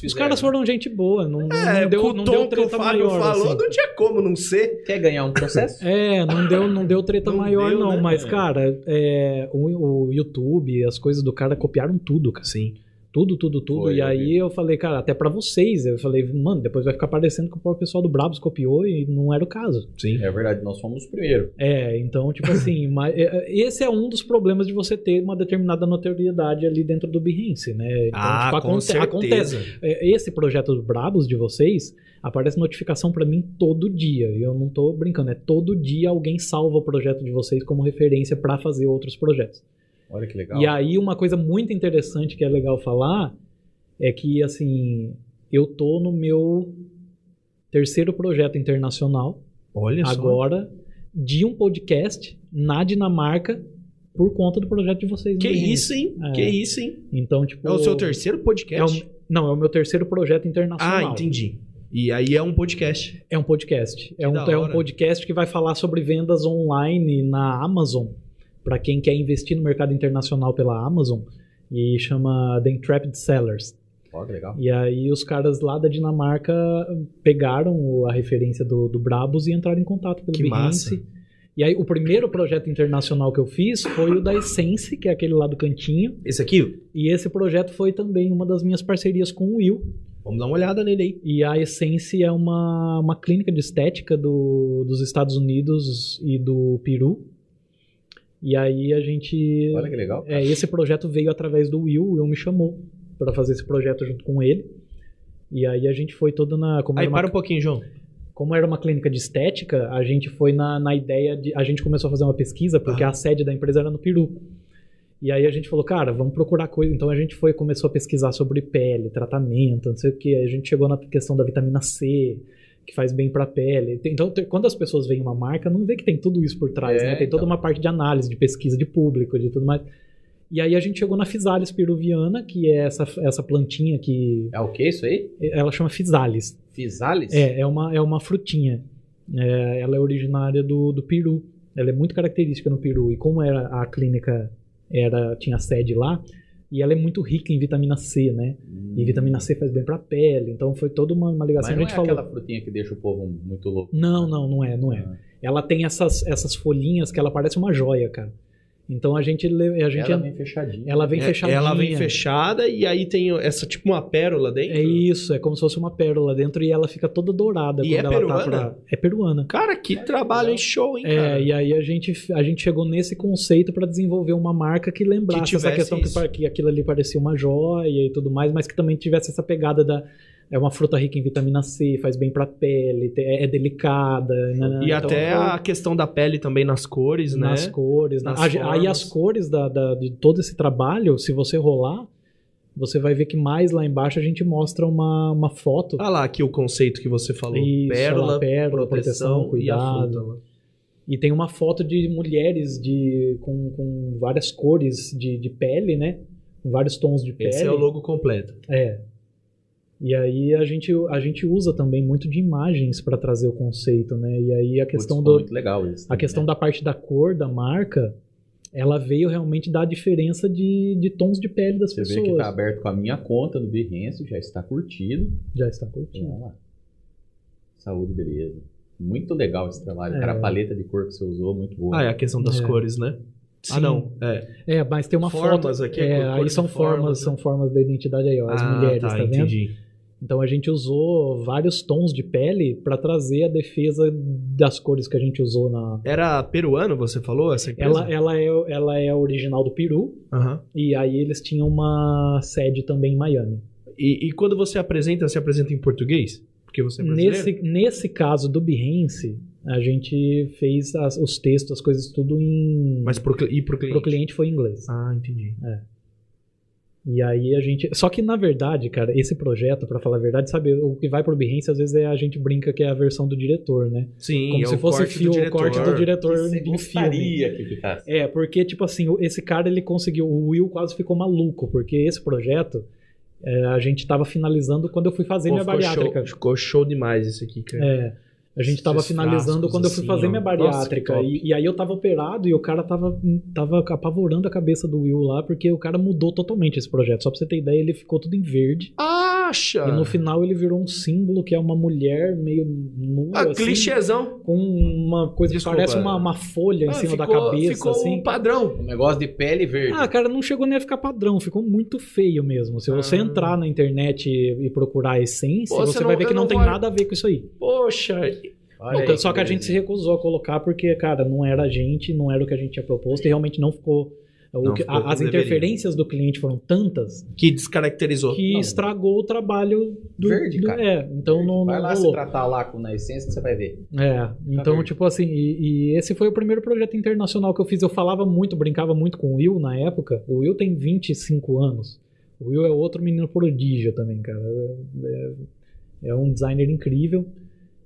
Speaker 3: Os caras foram gente boa, não, não-
Speaker 2: É,
Speaker 3: não deu,
Speaker 2: com o
Speaker 3: não
Speaker 2: tom
Speaker 3: deu
Speaker 2: que o
Speaker 3: treta
Speaker 2: Fábio
Speaker 3: maior.
Speaker 2: falou,
Speaker 3: assim.
Speaker 2: não tinha como não ser.
Speaker 1: Quer ganhar um processo?
Speaker 3: É, não deu, não deu treta
Speaker 2: Não
Speaker 3: maior,
Speaker 2: deu,
Speaker 3: não.
Speaker 2: né?
Speaker 3: Mas,
Speaker 1: É.
Speaker 3: cara, é, o, o YouTube, as coisas do cara copiaram tudo, cara.
Speaker 2: Sim.
Speaker 3: assim. Tudo, tudo, tudo.
Speaker 1: Foi,
Speaker 3: e
Speaker 1: eu
Speaker 3: aí
Speaker 1: vi.
Speaker 3: eu falei, cara, até pra vocês. Eu falei, mano, depois vai ficar parecendo que o pessoal do Brabos copiou e não era o caso.
Speaker 2: Sim.
Speaker 1: É verdade, nós fomos o primeiro.
Speaker 3: É, então, tipo assim, mas, é, é, esse é um dos problemas de você ter uma determinada notoriedade ali dentro do Behance, né? Então,
Speaker 2: Ah,
Speaker 3: tipo,
Speaker 2: com
Speaker 3: aconte-
Speaker 2: certeza.
Speaker 3: é, Esse projeto do Brabos de vocês aparece notificação pra mim todo dia. E eu não tô brincando, é todo dia alguém salva o projeto de vocês como referência pra fazer outros projetos.
Speaker 1: Olha que legal.
Speaker 3: E aí uma coisa muito interessante que é legal falar é que assim, eu tô no meu terceiro projeto internacional
Speaker 2: Olha só.
Speaker 3: agora de um podcast na Dinamarca por conta do projeto de vocês. no
Speaker 2: Que
Speaker 3: Behance.
Speaker 2: isso, hein?
Speaker 3: É.
Speaker 2: Que isso, hein?
Speaker 3: Então, tipo,
Speaker 2: É o seu terceiro
Speaker 3: é
Speaker 2: podcast.
Speaker 3: o- não, é o meu terceiro projeto
Speaker 2: Ah,
Speaker 3: internacional.
Speaker 2: entendi. E aí é um podcast.
Speaker 3: É um podcast. É um,
Speaker 2: da
Speaker 3: é um
Speaker 2: hora.
Speaker 3: podcast que vai falar sobre vendas online na Amazon. Para quem quer investir no mercado internacional pela Amazon. E chama The Intrepid Sellers.
Speaker 1: Ó, que legal.
Speaker 3: E aí os caras lá da Dinamarca pegaram o- a referência do, do Brabus e entraram em contato pelo
Speaker 2: Que
Speaker 3: Behance. E aí o primeiro projeto internacional que eu fiz foi o da Essence, que é aquele lá do cantinho.
Speaker 2: Esse aqui,
Speaker 3: E esse projeto foi também uma das minhas parcerias com o Will.
Speaker 2: vamos dar uma olhada nele aí.
Speaker 3: E a Essence é uma, uma clínica de estética do, dos Estados Unidos e do Peru. E aí a gente.
Speaker 1: Olha que legal.
Speaker 3: É, esse projeto veio através do Will, o Will me chamou para fazer esse projeto junto com ele. E aí a gente foi toda na. Como,
Speaker 2: Aí
Speaker 3: era, uma,
Speaker 2: para um pouquinho, João.
Speaker 3: como era uma clínica de estética, a gente foi na, na ideia de. A gente começou a fazer uma pesquisa, porque
Speaker 2: Ah.
Speaker 3: a sede da empresa era no Peru. E aí a gente falou, cara, vamos procurar coisa. Então a gente foi começou a pesquisar sobre pele, tratamento, não sei o que. Aí a gente chegou na questão da vitamina C, que faz bem pra pele. Tem- Então, tem- quando as pessoas veem uma marca, não vê que tem tudo isso por trás,
Speaker 1: É,
Speaker 3: né? Tem toda
Speaker 1: então.
Speaker 3: uma parte de análise, de pesquisa de público, de tudo mais. E aí a gente chegou na Physalis peruviana, que é essa, essa plantinha que.
Speaker 1: É o que isso aí?
Speaker 3: Ela chama Physalis.
Speaker 1: Fisales?
Speaker 3: É, é uma, é uma frutinha. É, ela é originária do, do Peru. Ela é muito característica no Peru. E como era a clínica era tinha sede lá, e ela é muito rica em vitamina C, né?
Speaker 1: Hum.
Speaker 3: E vitamina C faz bem pra pele. Então foi toda uma, uma
Speaker 1: Mas
Speaker 3: ligação.
Speaker 1: não é
Speaker 3: a gente falou.
Speaker 1: aquela frutinha que deixa o povo muito louco.
Speaker 3: Não, não, não é, não é.
Speaker 1: Ah.
Speaker 3: Ela tem essas, essas folhinhas que ela parece uma joia, cara. Então a gente le- a gente é
Speaker 1: ela vem fechadinha.
Speaker 3: ela vem
Speaker 2: É,
Speaker 3: fechadinha.
Speaker 2: Ela vem fechada e aí tem essa tipo uma pérola dentro.
Speaker 3: É isso, é como se fosse uma pérola dentro e ela fica toda dourada
Speaker 2: E
Speaker 3: quando
Speaker 2: é
Speaker 3: ela tá
Speaker 2: peruana?
Speaker 3: pra. É peruana.
Speaker 2: Cara, que trabalho, hein? Show, hein, cara?
Speaker 3: É, e aí a gente, a gente chegou nesse conceito pra desenvolver uma marca que
Speaker 2: Que
Speaker 3: lembrasse
Speaker 2: tivesse
Speaker 3: essa questão que,
Speaker 2: isso.
Speaker 3: pa- que aquilo ali parecia uma joia e tudo mais, mas que também tivesse essa pegada da é uma fruta rica em vitamina C, faz bem pra pele, te- é é delicada, né?
Speaker 2: E
Speaker 3: Então,
Speaker 2: até
Speaker 3: foi
Speaker 2: a questão da pele também nas cores, né?
Speaker 3: nas cores,
Speaker 2: Nas
Speaker 3: na- a- aí as
Speaker 2: formas.
Speaker 3: cores da- da- de todo esse trabalho, se você rolar, você vai ver que mais lá embaixo a gente mostra uma, uma foto
Speaker 2: Olha Tá lá aqui o conceito que você falou.
Speaker 3: Isso,
Speaker 2: pérola,
Speaker 3: olha lá, pérola,
Speaker 2: proteção,
Speaker 3: proteção,
Speaker 2: e a
Speaker 3: cuidado.
Speaker 2: fruta.
Speaker 3: E tem uma foto de mulheres de com, com várias cores de, de pele, né? Com vários tons de pele.
Speaker 2: Esse é o logo completo.
Speaker 3: É. E aí a gente, a gente usa também muito de imagens para trazer o conceito, né? E aí a
Speaker 1: Putz,
Speaker 3: questão
Speaker 1: ficou
Speaker 3: do,
Speaker 1: muito É. legal isso. né?
Speaker 3: a questão da parte da cor da marca, ela veio realmente da diferença de, de tons de pele das
Speaker 1: Você vê
Speaker 3: pessoas.
Speaker 1: que tá aberto com a minha conta no Behance, já está curtido.
Speaker 3: Já está curtindo.
Speaker 1: Vamos lá. Saúde, beleza. Muito legal esse trabalho.
Speaker 3: É.
Speaker 1: Cara, a paleta de cor que você usou, muito boa.
Speaker 2: Ah, é a questão das
Speaker 3: É.
Speaker 2: cores, né? Ah,
Speaker 3: Sim.
Speaker 2: não. É.
Speaker 3: É, mas tem uma foto.
Speaker 2: formas aqui.
Speaker 3: É,
Speaker 2: cor- né?
Speaker 3: aí são formas, são formas da identidade aí, ó, as
Speaker 2: Ah,
Speaker 3: mulheres, tá, vendo?
Speaker 2: entendi.
Speaker 3: Então a gente usou vários tons de pele para trazer a defesa das cores que a gente usou na.
Speaker 2: Era peruano, você falou, essa empresa?
Speaker 3: Ela, é- ela, é, ela é original do Peru
Speaker 2: Aham.
Speaker 3: e aí eles tinham uma sede também em Miami.
Speaker 2: E, e quando você apresenta, você apresenta em português? Porque você é brasileiro?
Speaker 3: Nesse, nesse caso do Behance, a gente fez as- os textos, as coisas tudo em.
Speaker 2: Mas pro, cli- e pro cliente?
Speaker 3: pro cliente É. foi em inglês.
Speaker 2: Ah, entendi.
Speaker 3: E aí a gente. Só que na verdade, cara, esse projeto, pra falar a verdade, sabe, o que vai pro Behance às vezes é a gente brinca que é a versão do diretor, né?
Speaker 2: Sim,
Speaker 3: Como
Speaker 2: é
Speaker 3: se
Speaker 2: o
Speaker 3: fosse
Speaker 2: corte
Speaker 3: fio-
Speaker 2: do
Speaker 3: o corte do diretor
Speaker 1: Você
Speaker 3: do filme.
Speaker 1: gostaria que ficasse.
Speaker 3: É, porque, tipo assim, o- esse cara ele conseguiu. O Will quase ficou maluco, porque esse projeto é, a gente tava finalizando quando eu fui fazer
Speaker 2: Pô,
Speaker 3: minha
Speaker 2: ficou,
Speaker 3: bariátrica.
Speaker 2: show, ficou show demais esse aqui, cara.
Speaker 3: É. A gente tava
Speaker 2: Esses
Speaker 3: finalizando
Speaker 2: frascos
Speaker 3: quando eu fui
Speaker 2: assim,
Speaker 3: fazer
Speaker 2: ó.
Speaker 3: minha bariátrica.
Speaker 2: Nossa, que
Speaker 3: e, e aí eu tava operado e o cara tava, tava apavorando a cabeça do Will lá, porque o cara mudou totalmente esse projeto. Só pra você ter ideia, ele ficou tudo em verde.
Speaker 2: Acha!
Speaker 3: E no final ele virou um símbolo que é uma mulher meio nua,
Speaker 2: Ah. ah,
Speaker 3: assim,
Speaker 2: clichêzão.
Speaker 3: com uma coisa
Speaker 2: Desculpa.
Speaker 3: que parece uma, uma folha em
Speaker 2: Ah,
Speaker 3: cima da
Speaker 2: ficou-
Speaker 3: cabeça,
Speaker 2: Ficou
Speaker 3: assim.
Speaker 2: um padrão.
Speaker 1: Um negócio de pele verde.
Speaker 3: Ah, cara, não chegou nem a ficar padrão, ficou muito feio mesmo. Se você
Speaker 2: Ah.
Speaker 3: entrar na internet e, e procurar a essência,
Speaker 2: Pô,
Speaker 3: você,
Speaker 2: você
Speaker 3: vai
Speaker 2: não-
Speaker 3: ver que
Speaker 2: eu
Speaker 3: não,
Speaker 2: não
Speaker 3: tem
Speaker 2: vou-
Speaker 3: nada a ver com isso aí.
Speaker 2: Poxa,
Speaker 1: Olha
Speaker 3: Então,
Speaker 1: aí,
Speaker 3: só que a gente se
Speaker 1: belezinha.
Speaker 3: recusou a colocar porque, cara, não era a gente, não era o que a gente tinha proposto e realmente não ficou. o
Speaker 2: Não
Speaker 3: que-
Speaker 2: ficou
Speaker 3: a-
Speaker 2: como
Speaker 3: as
Speaker 2: deveria.
Speaker 3: interferências do cliente foram tantas
Speaker 2: que descaracterizou.
Speaker 3: que
Speaker 1: Não.
Speaker 3: estragou o trabalho do.
Speaker 1: Verde,
Speaker 3: do-
Speaker 1: cara.
Speaker 3: É, então não,
Speaker 1: Vai
Speaker 3: não
Speaker 1: lá se
Speaker 3: rolou.
Speaker 1: tratar lá com na essência que você vai ver.
Speaker 3: É, então,
Speaker 1: verde.
Speaker 3: tipo assim, e, e esse foi o primeiro projeto internacional que eu fiz. Eu falava muito, brincava muito com o Will na época. O Will tem 25 anos. O Will é outro menino prodígio também, cara. É, é um designer incrível,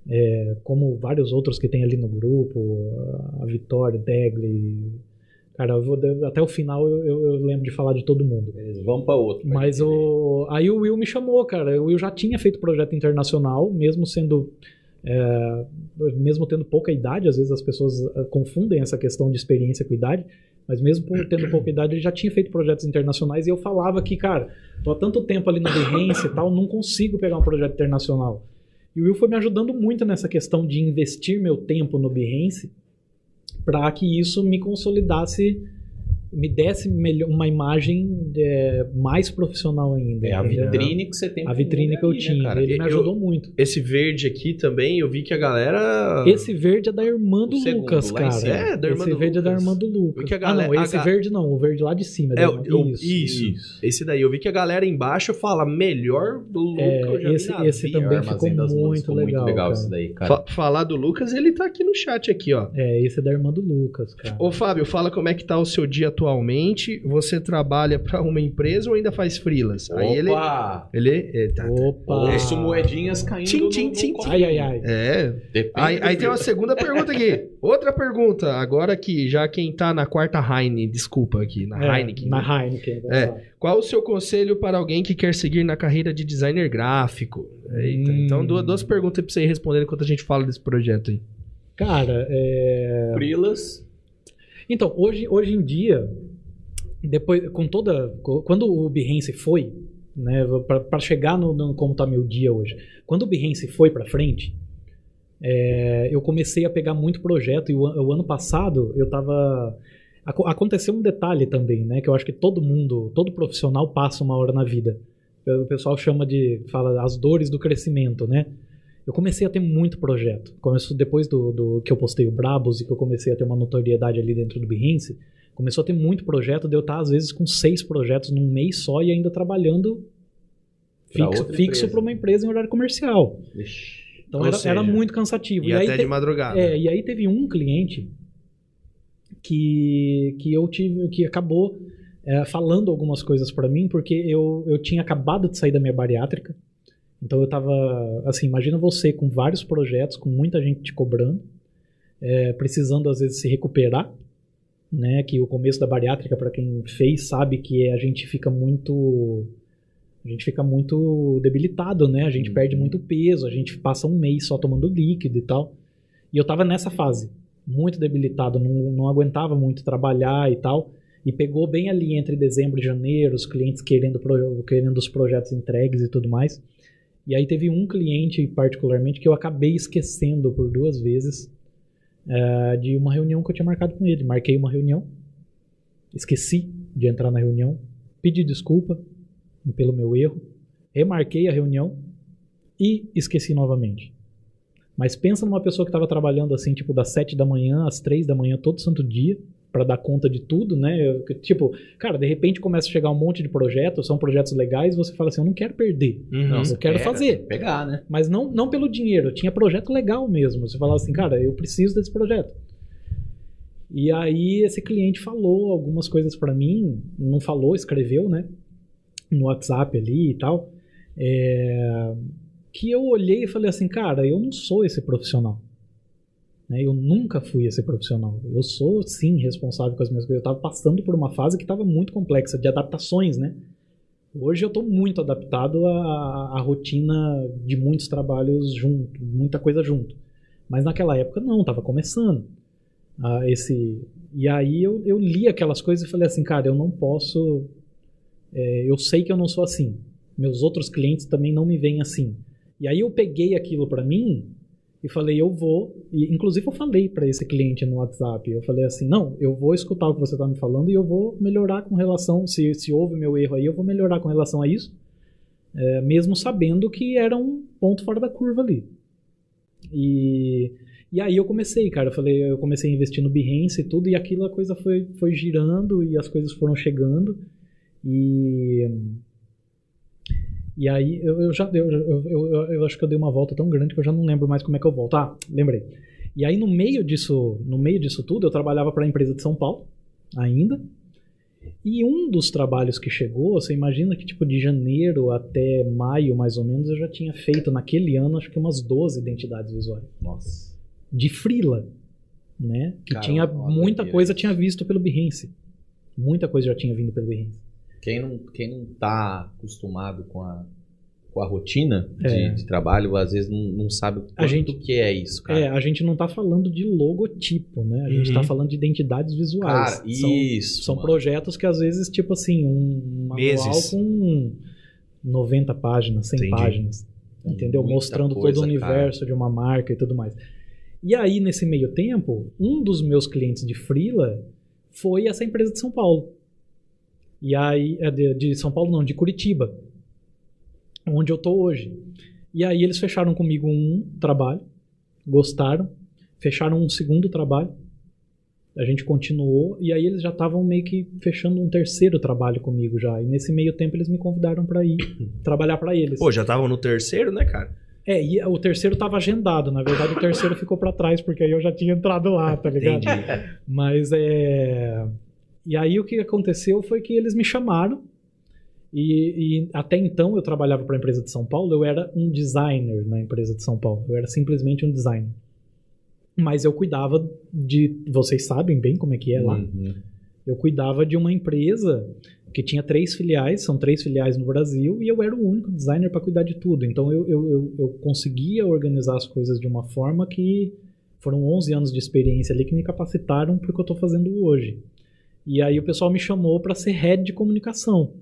Speaker 3: é, como vários outros que tem ali no grupo, a Vitória, Degli. Cara, eu vou, dar- até o final eu- eu- eu lembro de falar de todo mundo.
Speaker 1: Beleza, vamos pra outro. pra
Speaker 3: Mas
Speaker 1: gente ver.
Speaker 3: o... aí o Will me chamou, cara. O Will já tinha feito projeto internacional, mesmo sendo. é, mesmo tendo pouca idade, às vezes as pessoas é, confundem essa questão de experiência com idade, mas mesmo por tendo pouca idade, ele já tinha feito projetos internacionais e eu falava que, cara, tô há tanto tempo ali no Behance e tal, não consigo pegar um projeto internacional. E o Will foi me ajudando muito nessa questão de investir meu tempo no Behance para que isso me consolidasse, me desse melhor, uma imagem é, mais profissional ainda.
Speaker 1: É a
Speaker 3: entendeu?
Speaker 1: vitrine que você tem.
Speaker 3: A vitrine que eu tinha.
Speaker 1: né, cara?
Speaker 3: ele me
Speaker 2: é Eu-
Speaker 3: ajudou muito.
Speaker 2: Esse verde aqui também, eu vi que a galera.
Speaker 3: Esse verde é da irmã do
Speaker 1: o segundo,
Speaker 3: Lucas,
Speaker 1: lá em
Speaker 3: cara.
Speaker 1: cima.
Speaker 2: É, da irmã
Speaker 3: esse
Speaker 2: do
Speaker 3: verde é da
Speaker 2: Lucas.
Speaker 3: irmã do Lucas.
Speaker 2: Porque a
Speaker 3: ah,
Speaker 2: galera-
Speaker 3: não,
Speaker 2: a
Speaker 3: esse
Speaker 2: ga-
Speaker 3: verde não, o verde lá de cima. É, da
Speaker 2: É,
Speaker 3: irmã.
Speaker 2: eu-
Speaker 3: isso.
Speaker 2: Isso. Esse daí, eu vi que a galera embaixo fala melhor do
Speaker 3: É,
Speaker 2: Lucas. eu já vi
Speaker 3: esse-
Speaker 2: na
Speaker 3: esse
Speaker 2: vida.
Speaker 1: O
Speaker 3: também.
Speaker 1: armazém
Speaker 3: ficou
Speaker 1: das
Speaker 3: muito
Speaker 1: mãos ficou muito
Speaker 3: legal,
Speaker 1: legal,
Speaker 3: cara.
Speaker 1: isso daí, cara.
Speaker 2: Fa- falar do Lucas, ele tá aqui no chat aqui, ó.
Speaker 3: É, esse é da irmã do Lucas, cara.
Speaker 2: Ô Fábio, fala como é que tá o seu dia atualmente. Você trabalha pra uma empresa ou ainda faz freelas? Aí ele.
Speaker 1: Opa!
Speaker 2: Ele. É, tá-
Speaker 3: Opa!
Speaker 1: Ouço moedinhas caindo
Speaker 2: Tchim,
Speaker 1: no-
Speaker 2: tchim,
Speaker 1: no
Speaker 2: tchim,
Speaker 1: copo.
Speaker 3: Ai, ai, ai.
Speaker 2: é,
Speaker 1: Depende
Speaker 2: Aí,
Speaker 1: do
Speaker 2: aí tem
Speaker 1: filtro.
Speaker 2: uma segunda pergunta aqui. Outra pergunta, agora que já quem tá na quarta Heine, desculpa aqui, na
Speaker 3: É,
Speaker 2: Heineken.
Speaker 3: Na Heineken. vamos
Speaker 2: É.
Speaker 3: lá.
Speaker 2: Qual o seu conselho para alguém que quer seguir na carreira de designer gráfico? Eita,
Speaker 3: Hum.
Speaker 2: então duas, duas perguntas aí pra você ir respondendo enquanto a gente fala desse projeto aí.
Speaker 3: Cara, é...
Speaker 1: Frilas.
Speaker 3: Então, hoje, hoje em dia, depois, com toda. co- Quando o Behance foi, né, para chegar no, no como tá meu dia hoje, quando o Behance foi para frente, é, eu comecei a pegar muito projeto e o, an- o ano passado eu tava. aco- Aconteceu um detalhe também, né? Que eu acho que todo mundo, todo profissional passa uma hora na vida. O pessoal chama de. fala as dores do crescimento, né? Eu comecei a ter muito projeto. Começou depois do, do que eu postei o Brabos e que eu comecei a ter uma notoriedade ali dentro do Behance, começou a ter muito projeto, de eu estar às vezes com seis projetos num mês só e ainda trabalhando
Speaker 1: Pra
Speaker 3: fixo-
Speaker 1: outra
Speaker 3: fixo
Speaker 1: empresa.
Speaker 3: para uma empresa em horário comercial.
Speaker 1: Ixi.
Speaker 3: Então
Speaker 2: Ou
Speaker 3: era,
Speaker 2: seja,
Speaker 3: era muito cansativo.
Speaker 2: E,
Speaker 3: aí
Speaker 2: até
Speaker 3: te-
Speaker 2: de madrugada.
Speaker 3: é, e aí teve um cliente que, que eu tive que acabou é, falando algumas coisas pra mim porque eu, eu tinha acabado de sair da minha bariátrica. Então eu tava assim, imagina você com vários projetos, com muita gente te cobrando, é, precisando às vezes se recuperar, né? Que o começo da bariátrica pra quem fez sabe que é, a gente fica muito a gente fica muito debilitado, né? A gente
Speaker 1: Uhum.
Speaker 3: perde muito peso, a gente passa um mês só tomando líquido e tal. E eu tava nessa fase, muito debilitado, não, não aguentava muito trabalhar e tal. E pegou bem ali entre dezembro e janeiro, os clientes querendo, pro- querendo os projetos entregues e tudo mais. E aí teve um cliente, particularmente, que eu acabei esquecendo por duas vezes eh, de uma reunião que eu tinha marcado com ele. Marquei uma reunião, esqueci de entrar na reunião, pedi desculpa pelo meu erro, remarquei a reunião e esqueci novamente. Mas pensa numa pessoa que estava trabalhando assim, tipo, das 7 da manhã às 3 da manhã, todo santo dia, para dar conta de tudo, né? Eu- que, Tipo, cara, de repente começa a chegar um monte de projetos, são projetos legais, você fala assim, eu não quero perder,
Speaker 2: Uhum.
Speaker 3: eu quero
Speaker 1: pera,
Speaker 3: fazer.
Speaker 1: tem que Pegar, né?
Speaker 3: Mas não, não pelo dinheiro, tinha projeto legal mesmo. Você falava assim, cara, eu preciso desse projeto. E aí esse cliente falou algumas coisas pra mim, não falou, escreveu, né? No WhatsApp ali e tal. é, que eu olhei e falei assim, cara, eu não sou esse profissional. Né? Eu nunca fui esse profissional. Eu sou, sim, responsável com as minhas coisas. Eu tava passando por uma fase que estava muito complexa, de adaptações, né? Hoje eu estou muito adaptado à, à rotina de muitos trabalhos junto, muita coisa junto. Mas naquela época não, estava começando. Ah, esse E aí eu, eu li aquelas coisas e falei assim, cara, eu não posso. é, eu sei que eu não sou assim. Meus outros clientes também não me veem assim. E aí eu peguei aquilo para mim e falei, eu vou. E, inclusive eu falei para esse cliente no WhatsApp, eu falei assim, não, eu vou escutar o que você está me falando e eu vou melhorar com relação, se, se houve meu erro aí, eu vou melhorar com relação a isso, é, mesmo sabendo que era um ponto fora da curva ali. E, e aí eu comecei, cara, eu falei, eu comecei a investir no Behance e tudo, e aquilo a coisa foi, foi girando e as coisas foram chegando. E e aí eu, eu já eu, eu, eu, eu acho que eu dei uma volta tão grande que eu já não lembro mais como é que eu volto. Ah, lembrei. E aí no meio disso, no meio disso tudo, eu trabalhava para a empresa de São Paulo ainda. E um dos trabalhos que chegou, você imagina que tipo de janeiro até maio mais ou menos eu já tinha feito naquele ano acho que umas 12 identidades visuais
Speaker 1: Nossa.
Speaker 3: de frila, né? Que
Speaker 1: Cara,
Speaker 3: tinha
Speaker 1: olha
Speaker 3: muita
Speaker 1: que
Speaker 3: coisa
Speaker 1: isso.
Speaker 3: tinha visto pelo Behance. Muita coisa já tinha vindo pelo Behance.
Speaker 1: Quem não, quem não tá acostumado com a, com a rotina de,
Speaker 3: É.
Speaker 1: de trabalho, às vezes não, não sabe o
Speaker 3: A
Speaker 1: quanto
Speaker 3: gente-
Speaker 1: que é isso, cara.
Speaker 3: É, a gente não tá falando de logotipo, né? A gente
Speaker 2: Uhum.
Speaker 3: tá falando de identidades visuais.
Speaker 1: Cara,
Speaker 3: são
Speaker 1: isso.
Speaker 3: são
Speaker 1: mano.
Speaker 3: projetos que às vezes, tipo assim, um manual
Speaker 2: Meses.
Speaker 3: com 90 páginas, 100
Speaker 2: Entendi.
Speaker 3: páginas.
Speaker 1: Tem
Speaker 3: Entendeu?
Speaker 1: muita
Speaker 3: Mostrando
Speaker 1: coisa,
Speaker 3: todo o
Speaker 1: cara.
Speaker 3: universo de uma marca e tudo mais. E aí, nesse meio tempo, um dos meus clientes de Freela foi essa empresa de São Paulo. E aí, é de, de São Paulo não, de Curitiba, onde eu tô hoje. E aí eles fecharam comigo um trabalho, gostaram, fecharam um segundo trabalho, a gente continuou, e aí eles já estavam meio que fechando um terceiro trabalho comigo já. E nesse meio tempo eles me convidaram para ir trabalhar para eles.
Speaker 2: Pô, já estavam no terceiro, né, cara?
Speaker 3: É, e o terceiro tava agendado, na verdade o terceiro ficou pra trás, porque aí eu já tinha entrado lá, tá ligado?
Speaker 2: Entendi.
Speaker 3: Mas é. E aí o que aconteceu foi que eles me chamaram. E, e até então eu trabalhava para a empresa de São Paulo, eu era um designer na empresa de São Paulo, eu era simplesmente um designer. Mas eu cuidava de. Vocês sabem bem como é que é lá.
Speaker 1: Uhum.
Speaker 3: Eu cuidava de uma empresa que tinha três filiais, são três filiais no Brasil, e eu era o único designer para cuidar de tudo. Então eu, eu, eu, eu conseguia organizar as coisas de uma forma que foram 11 anos de experiência ali que me capacitaram para o que eu estou fazendo hoje. E aí o pessoal me chamou para ser head de comunicação.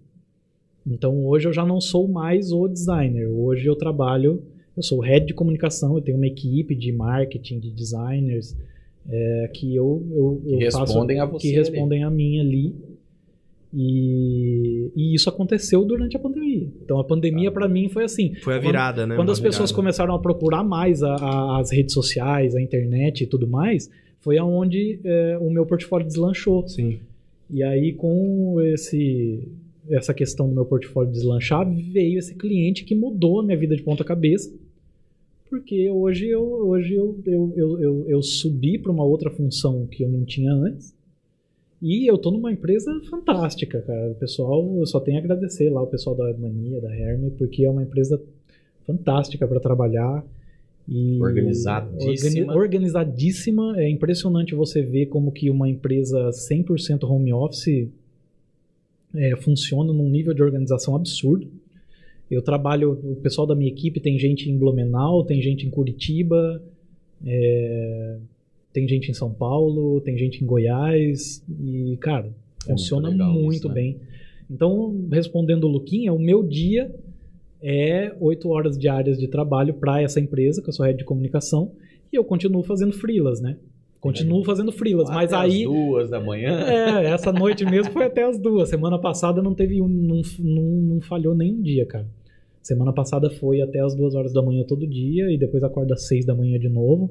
Speaker 3: Então hoje eu já não sou mais o designer, hoje eu trabalho, eu sou head de comunicação, eu tenho uma equipe de marketing, de designers, é, que eu, eu, eu
Speaker 1: Que
Speaker 3: faço
Speaker 1: respondem a você.
Speaker 3: que respondem a mim ali. E, e isso aconteceu durante a pandemia. Então a pandemia
Speaker 1: Tá.
Speaker 3: pra mim foi assim.
Speaker 2: Foi a
Speaker 3: Quando-
Speaker 2: virada, né?
Speaker 3: Quando
Speaker 2: uma
Speaker 3: as pessoas
Speaker 2: virada.
Speaker 3: começaram a procurar mais a- a- as redes sociais, a internet e tudo mais, foi aonde eh, o meu portfólio deslanchou.
Speaker 2: Sim.
Speaker 3: E aí, com esse, essa questão do meu portfólio deslanchar, veio esse cliente que mudou a minha vida de ponta cabeça. Porque hoje eu, hoje eu, eu, eu, eu, eu subi para uma outra função que eu não tinha antes. E eu tô numa empresa fantástica, cara. O pessoal, eu só tenho a agradecer lá o pessoal da Mania, da Hermes, porque é uma empresa fantástica para trabalhar. E
Speaker 1: Organizadíssima.
Speaker 3: Organi- organizadíssima. É impressionante você ver como que uma empresa 100% home office é, funciona num nível de organização absurdo. Eu trabalho, o pessoal da minha equipe tem gente em Blumenau, tem gente em Curitiba, é, tem gente em São Paulo, tem gente em Goiás e, cara, funciona
Speaker 1: É legal
Speaker 3: muito,
Speaker 1: isso, né?
Speaker 3: bem. Então, respondendo o Luquinha, o meu dia é oito horas diárias de trabalho para essa empresa, que eu sou head de comunicação, e eu continuo fazendo freelas, né? Continuo fazendo freelas,
Speaker 1: Lá
Speaker 3: mas
Speaker 1: até
Speaker 3: aí
Speaker 1: Às duas da manhã.
Speaker 3: é, essa noite mesmo foi até as duas. Semana passada não teve um, não, não, não falhou nenhum dia, cara. Semana passada foi até as duas horas da manhã todo dia e depois acorda às seis da manhã de novo.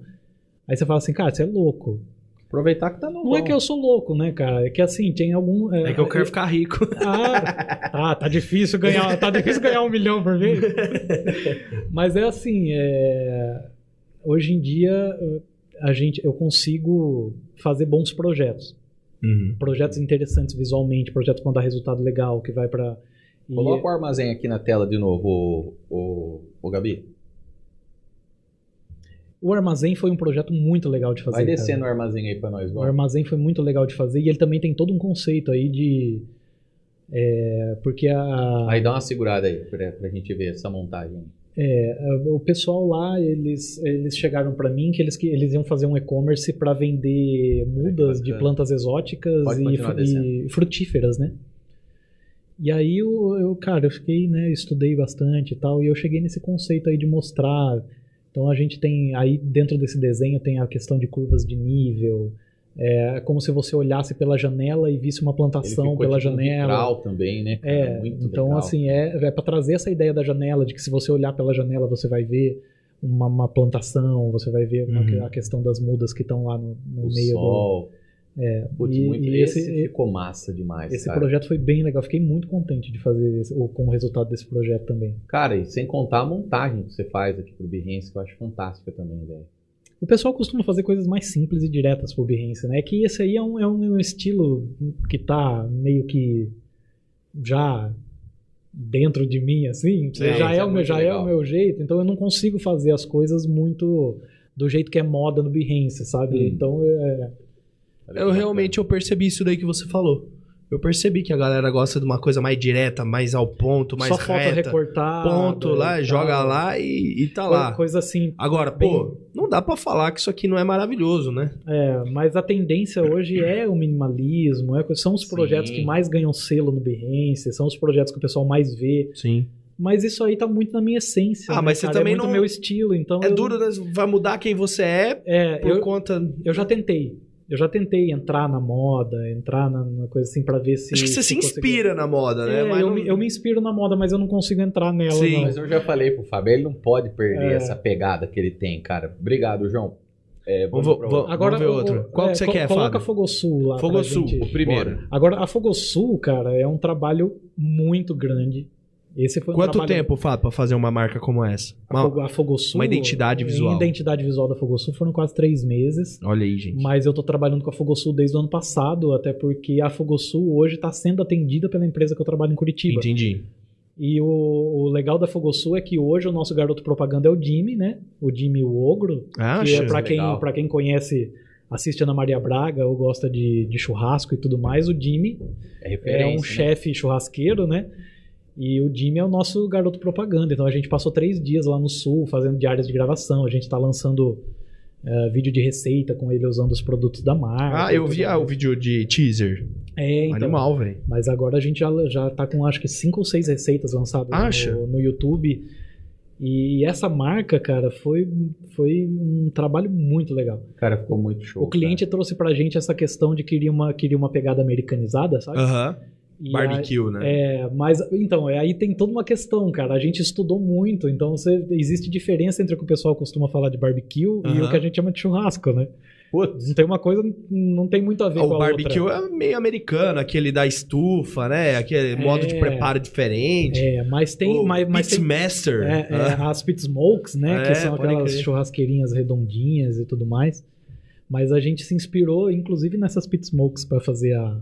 Speaker 3: Aí você fala assim, cara, você é louco.
Speaker 1: Aproveitar que tá no
Speaker 3: Não é que eu sou louco, né, cara? É que assim, tem algum.
Speaker 2: É que eu quero ficar rico.
Speaker 3: Ah, tá, tá difícil ganhar, tá difícil ganhar um milhão por mês. Mas é assim, é, hoje em dia a gente, eu consigo fazer bons projetos,
Speaker 2: Uhum.
Speaker 3: projetos interessantes visualmente, projetos que vão dar resultado legal, que vai pra. e-
Speaker 1: Coloca o armazém aqui na tela de novo, o, o, Gabi.
Speaker 3: O armazém foi um projeto muito legal de fazer.
Speaker 1: Vai
Speaker 3: cara.
Speaker 1: descendo o armazém aí pra nós,
Speaker 3: O
Speaker 1: vamos.
Speaker 3: armazém foi muito legal de fazer e ele também tem todo um conceito aí de. é, porque a,
Speaker 1: Aí dá uma segurada aí pra, pra gente ver essa montagem.
Speaker 3: o pessoal lá, eles, eles chegaram pra mim que eles, que eles iam fazer um e-commerce pra vender mudas de
Speaker 1: bacana.
Speaker 3: plantas exóticas
Speaker 1: Pode
Speaker 3: e,
Speaker 1: continuar
Speaker 3: fru-
Speaker 1: descendo.
Speaker 3: e frutíferas, né? E aí, eu, eu, cara, eu fiquei, né, eu estudei bastante e tal, e eu cheguei nesse conceito aí de mostrar. Então, a gente tem, aí dentro desse desenho tem a questão de curvas de nível, é como se você olhasse pela janela e visse uma plantação pela
Speaker 1: tipo um
Speaker 3: janela.
Speaker 1: vitral também, né? cara?
Speaker 3: É,
Speaker 1: muito
Speaker 3: então
Speaker 1: legal.
Speaker 3: assim, é, é para trazer essa ideia da janela, de que se você olhar pela janela você vai ver uma, uma plantação, você vai ver uma-
Speaker 2: Uhum.
Speaker 3: a questão das mudas que estão lá no, no
Speaker 1: o
Speaker 3: meio
Speaker 1: sol. É, Putz,
Speaker 3: e-
Speaker 1: muito,
Speaker 3: e
Speaker 1: esse,
Speaker 3: esse-
Speaker 1: ficou massa demais,
Speaker 3: do... Esse
Speaker 1: cara.
Speaker 3: projeto foi bem legal, fiquei muito contente de fazer esse- o- com o resultado desse projeto também.
Speaker 1: Cara, e sem contar a montagem que você faz aqui pro Behance, que eu acho fantástica também, velho.
Speaker 3: O pessoal costuma fazer coisas mais simples e diretas pro Behance, né? É que esse aí é um, é um estilo que tá meio que já dentro de mim, assim.
Speaker 2: Sim,
Speaker 3: já
Speaker 1: isso
Speaker 3: é,
Speaker 1: é
Speaker 3: o meu,
Speaker 1: muito
Speaker 3: já é
Speaker 1: legal.
Speaker 3: o meu jeito, então eu não consigo fazer as coisas muito do jeito que é moda no Behance, sabe?
Speaker 1: Hum.
Speaker 3: Então é,
Speaker 1: Olha é que
Speaker 2: Eu
Speaker 1: bacana.
Speaker 2: realmente eu percebi isso daí que você falou. Eu percebi que a galera gosta de uma coisa mais direta, mais ao ponto, mais
Speaker 3: só falta
Speaker 2: reta.
Speaker 3: recortar.
Speaker 2: Ponto lá, joga lá e, e tá lá.
Speaker 3: Coisa assim,
Speaker 2: Agora, pô, não dá pra falar que isso aqui não é maravilhoso, né?
Speaker 3: é, mas a tendência hoje é o minimalismo, é, são os projetos
Speaker 1: Sim.
Speaker 3: que mais ganham selo no Behance, são os projetos que o pessoal mais vê.
Speaker 2: Sim.
Speaker 3: Mas isso aí tá muito na minha essência.
Speaker 2: Ah,
Speaker 3: né,
Speaker 2: mas você
Speaker 3: cara?
Speaker 2: também
Speaker 3: é muito
Speaker 2: não-
Speaker 3: meu estilo, então.
Speaker 2: É
Speaker 3: eu-
Speaker 2: duro, né? Vai mudar quem você é
Speaker 3: É,
Speaker 2: por
Speaker 3: eu,
Speaker 2: conta.
Speaker 3: eu já tentei. Eu já tentei entrar na moda, entrar na, na coisa assim pra ver se.
Speaker 2: Acho que você se
Speaker 3: conseguia.
Speaker 2: inspira na moda, né?
Speaker 3: É,
Speaker 2: Mas
Speaker 3: eu,
Speaker 2: não-
Speaker 3: me, eu me inspiro na moda, mas eu não consigo entrar nela.
Speaker 2: Sim.
Speaker 3: não.
Speaker 1: é. Mas eu já falei pro Fábio, ele não pode perder
Speaker 3: É.
Speaker 1: essa pegada que ele tem, cara. Obrigado, João. É,
Speaker 2: Vamos,
Speaker 1: pra
Speaker 2: vamos,
Speaker 1: outra.
Speaker 2: vamos ver
Speaker 3: o-
Speaker 2: outro. Qual
Speaker 3: é,
Speaker 2: que você
Speaker 3: co-
Speaker 2: quer,
Speaker 3: Coloca
Speaker 2: Fábio?
Speaker 3: Fogosul lá. pra
Speaker 2: Fogosul,
Speaker 3: gente.
Speaker 1: o primeiro.
Speaker 2: Bora.
Speaker 3: Agora, a Fogosul, cara, é um trabalho muito grande. Esse foi um
Speaker 2: Quanto
Speaker 3: trabalho-
Speaker 2: tempo, Fábio, pra fazer uma marca como essa?
Speaker 3: A,
Speaker 2: Uma-
Speaker 3: Fogo- a Fogosul.
Speaker 2: uma identidade visual.
Speaker 3: A identidade visual da Fogosul foram quase três meses.
Speaker 2: Olha aí, gente.
Speaker 3: Mas eu tô trabalhando com a Fogosul desde o ano passado, até porque a Fogosul hoje está sendo atendida pela empresa que eu trabalho em Curitiba.
Speaker 2: Entendi.
Speaker 3: E o, o legal da Fogosul é que hoje o nosso garoto propaganda é o Jimmy, né? O Jimmy o Ogro, que
Speaker 2: Acha?
Speaker 3: é pra quem,
Speaker 1: Legal.
Speaker 3: pra quem conhece, assiste Ana Maria Braga ou gosta de, de churrasco e tudo mais, o Jimmy
Speaker 1: É
Speaker 3: é
Speaker 1: referência,
Speaker 3: um
Speaker 1: né?
Speaker 3: chefe churrasqueiro, né? E o Jimmy é o nosso garoto propaganda. Então a gente passou três dias lá no sul fazendo diárias de gravação. A gente tá lançando eh, vídeo de receita com ele usando os produtos da marca.
Speaker 2: Ah, eu
Speaker 3: tudo
Speaker 2: vi ah,
Speaker 3: mais.
Speaker 2: o vídeo de teaser.
Speaker 3: É, então.
Speaker 2: Animal, velho.
Speaker 3: Mas agora a gente já, já tá com acho que cinco ou seis receitas lançadas
Speaker 2: Acha?
Speaker 3: no, no YouTube. E essa marca, cara, foi, foi um trabalho muito legal.
Speaker 1: né? Cara, ficou muito show.
Speaker 3: o cliente trouxe pra gente essa questão de queria uma, queria uma pegada americanizada, sabe?
Speaker 2: Aham.
Speaker 3: E a-
Speaker 2: Barbecue, né?
Speaker 3: é, mas então, é, aí tem toda uma questão, cara. A gente estudou muito, então você- existe diferença entre o que o pessoal costuma falar de barbecue e
Speaker 2: Aham.
Speaker 3: o que a gente chama de churrasco, né?
Speaker 1: Putz.
Speaker 3: Não tem uma coisa, não tem muito a ver com
Speaker 2: o
Speaker 3: a
Speaker 2: Ah, barbecue
Speaker 3: outra.
Speaker 2: é meio americano, aquele da estufa, né? Aquele modo de preparo diferente.
Speaker 3: É, mas tem,
Speaker 2: o
Speaker 3: mas, mas tem
Speaker 2: Pitmaster.
Speaker 3: É, é,
Speaker 2: Ah,
Speaker 3: as pit smokes, né?
Speaker 2: É,
Speaker 3: que são
Speaker 2: pode
Speaker 3: aquelas
Speaker 2: crer.
Speaker 3: churrasqueirinhas redondinhas e tudo mais. Mas a gente se inspirou, inclusive, nessas pit smokes pra fazer a-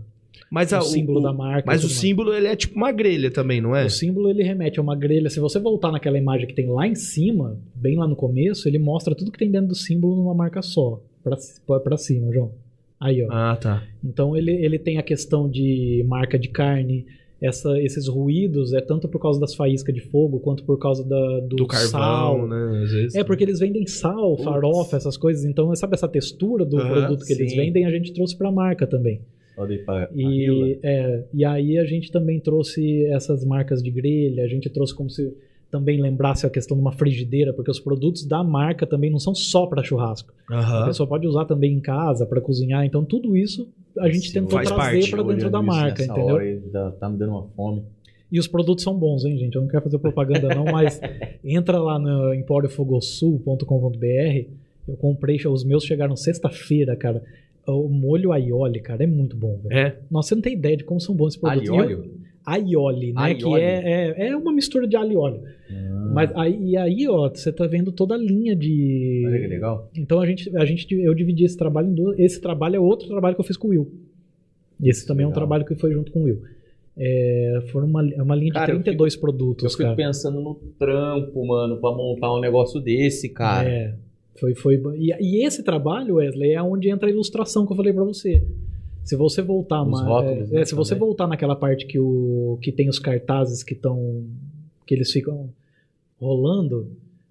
Speaker 2: Mas, a-
Speaker 3: o símbolo
Speaker 2: o,
Speaker 3: da marca. e
Speaker 2: mas o
Speaker 3: tudo mais.
Speaker 2: símbolo, ele é tipo uma grelha também, não é?
Speaker 3: O símbolo ele remete a uma grelha. Se você voltar naquela imagem que tem lá em cima, bem lá no começo, ele mostra tudo que tem dentro do símbolo numa marca só. Pra, ci- pra- pra cima, João. Aí, ó.
Speaker 2: Ah, tá.
Speaker 3: Então ele, ele tem a questão de marca de carne, essa- esses ruídos é tanto por causa das faíscas de fogo quanto por causa da- do,
Speaker 2: Do carvão,
Speaker 3: sal.
Speaker 2: né? Às vezes.
Speaker 3: É, porque eles vendem sal,
Speaker 1: Putz.
Speaker 3: farofa, essas coisas. Então, sabe essa textura do
Speaker 2: Aham,
Speaker 3: produto que eles
Speaker 1: sim.
Speaker 3: vendem, a gente trouxe pra marca também.
Speaker 1: Olha aí pra pra Hila.
Speaker 3: E, é, e aí a gente também trouxe essas marcas de grelha, a gente trouxe como se também lembrasse a questão de uma frigideira, porque os produtos da marca também não são só pra churrasco.
Speaker 1: Tá.
Speaker 3: A
Speaker 2: Aham.
Speaker 3: pessoa pode usar também em casa, pra cozinhar. Então, tudo isso a gente
Speaker 1: Sim,
Speaker 3: tentou
Speaker 2: faz
Speaker 3: trazer
Speaker 2: parte,
Speaker 3: pra dentro
Speaker 1: Olhando
Speaker 3: da
Speaker 1: isso
Speaker 3: marca,
Speaker 1: nessa
Speaker 3: entendeu?
Speaker 1: hora, ele dá- tá me dando uma fome.
Speaker 3: E os produtos são bons, hein, gente? Eu não quero fazer propaganda, não, mas entra lá no empóriofogosul.com.br. Eu comprei, os meus chegaram sexta-feira, cara. o molho aioli, cara, é muito bom, velho.
Speaker 2: É.
Speaker 3: Nossa, você não tem ideia de como são bons esses produtos.
Speaker 1: Alho
Speaker 3: E
Speaker 1: e
Speaker 3: o-
Speaker 1: óleo?
Speaker 3: Aioli, né?
Speaker 1: Aioli. Ah.
Speaker 3: Que é, é, é uma mistura de alho e óleo. Mas aí, e aí, ó, você tá vendo toda a linha de.
Speaker 1: Olha que legal.
Speaker 3: Então a gente, a gente, eu dividi esse trabalho em duas. Esse trabalho é outro trabalho que eu fiz com o Will. Esse também é um
Speaker 1: Legal.
Speaker 3: trabalho que foi junto com o Will. É, foram uma, é uma linha de
Speaker 1: Cara, eu
Speaker 3: 32
Speaker 1: Eu
Speaker 3: produtos,
Speaker 1: fico
Speaker 3: cara.
Speaker 1: pensando no trampo, mano, pra montar um negócio desse, cara.
Speaker 3: É, foi, foi. E, e esse trabalho, Wesley, é onde entra a ilustração que eu falei pra você. Se você voltar
Speaker 1: Os
Speaker 3: mais,
Speaker 1: rótulos,
Speaker 3: é,
Speaker 1: né,
Speaker 3: se você
Speaker 1: também.
Speaker 3: voltar naquela parte que o que tem os cartazes que estão que eles ficam rolando,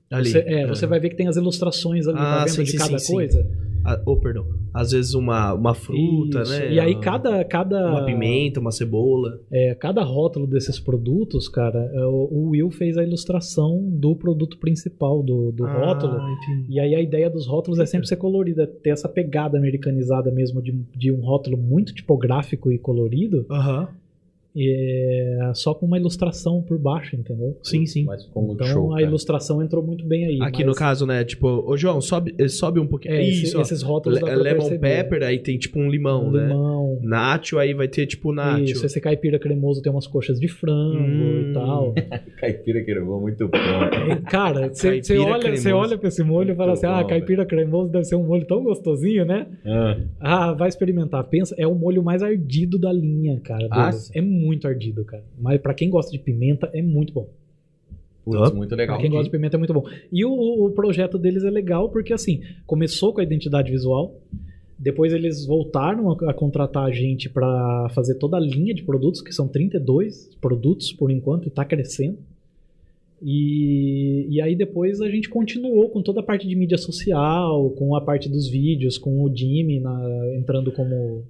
Speaker 2: Ali.
Speaker 3: você, é,
Speaker 2: Ah.
Speaker 3: você vai ver que tem as ilustrações ali,
Speaker 2: Ah,
Speaker 3: tá vendo
Speaker 2: sim,
Speaker 3: de
Speaker 2: sim,
Speaker 3: cada
Speaker 2: sim, sim.
Speaker 3: coisa.
Speaker 2: Ah, oh, perdão. Às vezes uma, uma fruta,
Speaker 3: Isso.
Speaker 2: né?
Speaker 3: E aí
Speaker 2: Uma-
Speaker 3: cada cada
Speaker 2: Uma pimenta, uma cebola.
Speaker 3: é, cada rótulo desses produtos, cara, é, o, o Will fez a ilustração do produto principal do, do rótulo.
Speaker 2: Ah, entendi.
Speaker 3: E aí a ideia dos rótulos é sempre ser colorida, ter essa pegada americanizada mesmo de, de um rótulo muito tipográfico e colorido,
Speaker 2: Aham.
Speaker 3: é, só com uma ilustração por baixo, entendeu?
Speaker 2: Sim, sim.
Speaker 1: Mas ficou muito
Speaker 3: Então
Speaker 1: show.
Speaker 3: a
Speaker 1: cara.
Speaker 3: ilustração entrou muito bem aí.
Speaker 2: Aqui no
Speaker 3: mas-
Speaker 2: caso, né? Tipo, ô João, sobe, eh, sobe um pouquinho.
Speaker 3: é, esse-
Speaker 2: Isso, ó.
Speaker 3: esses rótulos
Speaker 2: Le- eh,
Speaker 3: dá pra
Speaker 2: Lemon
Speaker 3: perceber.
Speaker 2: pepper, aí tem tipo um limão,
Speaker 3: Um
Speaker 2: né?
Speaker 3: limão.
Speaker 2: Nacho, aí vai ter tipo nacho.
Speaker 3: Isso, esse caipira cremoso tem umas coxas de frango
Speaker 2: Hum.
Speaker 3: e tal.
Speaker 1: Caipira que levou muito bom.
Speaker 3: Cara, você você
Speaker 2: Caipira
Speaker 3: olha, você
Speaker 2: cremoso.
Speaker 3: olha pra esse molho e fala
Speaker 1: Muito
Speaker 3: assim: ah,
Speaker 1: bom,
Speaker 3: caipira cremoso deve ser um molho tão gostosinho, né?
Speaker 1: Ah.
Speaker 3: Ah, vai experimentar. Pensa, é o molho mais ardido da linha, cara.
Speaker 1: Ah,
Speaker 3: deles.
Speaker 1: sim.
Speaker 3: é muito ardido, cara. Mas pra quem gosta de pimenta, é muito bom.
Speaker 1: Putz, muito
Speaker 3: Pra
Speaker 1: legal.
Speaker 3: quem gosta de pimenta, é muito bom. E o, o projeto deles é legal porque, assim, começou com a identidade visual. Depois eles voltaram a, a contratar a gente pra fazer toda a linha de produtos, que são 32 produtos por enquanto, e tá crescendo. E, e aí depois a gente continuou com toda a parte de mídia social, com a parte dos vídeos, com o Jimmy na- entrando como,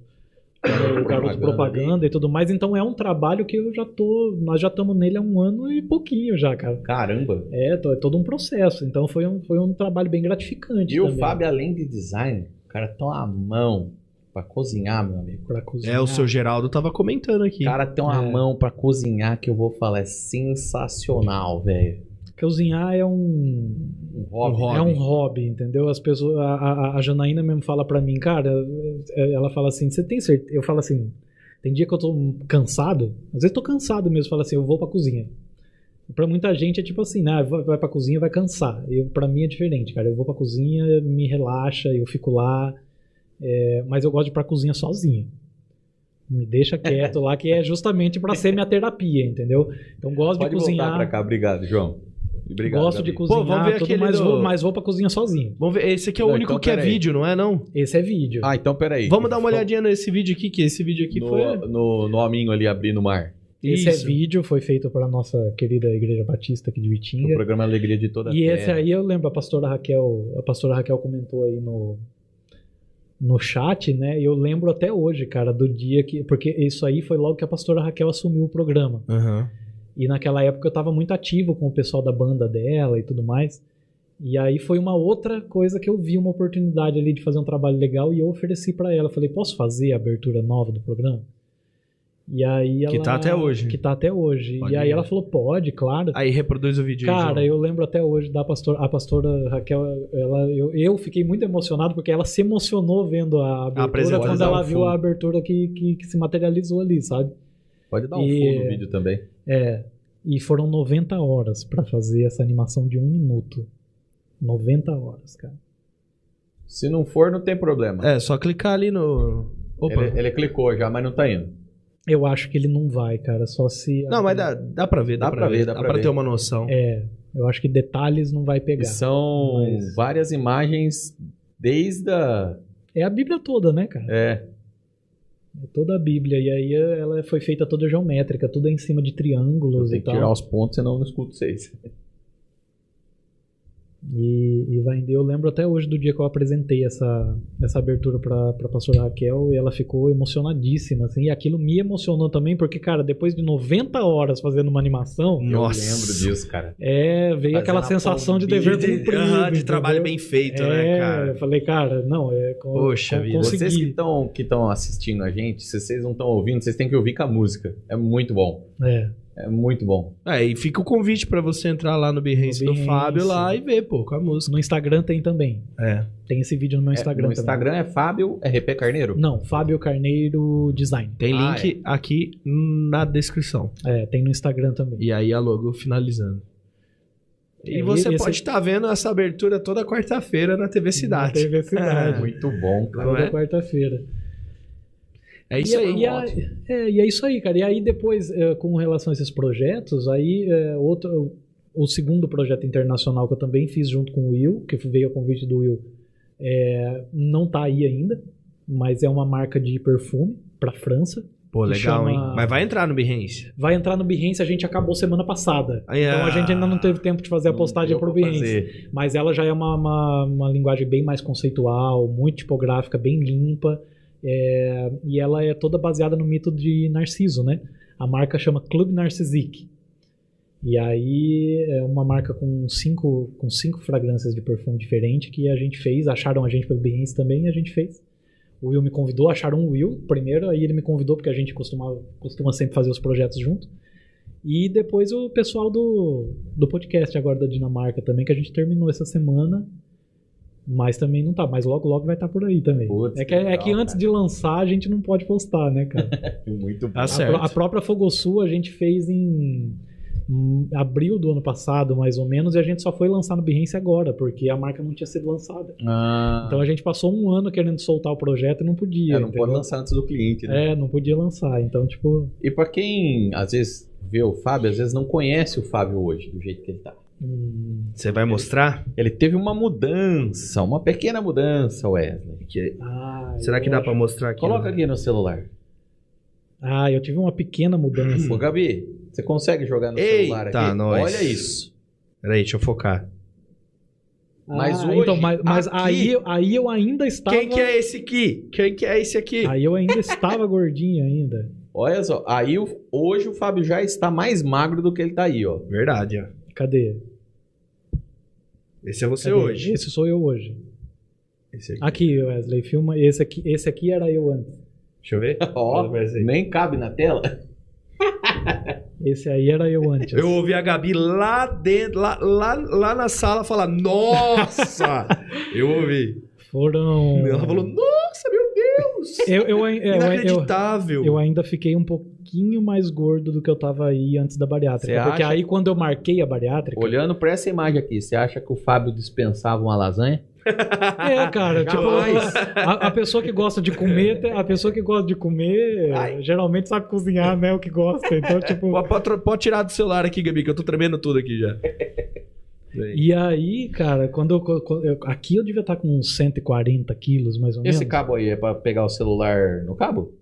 Speaker 3: como o garoto
Speaker 1: Propaganda
Speaker 3: propaganda e tudo mais. Então é um trabalho que eu já tô. Nós já estamos nele há um ano e pouquinho já, cara.
Speaker 1: Caramba.
Speaker 3: É, to- é todo um processo. Então foi um, foi um trabalho bem gratificante.
Speaker 1: E o
Speaker 3: também.
Speaker 1: Fábio, além de design, o cara tem uma mão pra cozinhar, meu amigo.
Speaker 3: Pra cozinhar.
Speaker 2: É, o seu Geraldo tava comentando
Speaker 1: O
Speaker 2: aqui.
Speaker 1: cara tem uma
Speaker 3: É.
Speaker 1: mão pra cozinhar que eu vou falar, é sensacional, velho.
Speaker 3: Cozinhar é um.
Speaker 1: Um hobby.
Speaker 2: hobby.
Speaker 3: É um hobby, entendeu? As pessoas, a- a, a Janaína mesmo fala pra mim, cara, é- ela fala assim, você tem certeza? Eu falo assim, tem dia que eu tô cansado, às vezes eu tô cansado mesmo, fala assim, eu vou pra cozinha. Pra muita gente é tipo assim, né, vai vai pra cozinha, vai cansar. Eu, pra mim é diferente, cara, eu vou pra cozinha, me relaxa, eu fico lá, é, mas eu gosto de ir pra cozinha sozinho. Me deixa quieto lá, que é justamente pra ser minha terapia, entendeu? Então gosto
Speaker 1: Pode
Speaker 3: de cozinhar,
Speaker 1: voltar pra cá, obrigado, João. Obrigado.
Speaker 3: gosto de
Speaker 1: Gabi.
Speaker 2: vamos
Speaker 3: cozinhar,
Speaker 2: ver
Speaker 3: tudo,
Speaker 2: aquele
Speaker 3: mas,
Speaker 2: do-
Speaker 3: vou, mas vou pra cozinha sozinho.
Speaker 2: Vamos ver, esse aqui é o
Speaker 1: Não,
Speaker 2: único
Speaker 1: então
Speaker 2: que é
Speaker 1: peraí.
Speaker 2: vídeo, não é não?
Speaker 3: Esse é vídeo.
Speaker 1: Ah, então peraí.
Speaker 2: Vamos dar uma olhadinha nesse vídeo aqui, que esse vídeo aqui
Speaker 1: no,
Speaker 2: foi...
Speaker 1: no, no hominho ali abrindo o mar.
Speaker 3: esse
Speaker 2: Isso.
Speaker 3: é vídeo, foi feito para nossa querida Igreja Batista aqui de
Speaker 1: No
Speaker 3: Bitinga.
Speaker 1: programa Alegria de Toda a
Speaker 2: É.
Speaker 3: E esse
Speaker 1: Terra.
Speaker 3: aí eu lembro, a pastora Raquel, a pastora Raquel comentou aí no no chat, né? E eu lembro até hoje, cara, do dia que, porque isso aí foi logo que a pastora Raquel assumiu o programa.
Speaker 2: Aham.
Speaker 3: E naquela época eu tava muito ativo com o pessoal da banda dela e tudo mais. E aí foi uma outra coisa que eu vi uma oportunidade ali de fazer um trabalho legal e eu ofereci pra ela, falei: "Posso fazer a abertura nova do programa?" E aí ela
Speaker 2: Que tá até hoje.
Speaker 3: que tá até hoje.
Speaker 2: Olha
Speaker 3: E aí
Speaker 2: aí.
Speaker 3: ela falou: "Pode, claro".
Speaker 2: Aí reproduz o vídeo
Speaker 3: Cara,
Speaker 2: aí, João.
Speaker 3: eu lembro até hoje da pastora, a pastora Raquel, ela, eu, eu fiquei muito emocionado porque ela se emocionou vendo a abertura
Speaker 2: apresentação,
Speaker 3: quando ela
Speaker 2: um
Speaker 3: viu
Speaker 2: fundo.
Speaker 3: a abertura que, que, que se materializou ali, sabe?
Speaker 1: Pode dar um
Speaker 3: E-
Speaker 1: fundo no vídeo também.
Speaker 3: É. E foram 90 horas pra fazer essa animação de um minuto. 90 horas, cara.
Speaker 1: Se não for, não tem problema.
Speaker 2: É, só clicar ali no... Opa.
Speaker 1: Ele, ele clicou já, mas não tá indo.
Speaker 3: Eu acho que ele não vai, cara, só se.
Speaker 2: Não, mas dá, dá pra ver, é- dá, pra, ver, Dá, pra,
Speaker 1: ver.
Speaker 2: ter uma noção.
Speaker 3: É, eu acho que detalhes não vai
Speaker 1: E
Speaker 3: pegar.
Speaker 1: são
Speaker 3: É, Mas-
Speaker 1: várias imagens desde a...
Speaker 3: É a Bíblia toda, né, cara?
Speaker 1: É,
Speaker 3: É toda a Bíblia. E aí eh, ela foi feita toda geométrica, tudo em cima de
Speaker 1: eu
Speaker 3: triângulos e
Speaker 1: tenho que
Speaker 3: tal.
Speaker 1: tirar os pontos, senão eu não escuto vocês.
Speaker 3: E, e vai eu lembro até hoje do dia que eu apresentei essa, essa abertura pra, pra pastora Raquel e ela ficou emocionadíssima, assim, e aquilo me emocionou também, porque, cara, depois de 90 horas fazendo uma animação,
Speaker 2: Nossa.
Speaker 1: Eu lembro disso, cara.
Speaker 3: é, veio
Speaker 1: Fazendo
Speaker 3: aquela
Speaker 1: a
Speaker 3: sensação de
Speaker 1: pombinha
Speaker 3: dever
Speaker 2: de,
Speaker 3: cumprido.
Speaker 2: aham, de
Speaker 3: entendeu?
Speaker 2: trabalho bem feito,
Speaker 3: é,
Speaker 2: né, cara?
Speaker 3: Eu falei, cara, não, é. co-
Speaker 2: Poxa
Speaker 3: co-
Speaker 2: vida,
Speaker 1: Vocês que
Speaker 3: consegui.
Speaker 1: estão que tão assistindo a gente, se vocês não estão ouvindo, vocês têm que ouvir com a música. É muito bom.
Speaker 3: É,
Speaker 1: É muito bom.
Speaker 2: É, e fica o convite pra você entrar lá no Behance, do
Speaker 3: Behance.
Speaker 2: Fábio lá e ver, pô, com a música.
Speaker 3: No Instagram tem também.
Speaker 2: É.
Speaker 3: Tem esse vídeo no meu Instagram
Speaker 1: é, no
Speaker 3: também.
Speaker 1: Instagram é Fábio RP Carneiro.
Speaker 3: Não, Fábio Carneiro Design.
Speaker 2: Tem
Speaker 1: Ah,
Speaker 2: link aqui na descrição.
Speaker 3: É, tem no Instagram também.
Speaker 2: E aí a logo finalizando. E,
Speaker 3: É,
Speaker 2: você
Speaker 3: e esse-
Speaker 2: pode estar vendo essa abertura toda quarta-feira na TV Cidade.
Speaker 3: Na TV Cidade.
Speaker 2: É.
Speaker 1: Muito bom, cara.
Speaker 2: Não
Speaker 3: Toda
Speaker 2: é?
Speaker 3: quarta-feira.
Speaker 2: É isso
Speaker 3: e,
Speaker 2: aí.
Speaker 3: E, a- é, e é isso aí, cara. E aí depois, eh, com relação a esses projetos, aí eh, outro, o segundo projeto internacional que eu também fiz junto com o Will, que veio a convite do Will, eh, não tá aí ainda, mas é uma marca de perfume para França.
Speaker 2: Pô,
Speaker 3: que
Speaker 2: legal,
Speaker 3: chama-
Speaker 2: hein? Mas vai entrar no Behance.
Speaker 3: Vai entrar no Behance, a gente acabou semana passada.
Speaker 2: Aí,
Speaker 3: Então a
Speaker 2: ah,
Speaker 3: gente ainda não teve tempo de fazer a postagem
Speaker 1: Não
Speaker 3: pro
Speaker 1: deu pra
Speaker 3: Behance.
Speaker 1: fazer.
Speaker 3: Mas ela já é uma, uma, uma linguagem bem mais conceitual, muito tipográfica, bem limpa. é, e ela é toda baseada no mito de Narciso, né? A marca chama Club Narcisique. E aí é uma marca com cinco, com cinco fragrâncias de perfume diferente que a gente fez. Acharam a gente pelo Behance também e a gente fez. O Will me convidou, acharam o Will primeiro, aí ele me convidou porque a gente costuma, costuma sempre fazer os projetos junto. E depois o pessoal do, do podcast agora da Dinamarca também, que a gente terminou essa semana. Mas também não tá, mas logo logo vai estar por aí também.
Speaker 1: Putz,
Speaker 3: é que,
Speaker 1: que
Speaker 3: é
Speaker 1: legal,
Speaker 3: que antes
Speaker 1: cara.
Speaker 3: de lançar a gente não pode postar, né, cara?
Speaker 1: Muito bom.
Speaker 2: Tá
Speaker 3: A
Speaker 2: certo.
Speaker 3: pró- A, própria Fogosul a gente fez em em abril do ano passado, mais ou menos, e a gente só foi lançar no Behance agora, porque a marca não tinha sido lançada.
Speaker 1: Ah,
Speaker 3: Então a gente passou um ano querendo soltar o projeto e não podia.
Speaker 1: é, não pode
Speaker 3: entendeu?
Speaker 1: lançar antes do cliente, né?
Speaker 3: É, não podia lançar. Então, tipo,
Speaker 1: E pra quem às vezes vê o Fábio, às vezes não conhece o Fábio hoje, do jeito que ele tá.
Speaker 3: hum,
Speaker 2: Você vai mostrar?
Speaker 1: Ele teve uma mudança, uma pequena mudança, Wesley.
Speaker 2: Que- é
Speaker 3: ah,
Speaker 2: Será
Speaker 3: eu
Speaker 2: que dá
Speaker 3: acho-
Speaker 2: pra mostrar aqui?
Speaker 1: Coloca aqui no celular.
Speaker 3: Ah, eu tive uma pequena
Speaker 2: Hum.
Speaker 3: mudança.
Speaker 1: Ô, Gabi, você consegue jogar no celular
Speaker 2: Eita,
Speaker 1: aqui?
Speaker 2: nós.
Speaker 1: Olha isso.
Speaker 2: Peraí, deixa eu focar.
Speaker 1: Mas
Speaker 3: ah,
Speaker 1: hoje,
Speaker 3: então, mas, mas
Speaker 1: aqui-
Speaker 3: aí, aí eu ainda
Speaker 1: Tá
Speaker 3: estava.
Speaker 2: Quem que é esse aqui? Quem que é esse aqui?
Speaker 3: Aí eu ainda estava gordinho ainda.
Speaker 1: Olha só. Aí o- hoje o Fábio já está mais magro do que ele tá aí, ó.
Speaker 2: Verdade, ó.
Speaker 3: Cadê?
Speaker 2: Esse é você
Speaker 3: Cadê?
Speaker 2: hoje.
Speaker 3: Esse sou eu hoje.
Speaker 2: Esse aqui.
Speaker 3: Aqui, Wesley, filma. Esse aqui, esse aqui era eu antes.
Speaker 2: Deixa eu ver.
Speaker 1: Ó,
Speaker 2: Vai aparecer.
Speaker 1: nem cabe na tela.
Speaker 3: Esse aí era eu antes.
Speaker 2: Eu ouvi a Gabi lá dentro, lá, lá, lá na sala falar, nossa! eu ouvi.
Speaker 3: Foram.
Speaker 2: Ela falou, nossa, meu Deus!
Speaker 3: Eu, eu, ai- é, eu, ai- eu,
Speaker 2: Inacreditável!
Speaker 3: eu ainda fiquei um pouquinho mais gordo do que eu tava aí antes da bariátrica.
Speaker 1: Você
Speaker 3: porque
Speaker 1: acha?
Speaker 3: aí quando eu marquei a bariátrica.
Speaker 1: Olhando pra essa imagem aqui, você acha que o Fábio dispensava uma lasanha?
Speaker 3: É, cara, tipo,
Speaker 2: Capaz.
Speaker 3: a, a pessoa que gosta de comer, a pessoa que gosta de comer,
Speaker 2: Ai.
Speaker 3: geralmente sabe cozinhar, né? O que gosta. Então, tipo.
Speaker 2: Pô, Pode, pode tirar do celular aqui, Gabi, que eu tô tremendo tudo aqui já. Aí.
Speaker 3: E aí, cara, quando eu, quando eu- Aqui eu devia estar com uns 140 quilos, mais ou menos.
Speaker 1: Esse cabo aí é pra pegar o celular no cabo?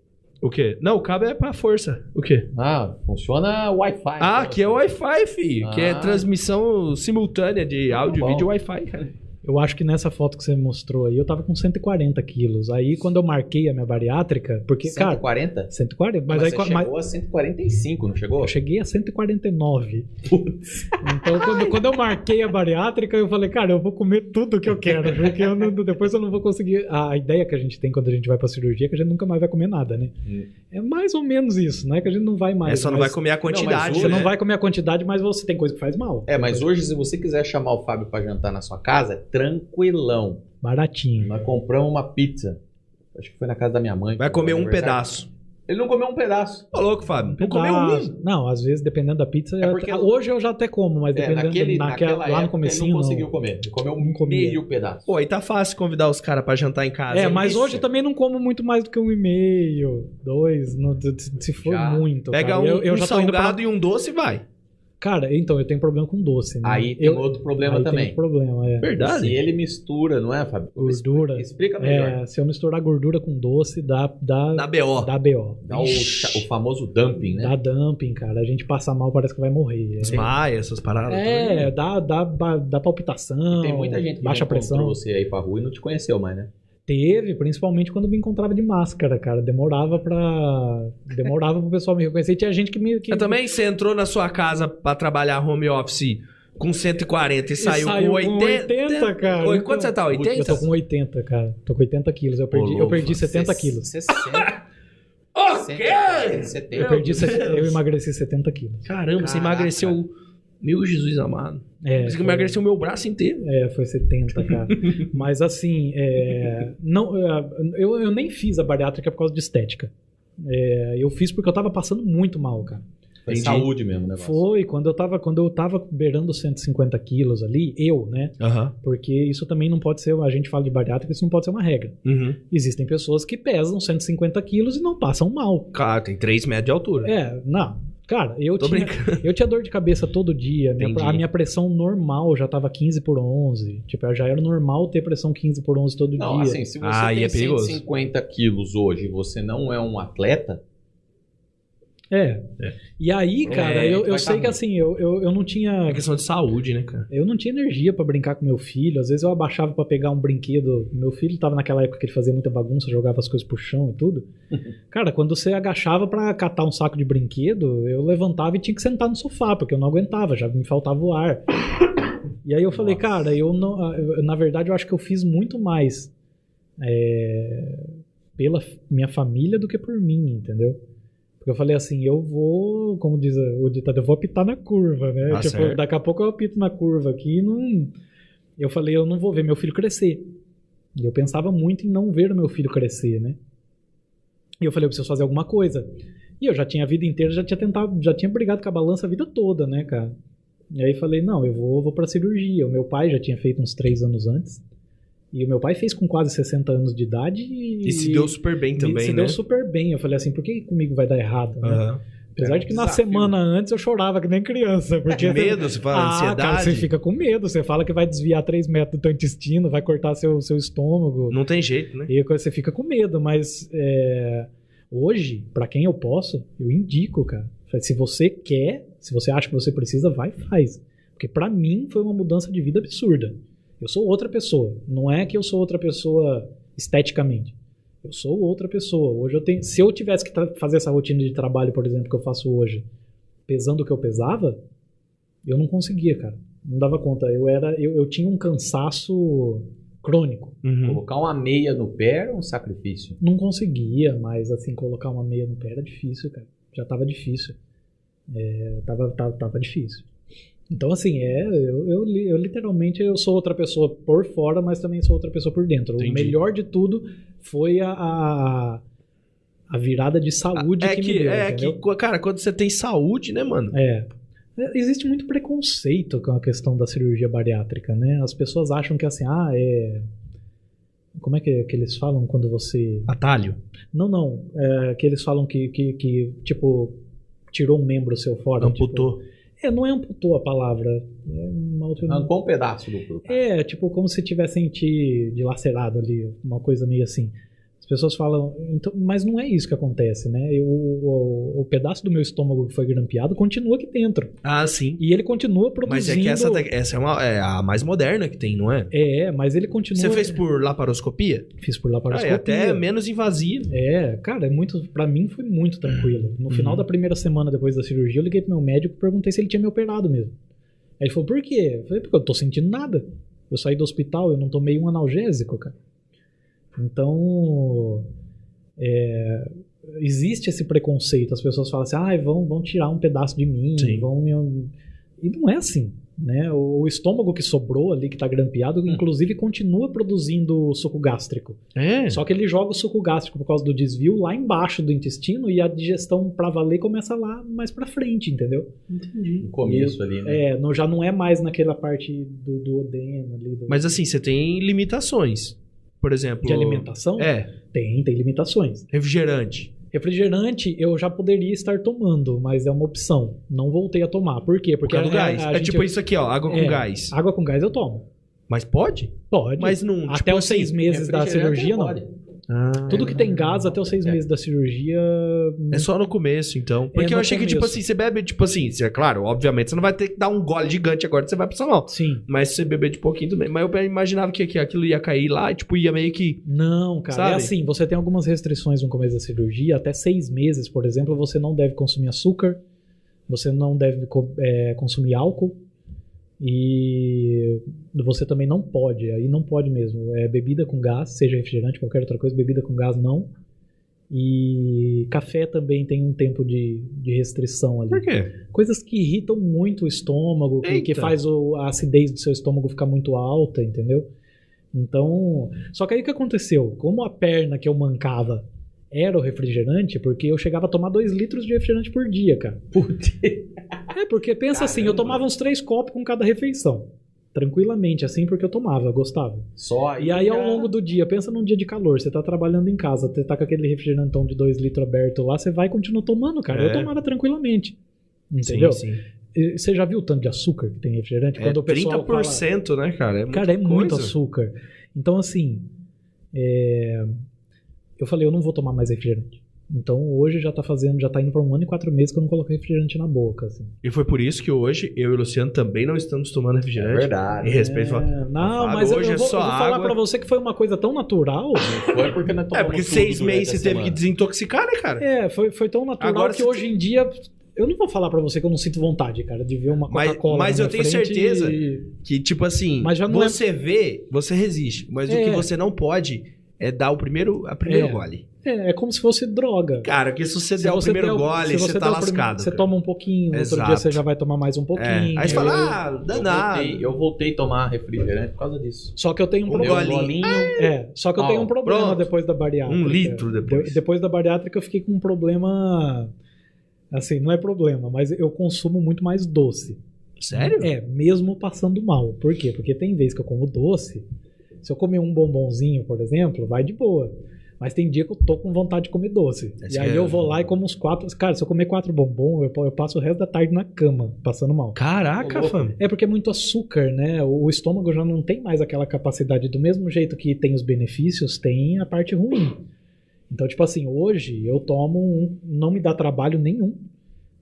Speaker 2: O quê? Não, o cabo é pra força. O quê?
Speaker 1: Ah, funciona Wi-Fi.
Speaker 2: Ah,
Speaker 1: Então,
Speaker 2: aqui é o Wi-Fi, fi. Que é
Speaker 1: Ah.
Speaker 2: transmissão simultânea de áudio,
Speaker 1: bom.
Speaker 2: vídeo e Wi-Fi, cara.
Speaker 3: Eu acho que nessa foto que você mostrou aí, eu tava com 140 quilos. Aí quando eu marquei a minha bariátrica, porque, cara,
Speaker 1: 140?
Speaker 3: 140, mas,
Speaker 1: Mas,
Speaker 3: aí
Speaker 1: você
Speaker 3: co- mas
Speaker 1: chegou a 145, não chegou?
Speaker 3: eu cheguei a 149. Então, quando, quando eu marquei a bariátrica, eu falei, cara, eu vou comer tudo que eu quero, porque eu não- depois eu não vou conseguir. A ideia que a gente tem quando a gente vai pra cirurgia é que a gente nunca mais vai comer nada, né?
Speaker 1: Hum.
Speaker 3: É mais ou menos isso, né? Que a gente não vai mais.
Speaker 2: é só não
Speaker 3: mas-
Speaker 2: vai comer a quantidade,
Speaker 1: hoje
Speaker 3: Você
Speaker 2: né?
Speaker 3: não vai comer a quantidade, mas você tem coisa que faz mal.
Speaker 1: É, mas hoje, se você quiser chamar o Fábio pra jantar na sua casa, é tranquilão.
Speaker 3: Baratinho.
Speaker 1: Nós compramos uma pizza. Acho que foi na casa da minha mãe.
Speaker 2: Vai comer um
Speaker 1: Aniversário.
Speaker 2: pedaço.
Speaker 1: Ele não comeu um pedaço.
Speaker 2: Ô, louco, Fábio. Não comeu
Speaker 3: Pedaço.
Speaker 2: um.
Speaker 3: Não, às vezes, dependendo da pizza.
Speaker 1: É
Speaker 3: eu-
Speaker 1: porque-
Speaker 3: Hoje eu já até como, mas
Speaker 1: É,
Speaker 3: dependendo
Speaker 1: naquele,
Speaker 3: naquela-
Speaker 1: naquela
Speaker 3: lá no
Speaker 1: época,
Speaker 3: comecinho.
Speaker 1: ele
Speaker 3: Não
Speaker 1: não conseguiu comer. Ele comeu
Speaker 3: Não comia.
Speaker 1: meio pedaço.
Speaker 2: Pô, aí tá fácil convidar os caras pra jantar em casa.
Speaker 3: É,
Speaker 2: hein?
Speaker 3: mas
Speaker 2: Isso.
Speaker 3: hoje eu também não como muito mais do que um e meio, dois, não, se- se for
Speaker 1: Já.
Speaker 3: muito.
Speaker 2: Pega
Speaker 3: cara.
Speaker 2: um,
Speaker 3: eu, eu
Speaker 2: um
Speaker 3: já tô indo pra-
Speaker 2: salgado e um doce e vai.
Speaker 3: Cara, então, eu tenho problema com doce, né?
Speaker 1: Aí tem
Speaker 3: eu...
Speaker 1: outro problema
Speaker 3: aí
Speaker 1: também.
Speaker 3: Tem um problema, é.
Speaker 1: Se
Speaker 2: Verdade.
Speaker 1: ele mistura, não é, Fábio?
Speaker 3: Gordura.
Speaker 1: Explica melhor.
Speaker 3: É, se eu misturar gordura com doce, dá, dá,
Speaker 2: Na BO.
Speaker 3: dá BO.
Speaker 1: Dá o, cha- o famoso dumping, né?
Speaker 3: Dá dumping, cara. A gente passa mal, parece que vai morrer. É.
Speaker 2: Desmaia, essas paradas.
Speaker 3: É, dá, dá, ba- dá palpitação.
Speaker 1: né? Tem muita gente que
Speaker 3: baixa
Speaker 1: não encontrou
Speaker 3: pressão.
Speaker 1: você aí pra rua e não te conheceu mais, né?
Speaker 3: Teve, principalmente quando me encontrava de máscara, cara. Demorava pra. Demorava pro pessoal me reconhecer. E Tinha gente que me. Que...
Speaker 2: Eu também, você entrou na sua casa pra trabalhar home office com 140 e, saiu, com 80.
Speaker 3: 80, cara.
Speaker 2: Oi, quanto você tá?
Speaker 3: Putz, Eu tô
Speaker 2: 80?
Speaker 3: com 80, cara. Tô com 80 quilos. Eu perdi, eu
Speaker 2: louco,
Speaker 3: perdi
Speaker 2: mano.
Speaker 3: 70 quilos.
Speaker 1: 60. Ok! Você tem.
Speaker 3: Eu perdi,
Speaker 2: Deus.
Speaker 3: set- eu emagreci 70 quilos.
Speaker 2: Caramba, você
Speaker 1: Caraca.
Speaker 2: emagreceu. Meu Jesus amado.
Speaker 3: É,
Speaker 2: Por isso que
Speaker 3: foi-
Speaker 2: emagreceu o meu braço inteiro.
Speaker 3: É, foi 70, cara. Mas assim, é, não, é, eu, eu nem fiz a bariátrica por causa de estética. É, eu fiz porque eu tava passando muito mal, cara.
Speaker 1: Foi
Speaker 2: Entendi.
Speaker 1: saúde mesmo, né?
Speaker 3: Foi quando eu tava, quando eu tava beirando 150 quilos ali, eu, né?
Speaker 2: Aham.
Speaker 3: Porque isso também não pode ser, a gente fala de bariátrica, isso não pode ser uma regra.
Speaker 2: Uhum.
Speaker 3: Existem pessoas que pesam 150 quilos e não passam mal.
Speaker 2: Cara, tem 3 metros de altura.
Speaker 3: É, não. Cara, eu
Speaker 2: Tô
Speaker 3: tinha,
Speaker 2: brincando.
Speaker 3: eu tinha dor de cabeça todo dia. minha-
Speaker 2: Entendi.
Speaker 3: a minha pressão normal já tava 15 por 11. Tipo, já era normal ter pressão 15 por 11 todo
Speaker 1: Não,
Speaker 3: dia.
Speaker 1: assim, se você
Speaker 2: Ah, e
Speaker 1: tem
Speaker 2: é perigoso.
Speaker 1: 150 quilos hoje e você não é um atleta,
Speaker 3: É. E aí,
Speaker 1: É,
Speaker 3: cara, eu, eu
Speaker 1: vai
Speaker 3: sei
Speaker 1: tá
Speaker 3: que
Speaker 1: ruim.
Speaker 3: assim, eu, eu, eu não
Speaker 2: É
Speaker 3: tinha.
Speaker 2: questão de saúde, né, cara?
Speaker 3: Eu não tinha energia pra brincar com meu filho. Às vezes eu abaixava pra pegar um brinquedo. Meu filho tava naquela época que ele fazia muita bagunça, jogava as coisas pro chão e tudo. Cara, quando você agachava pra catar um saco de brinquedo, eu levantava e tinha que sentar no sofá, porque eu não aguentava, já me faltava o ar. E aí eu falei,
Speaker 1: Nossa.
Speaker 3: cara, eu não. ah, eu- Na verdade, eu acho que eu fiz muito mais é, pela f- minha família do que por mim, entendeu? Porque eu falei assim, eu vou, como diz o ditado, eu vou apitar na curva, né?
Speaker 2: Tá
Speaker 3: tipo,
Speaker 2: certo.
Speaker 3: daqui a pouco eu apito na curva aqui e não. Eu falei, eu não vou ver meu filho crescer. E eu pensava muito em não ver o meu filho crescer, né? E eu falei, eu preciso fazer alguma coisa. E eu já tinha a vida inteira, já tinha tentado, já tinha brigado com a balança a vida toda, né, cara? E aí falei, não, eu vou, vou pra cirurgia. O meu pai já tinha feito uns três anos antes. E o meu pai fez com quase 60 anos de idade e...
Speaker 2: E se deu super bem
Speaker 3: e
Speaker 2: também,
Speaker 3: se
Speaker 2: né? Ah,
Speaker 3: deu super bem. Eu falei assim, por que comigo vai dar errado, né?
Speaker 2: Aham.
Speaker 3: Apesar
Speaker 1: É um
Speaker 3: de que na
Speaker 1: desafio.
Speaker 3: semana antes eu chorava que nem criança. Porque
Speaker 2: Com É medo, você fala,
Speaker 3: Ah,
Speaker 2: ansiedade.
Speaker 3: cara, você fica com medo. Você fala que vai desviar 3 metros do teu intestino, vai cortar seu, seu estômago.
Speaker 2: Não tem jeito, né?
Speaker 3: E você fica com medo, mas é, hoje, pra quem eu posso, eu indico, cara. Se você quer, se você acha que você precisa, vai e faz. Porque pra mim foi uma mudança de vida absurda. Eu sou outra pessoa. Não é que eu sou outra pessoa esteticamente. Eu sou outra pessoa. Hoje eu tenho. Se eu tivesse que tra- fazer essa rotina de trabalho, por exemplo, que eu faço hoje, pesando o que eu pesava, eu não conseguia, cara. Não dava conta. Eu era, eu, eu tinha um cansaço crônico.
Speaker 2: Uhum.
Speaker 1: colocar uma meia no pé era um sacrifício.
Speaker 3: Não conseguia, mas assim, colocar uma meia no pé era difícil, cara. Já tava difícil. É, tava, tava, tava difícil. Então, assim, é, eu, eu, li- eu literalmente eu sou outra pessoa por fora, mas também sou outra pessoa por dentro.
Speaker 2: Entendi.
Speaker 3: O melhor de tudo foi a, a, a virada de saúde
Speaker 2: é
Speaker 3: que, me deu,
Speaker 2: é
Speaker 3: entendeu?
Speaker 2: que, cara, quando você tem saúde, né, mano?
Speaker 3: É. Existe muito preconceito com a questão da cirurgia bariátrica, né? As pessoas acham que assim, ah, é. Como é que, que eles falam quando você
Speaker 2: Atalho.
Speaker 3: não, não. É, que eles falam que, que, que, tipo, tirou um membro seu fora.
Speaker 2: Amputou.
Speaker 3: tipo. é, não é amputou a palavra. É uma outra...
Speaker 2: Ah.
Speaker 1: Arrancou um pedaço do corpo.
Speaker 3: É, tipo, como se tivessem te dilacerado ali, uma coisa meio assim. As pessoas falam, então, mas não é isso que acontece, né? Eu- o, o pedaço do meu estômago que foi grampeado continua aqui dentro.
Speaker 2: Ah, sim.
Speaker 3: E ele continua produzindo.
Speaker 2: Mas é que essa, te- essa é, uma, é a mais moderna que tem, não é?
Speaker 3: É, mas ele continua.
Speaker 2: Você fez por laparoscopia?
Speaker 3: Fiz por lá para
Speaker 2: Ah, é até menos invasivo.
Speaker 3: É, cara, é muito. Pra mim foi muito tranquilo.
Speaker 2: Uhum.
Speaker 3: No final da primeira semana depois da cirurgia, eu liguei pro meu médico e perguntei se ele tinha me operado mesmo. Aí ele falou, por quê? Eu falei, porque eu não tô sentindo nada. Eu saí do hospital, eu não tomei um analgésico, cara. Então. é, existe esse preconceito. As pessoas falam assim, ah, vão, vão tirar um pedaço de mim,
Speaker 2: Sim.
Speaker 3: vão me. E não é assim. Né? O o estômago que sobrou ali, que tá grampeado,
Speaker 2: Hum.
Speaker 3: inclusive continua produzindo suco gástrico.
Speaker 2: É.
Speaker 3: Só que ele joga o suco gástrico por causa do desvio lá embaixo do intestino e a digestão pra valer começa lá mais pra frente, entendeu?
Speaker 2: entendi.
Speaker 1: No começo ali, né?
Speaker 3: É, não, já não é mais naquela parte do, do odeno ali, do-
Speaker 2: Mas assim, você tem limitações. Por exemplo.
Speaker 3: de alimentação.
Speaker 2: É,
Speaker 3: Tem, tem limitações.
Speaker 2: refrigerante.
Speaker 3: Refrigerante eu já poderia estar tomando, mas é uma opção. Não voltei a tomar. Por quê?
Speaker 2: Porque é do
Speaker 3: a-
Speaker 2: gás.
Speaker 3: a
Speaker 2: é
Speaker 3: gente-
Speaker 2: tipo isso aqui, ó, água com
Speaker 3: É.
Speaker 2: gás.
Speaker 3: Água com gás eu tomo.
Speaker 2: Mas pode?
Speaker 3: Pode.
Speaker 2: Mas não.
Speaker 3: até
Speaker 2: tipo
Speaker 3: os
Speaker 2: assim,
Speaker 3: seis meses da
Speaker 1: Refrigerante
Speaker 3: cirurgia, não.
Speaker 1: pode.
Speaker 2: Ah,
Speaker 3: Tudo
Speaker 2: é.
Speaker 3: que tem gás até os seis
Speaker 1: É.
Speaker 3: meses da cirurgia.
Speaker 2: É só no começo, então. Porque
Speaker 3: É no
Speaker 2: eu achei que, tipo
Speaker 3: começo.
Speaker 2: assim, você bebe, tipo assim, você, claro, obviamente, você não vai ter que dar um gole gigante agora que você vai pro salão.
Speaker 3: Sim.
Speaker 2: Mas se você beber de pouquinho também. Mas eu imaginava que, que aquilo ia cair lá e, tipo, ia meio que.
Speaker 3: Não, cara.
Speaker 2: Sabe?
Speaker 3: É assim, você tem algumas restrições no começo da cirurgia. Até seis meses, por exemplo, você não deve consumir açúcar, você não deve co- é, consumir álcool e você também não pode. Aí não pode mesmo. É bebida com gás, seja refrigerante, qualquer outra coisa, bebida com gás não. E café também tem um tempo de, de restrição ali.
Speaker 2: Por quê?
Speaker 3: Coisas que irritam muito o estômago, que, que
Speaker 2: Eita.
Speaker 3: faz o- a acidez do seu estômago ficar muito alta, entendeu? Então. Só que aí o que aconteceu? Como a perna que eu mancava era o refrigerante, porque eu chegava a tomar 2 litros de refrigerante por dia, cara.
Speaker 1: Putz.
Speaker 3: É, porque pensa assim, eu
Speaker 1: Caramba.
Speaker 3: tomava uns três copos com cada refeição. Tranquilamente, assim, porque eu tomava, eu gostava.
Speaker 1: Só
Speaker 3: E aí, ao
Speaker 1: já-
Speaker 3: longo do dia, pensa num dia de calor, você tá trabalhando em casa, você tá com aquele refrigerantão de 2 litros aberto lá, você vai e continua tomando, cara.
Speaker 2: É.
Speaker 3: Eu tomava tranquilamente. Entendeu?
Speaker 2: Sim, sim.
Speaker 3: E Você já viu o tanto de açúcar que tem em refrigerante?
Speaker 2: É
Speaker 3: Quando o pessoal
Speaker 2: 30%, né, cara? É
Speaker 3: fala,
Speaker 2: muita
Speaker 3: cara, é muito
Speaker 2: coisa.
Speaker 3: açúcar. Então, assim, é, eu falei, eu não vou tomar mais refrigerante. Então, hoje já tá fazendo, já tá indo pra um ano e quatro meses que eu não coloquei refrigerante na boca, assim.
Speaker 2: E foi por isso que hoje eu e o Luciano também não estamos tomando
Speaker 1: É
Speaker 2: refrigerante. Em
Speaker 1: verdade.
Speaker 2: respeito, fala,
Speaker 3: É, não,
Speaker 2: Fábio,
Speaker 3: mas eu-
Speaker 2: hoje
Speaker 3: eu,
Speaker 2: é
Speaker 3: vou,
Speaker 2: só
Speaker 3: eu vou falar
Speaker 2: água.
Speaker 3: pra você que foi uma coisa tão natural...
Speaker 1: Foi porque não
Speaker 2: É, porque seis meses você teve que desintoxicar, né, cara?
Speaker 3: É, foi, foi tão natural
Speaker 2: Agora
Speaker 3: que
Speaker 2: se-
Speaker 3: hoje em dia. Eu não vou falar pra você que eu não sinto vontade, cara, de ver uma
Speaker 2: Mas-
Speaker 3: Coca-Cola.
Speaker 2: mas
Speaker 3: na
Speaker 2: eu
Speaker 3: minha
Speaker 2: tenho
Speaker 3: frente
Speaker 2: certeza.
Speaker 3: e-
Speaker 2: Que, tipo assim,
Speaker 3: Mas já não é-
Speaker 2: você vê, você resiste. Mas o
Speaker 3: É.
Speaker 2: que você não pode é dar o primeiro, a primeiro
Speaker 3: É.
Speaker 2: gole.
Speaker 3: É, é como se fosse droga.
Speaker 2: Cara, que se você
Speaker 3: Se
Speaker 2: der o
Speaker 3: você
Speaker 2: primeiro
Speaker 3: der o-
Speaker 2: gole,
Speaker 3: se
Speaker 2: você,
Speaker 3: der
Speaker 2: tá
Speaker 3: o primeiro-
Speaker 2: lascado.
Speaker 3: Você
Speaker 2: cara.
Speaker 3: toma um pouquinho, no outro
Speaker 2: Exato.
Speaker 3: dia você já vai tomar mais um pouquinho.
Speaker 2: É. Aí você
Speaker 3: eu-
Speaker 2: fala, ah,
Speaker 1: Eu
Speaker 2: danado.
Speaker 1: voltei, eu voltei a tomar refrigerante por causa disso.
Speaker 3: Só que eu tenho um
Speaker 2: Um
Speaker 3: problema.
Speaker 2: golinho.
Speaker 3: É, só que eu
Speaker 1: Ó,
Speaker 3: tenho um problema
Speaker 2: pronto.
Speaker 3: depois da bariátrica.
Speaker 2: Um litro depois.
Speaker 3: De- depois da bariátrica eu fiquei com um problema. Assim, não é problema, mas eu consumo muito mais doce.
Speaker 2: Sério?
Speaker 3: É, mesmo passando mal. Por quê? Porque tem vezes que eu como doce, se eu comer um bombonzinho, por exemplo, vai de boa. Mas tem dia que eu tô com vontade de comer doce.
Speaker 2: Esse
Speaker 3: e aí
Speaker 2: é-
Speaker 3: eu vou lá e como uns quatro. Cara, se eu comer quatro bombons, eu, eu passo o resto da tarde na cama, passando mal.
Speaker 1: Ô,
Speaker 2: Caraca,
Speaker 1: louco.
Speaker 2: fam.
Speaker 3: É porque é muito açúcar, né? O o estômago já não tem mais aquela capacidade. Do mesmo jeito que tem os benefícios, tem a parte ruim. Então, tipo assim, hoje eu tomo um. Não me dá trabalho nenhum,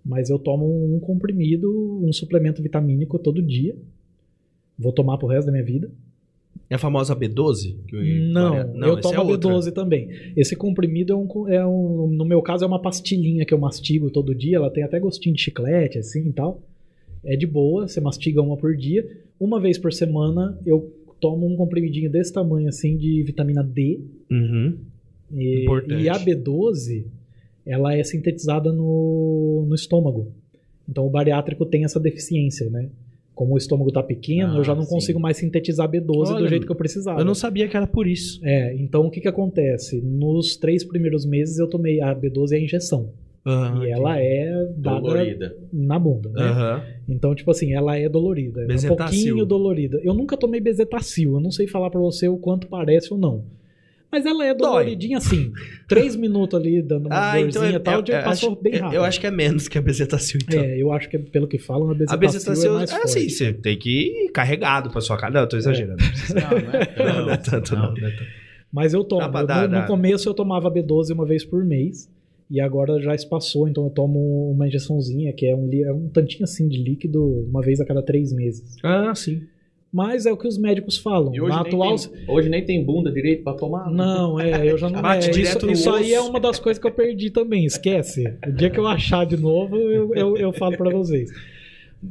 Speaker 3: mas eu tomo um comprimido, um suplemento vitamínico todo dia. Vou tomar pro resto da minha vida.
Speaker 2: É a famosa B12? Que eu-
Speaker 3: Não, eu
Speaker 2: essa
Speaker 3: tomo
Speaker 2: é
Speaker 3: a
Speaker 2: outra.
Speaker 3: B12 também. Esse comprimido é um, co- é um. No meu caso, é uma pastilhinha que eu mastigo todo dia. Ela tem até gostinho de chiclete, assim e tal. É de boa, você mastiga uma por dia. Uma vez por semana eu tomo um comprimidinho desse tamanho, assim, de vitamina D.
Speaker 2: Uhum.
Speaker 3: E,
Speaker 2: Importante.
Speaker 3: e a B12, ela é sintetizada no, no estômago. Então o bariátrico tem essa deficiência, né? Como o estômago tá pequeno,
Speaker 2: Ah,
Speaker 3: eu já não
Speaker 2: sim.
Speaker 3: consigo mais sintetizar B12
Speaker 2: Olha,
Speaker 3: do jeito que eu precisava.
Speaker 2: Eu não sabia que era por isso.
Speaker 3: É, então o que que acontece? Nos três primeiros meses eu tomei a B12 é a injeção.
Speaker 2: Ah,
Speaker 3: e
Speaker 2: entendi.
Speaker 3: ela é dada
Speaker 1: Dolorida.
Speaker 3: na bunda, né?
Speaker 2: Aham.
Speaker 3: Então, tipo assim, ela é dolorida. É um
Speaker 2: Bezetacil.
Speaker 3: pouquinho dolorida. Eu nunca tomei bezetacil, eu não sei falar pra você o quanto parece ou não. Mas ela é
Speaker 2: Dói.
Speaker 3: doloridinha assim. Três minutos ali dando uma
Speaker 2: Ah,
Speaker 3: dorzinha
Speaker 2: então é,
Speaker 3: e tal,
Speaker 2: é-
Speaker 3: já
Speaker 2: é-
Speaker 3: passou
Speaker 2: acho-
Speaker 3: bem
Speaker 2: é-
Speaker 3: rápido.
Speaker 2: Eu acho que é menos que a bezetacil, então.
Speaker 3: É, eu acho que pelo que falam, a
Speaker 2: A
Speaker 3: bezetacil,
Speaker 2: bezetacil
Speaker 3: é mais
Speaker 2: é
Speaker 3: forte. É.
Speaker 2: assim, você tem que ir carregado pra sua casa. Não, eu tô exagerando.
Speaker 1: Não, não é
Speaker 2: Não, não é
Speaker 1: tanto,
Speaker 2: tanto, não.
Speaker 1: não.
Speaker 2: não é tanto.
Speaker 3: Mas eu tomo.
Speaker 2: Dá pra
Speaker 3: Eu-
Speaker 2: dar,
Speaker 3: no, no
Speaker 2: dá.
Speaker 3: começo eu tomava B12 uma vez por mês. E agora já espaçou, então eu tomo uma injeçãozinha, que é um, li- é um tantinho assim de líquido, uma vez a cada três meses.
Speaker 2: Ah, sim.
Speaker 3: Mas é o que os médicos falam.
Speaker 1: E hoje,
Speaker 3: Na
Speaker 1: nem
Speaker 3: atual.
Speaker 1: tem, hoje nem tem bunda direito pra tomar.
Speaker 3: Não, é, eu já não.
Speaker 2: Bate
Speaker 3: é,
Speaker 2: direto
Speaker 3: isso
Speaker 2: no
Speaker 3: isso aí é
Speaker 2: osso.
Speaker 3: uma das coisas que eu perdi também, esquece. O dia que eu achar de novo, eu, eu, eu falo pra vocês.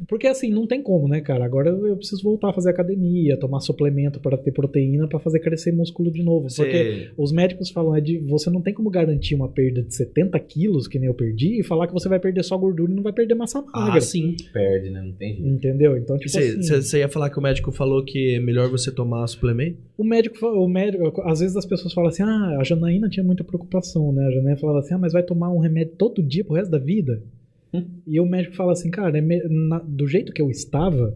Speaker 3: Porque assim, não tem como, né, cara? Agora eu eu preciso voltar a fazer academia, tomar suplemento para ter proteína para fazer crescer músculo de novo. Porque
Speaker 2: Você...
Speaker 3: os médicos falam é de você não tem como garantir uma perda de 70 quilos, que nem eu perdi, e falar que você vai perder só gordura e não vai perder massa magra.
Speaker 2: Ah, sim.
Speaker 1: Perde, né? Não tem jeito.
Speaker 3: Entendeu? Então, tipo
Speaker 2: Você
Speaker 3: assim,
Speaker 2: você ia falar que o médico falou que é melhor você tomar suplemento?
Speaker 3: o médico, fa- o médico, às vezes as pessoas falam assim: "Ah, a Janaína tinha muita preocupação, né? A Janaína falava assim: "Ah, mas vai tomar um remédio todo dia pro resto da vida?"
Speaker 1: Hum.
Speaker 3: E o médico fala assim: "Cara, é me- na- do jeito que eu estava,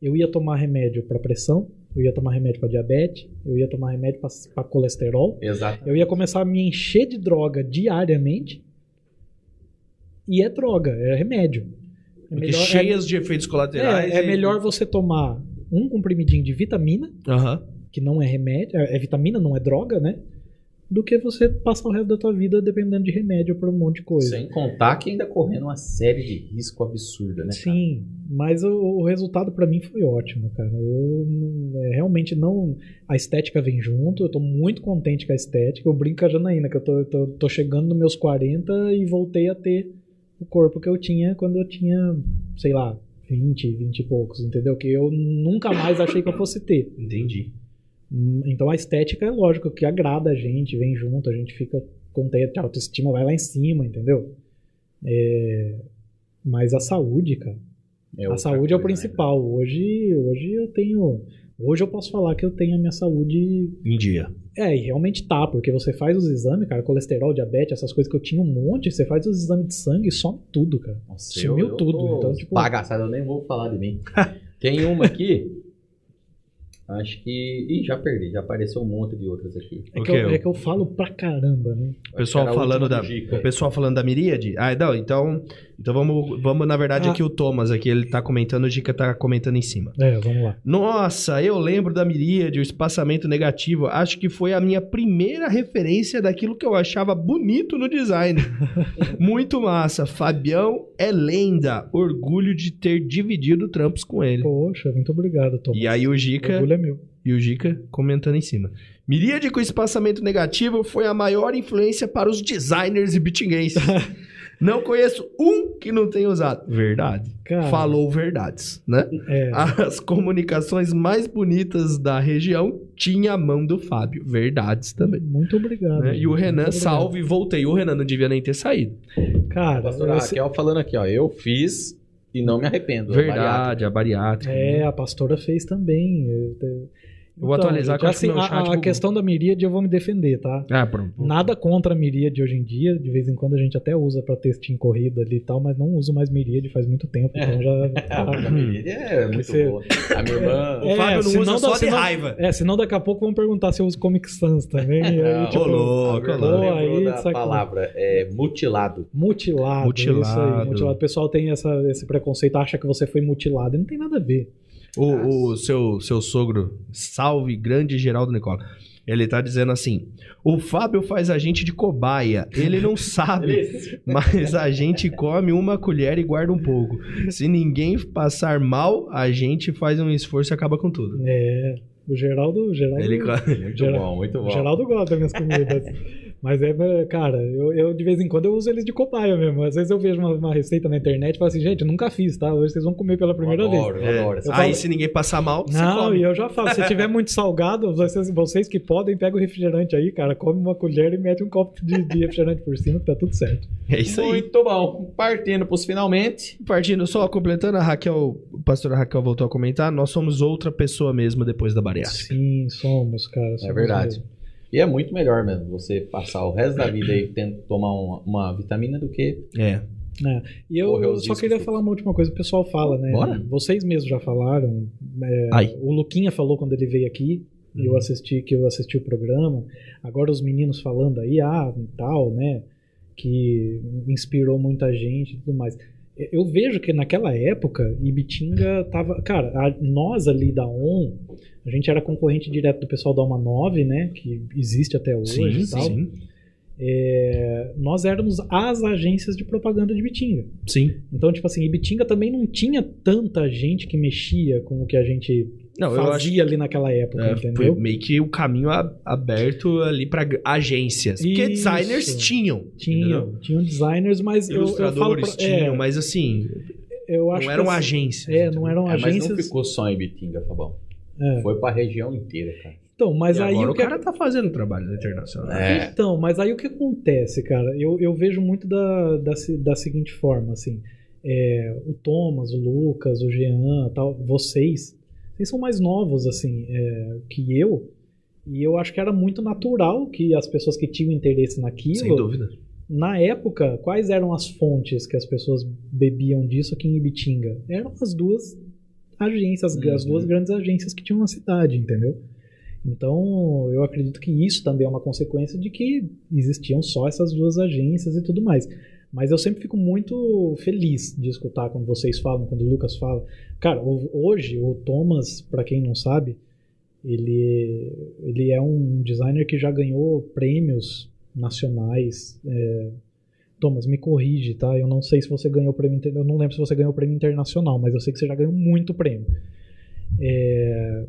Speaker 3: eu ia tomar remédio para pressão, eu ia tomar remédio para diabetes, eu ia tomar remédio para colesterol,
Speaker 1: Exato.
Speaker 3: Eu ia começar a me encher de droga diariamente. E é droga, é remédio. É
Speaker 2: Porque
Speaker 3: melhor,
Speaker 2: cheias de efeitos
Speaker 3: é,
Speaker 2: colaterais.
Speaker 3: é
Speaker 2: e-
Speaker 3: melhor você tomar um comprimidinho de vitamina,
Speaker 2: Aham.
Speaker 3: que não é remédio, é é vitamina, não é droga, né? Do que você passar o resto da tua vida dependendo de remédio para um monte de coisa.
Speaker 1: Sem contar que ainda correndo uma série de risco absurda, né? cara?
Speaker 3: Sim, mas o, o resultado pra mim foi ótimo, cara. Eu não- é, realmente não. A estética vem junto, eu tô muito contente com a estética. Eu brinco com a Janaína, que eu tô, eu tô, tô chegando nos meus 40 e voltei a ter o corpo que eu tinha quando eu tinha, sei lá, 20, 20 e poucos, entendeu? Que eu nunca mais achei que eu fosse ter.
Speaker 2: Entendi.
Speaker 3: Hum, Então a estética é lógico que agrada a gente, vem junto, a gente fica contei que a autoestima vai lá em cima, entendeu? É, mas a saúde, cara. a saúde
Speaker 2: né?
Speaker 3: é o
Speaker 1: né?
Speaker 3: principal. Hoje, hoje eu tenho. Hoje eu posso falar que eu tenho a minha saúde.
Speaker 2: Em dia.
Speaker 3: É, e realmente tá, porque você faz os exames, cara, colesterol, diabetes, essas coisas que eu tinha um monte, você faz os exames de sangue e some tudo, cara.
Speaker 1: Nossa,
Speaker 3: Sumiu tudo,
Speaker 1: tô
Speaker 3: então, tipo-
Speaker 1: Bagaçada, eu nem vou falar de mim. Tem uma aqui. Acho que. Ih, já perdi, já apareceu um monte de outras aqui.
Speaker 3: É,
Speaker 2: Ok,
Speaker 3: que, eu,
Speaker 2: eu-
Speaker 3: é que eu falo pra caramba, né?
Speaker 2: O pessoal
Speaker 1: Acho que era a
Speaker 2: falando
Speaker 1: última
Speaker 2: da,
Speaker 1: dica.
Speaker 2: o pessoal falando da miríade? Ah, não, então, então vamos, vamos na verdade
Speaker 3: Ah.
Speaker 2: aqui o Thomas aqui, ele tá comentando, o Dica tá comentando em cima.
Speaker 3: É, vamos lá.
Speaker 2: Nossa, eu lembro da miríade, o espaçamento negativo. Acho que foi a minha primeira referência daquilo que eu achava bonito no design. Muito massa. Fabião é lenda. Orgulho de ter dividido trampos com ele.
Speaker 3: Poxa, muito obrigado, Tom.
Speaker 2: E aí o
Speaker 3: O
Speaker 2: Gica,
Speaker 3: orgulho é meu.
Speaker 2: e o Gica comentando em cima. Miríade com espaçamento negativo foi a maior influência para os designers e bitinguenses. não conheço um que não tenha usado. Verdade.
Speaker 3: Cara,
Speaker 2: Falou verdades, né?
Speaker 3: É,
Speaker 2: As comunicações mais bonitas da região tinha a mão do Fábio. Verdades também.
Speaker 3: muito obrigado.
Speaker 2: né? E o
Speaker 3: gente,
Speaker 2: Renan,
Speaker 3: muito obrigado.
Speaker 2: salve, voltei. O Renan não devia nem ter saído.
Speaker 1: A
Speaker 3: Cara,
Speaker 1: pastora
Speaker 3: esse-
Speaker 1: Raquel falando aqui, ó. Eu fiz e não me arrependo.
Speaker 2: Verdade, a bariátrica.
Speaker 3: é,
Speaker 2: né?
Speaker 3: a pastora fez também. Eu, eu
Speaker 2: vou atualizar, que eu acho que
Speaker 3: assim,
Speaker 2: meu
Speaker 3: a,
Speaker 2: chat
Speaker 3: a
Speaker 2: bugou.
Speaker 3: questão da miríade eu vou me defender, tá?
Speaker 2: Ah, pronto.
Speaker 3: Nada contra a miríade hoje em dia, de vez em quando a gente até usa pra testar em corrida ali e tal, mas não uso mais miríade faz muito tempo, então
Speaker 1: É, a
Speaker 3: já.
Speaker 1: família é muito
Speaker 3: Você-
Speaker 1: boa. A minha irmã.
Speaker 2: O Fábio não
Speaker 3: é, senão
Speaker 2: usa
Speaker 3: dá-
Speaker 2: só de
Speaker 3: senão-
Speaker 2: raiva.
Speaker 3: É, senão daqui a pouco vão perguntar se eu uso Comic Sans também. e aí,
Speaker 1: Ah,
Speaker 3: tipo,
Speaker 2: Ô, louco,
Speaker 1: a minha
Speaker 2: ô,
Speaker 1: irmã
Speaker 2: louco.
Speaker 3: Pô, aí,
Speaker 1: lembrou da
Speaker 3: sacanagem.
Speaker 1: palavra. É mutilado.
Speaker 3: Mutilado.
Speaker 2: Mutilado.
Speaker 3: Isso aí, mutilado. O pessoal tem essa, esse preconceito, acha que você foi mutilado. E não tem nada a ver.
Speaker 2: O, o seu, seu sogro, salve, grande Geraldo Nicola. Ele tá dizendo assim: o Fábio faz a gente de cobaia. Ele não sabe. Mas a gente come uma colher e guarda um pouco. Se ninguém passar mal, a gente faz um esforço e acaba com tudo.
Speaker 3: É. O Geraldo. o Geraldo
Speaker 2: Ele co-
Speaker 1: Muito
Speaker 3: Geral-
Speaker 1: bom, muito
Speaker 3: o
Speaker 1: bom.
Speaker 3: Geraldo gosta das minhas comidas. Mas é, cara, eu, eu, de vez em quando eu uso eles de cobaia mesmo. Às vezes eu vejo uma, uma receita na internet e falo assim, gente, eu nunca fiz, tá? Hoje vocês vão comer pela primeira
Speaker 1: eu
Speaker 3: vez.
Speaker 1: adoro, eu
Speaker 2: É.
Speaker 1: adoro.
Speaker 3: Eu
Speaker 2: Aí
Speaker 3: falo-
Speaker 2: se ninguém passar mal, você
Speaker 3: Não, e
Speaker 2: come.
Speaker 3: eu já falo, se tiver muito salgado, vocês, vocês que podem, pega o refrigerante aí, cara, come uma colher e mete um copo de, de refrigerante por cima, que tá tudo certo.
Speaker 2: É isso aí.
Speaker 1: Muito bom. Partindo pros finalmente.
Speaker 2: Partindo só completando, a Raquel, a pastora Raquel voltou a comentar, nós somos outra pessoa mesmo depois da bariátrica.
Speaker 3: Sim, Assim somos, cara. somos
Speaker 1: verdade.
Speaker 3: mesmo.
Speaker 1: E é muito melhor mesmo você passar o resto da vida aí tendo que tomar uma, uma vitamina do que.
Speaker 2: É.
Speaker 3: E eu,
Speaker 1: Correr os
Speaker 3: só
Speaker 1: riscos
Speaker 3: queria
Speaker 1: todos.
Speaker 3: falar uma última coisa, o pessoal fala, né?
Speaker 1: Bora.
Speaker 3: Vocês mesmos já falaram. é,
Speaker 2: Ai. Uhum.
Speaker 3: o Luquinha falou quando ele veio aqui. E eu assisti, que eu assisti o programa. Agora os meninos falando aí, ah, tal, né? Que inspirou muita gente e tudo mais. Eu vejo que naquela época, Ibitinga
Speaker 2: Uhum.
Speaker 3: tava. Cara, a- nós ali da ON, a gente era concorrente direto do pessoal da Uma 9, né? Que existe até hoje
Speaker 2: Sim,
Speaker 3: e tal.
Speaker 2: sim,
Speaker 3: É, nós éramos as agências de propaganda de Bitinga.
Speaker 2: sim.
Speaker 3: Então, tipo assim, Ibitinga também não tinha tanta gente que mexia com o que a gente
Speaker 2: Não, eu acho
Speaker 3: fazia ali naquela época,
Speaker 2: é, foi
Speaker 3: entendeu?
Speaker 2: meio que o caminho a- aberto ali pra g- agências. Porque
Speaker 3: Isso.
Speaker 2: designers tinham. entendeu?
Speaker 3: Tinham, tinham designers, mas eu, eu falo
Speaker 2: Ilustradores
Speaker 3: pra-
Speaker 2: tinham,
Speaker 3: é,
Speaker 2: mas assim,
Speaker 3: eu acho
Speaker 2: não eram
Speaker 3: que, assim,
Speaker 2: agências.
Speaker 3: É,
Speaker 2: entendeu?
Speaker 3: não eram
Speaker 1: É, mas
Speaker 3: agências.
Speaker 1: não ficou só em Bitinga, Fabão.
Speaker 3: É.
Speaker 1: Foi pra região inteira, cara.
Speaker 3: Então, mas
Speaker 2: E
Speaker 3: aí
Speaker 2: agora
Speaker 3: o
Speaker 2: o
Speaker 3: que
Speaker 2: cara tá fazendo trabalho internacional.
Speaker 1: É.
Speaker 3: Então, mas aí o que acontece, cara? Eu, eu vejo muito da, da, se- da seguinte forma, assim. é, o Thomas, o Lucas, o Jean, tal, vocês, vocês são mais novos, assim, é, que eu. E eu acho que era muito natural que as pessoas que tinham interesse
Speaker 2: Sem
Speaker 3: naquilo,
Speaker 2: dúvida.
Speaker 3: na época, quais eram as fontes que as pessoas bebiam disso aqui em Ibitinga? Eram as duas agências, as
Speaker 1: Uhum.
Speaker 3: duas grandes agências que tinham na cidade, entendeu? Então, eu acredito que isso também é uma consequência de que existiam só essas duas agências e tudo mais. Mas eu sempre fico muito feliz de escutar quando vocês falam, quando o Lucas fala. Cara, ho- hoje o Thomas, pra quem não sabe, ele, ele é um designer que já ganhou prêmios nacionais. é. Thomas, me corrige, tá? Eu não sei se você ganhou prêmio, inter- eu não lembro se você ganhou prêmio internacional, mas eu sei que você já ganhou muito prêmio. É,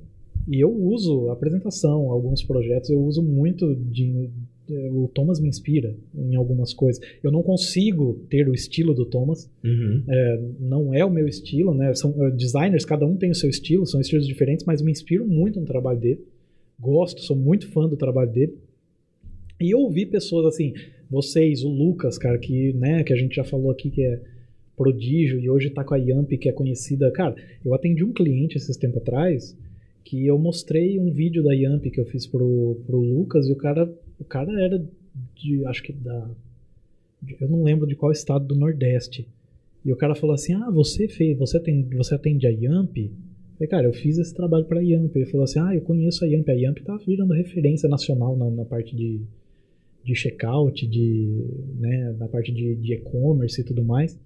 Speaker 3: E eu uso a apresentação, alguns projetos, eu uso muito de é, o Thomas me inspira em algumas coisas. Eu não consigo ter o estilo do Thomas,
Speaker 2: Uhum.
Speaker 3: não é o meu estilo, né? São eh, designers, cada um tem o seu estilo, são estilos diferentes, mas me inspiro muito no trabalho dele. Gosto, sou muito fã do trabalho dele. E eu ouvi pessoas assim, vocês, o Lucas, cara, que, né, que a gente já falou aqui que é prodígio e hoje tá com a Yamp, que é conhecida. Cara, eu atendi um cliente esses tempo atrás que eu mostrei um vídeo da Yamp que eu fiz pro, pro Lucas e o cara, o cara era de, acho que da, de- eu não lembro de qual estado do Nordeste. E o cara falou assim: "Ah, você fez, você atende, você atende a Yamp?" Eu Falei, cara, eu fiz esse trabalho pra Yamp. Ele falou assim: Ah, eu conheço a Yamp. A Yamp tá virando referência nacional na, na parte de, de checkout, de, né, na parte de de e-commerce e tudo mais.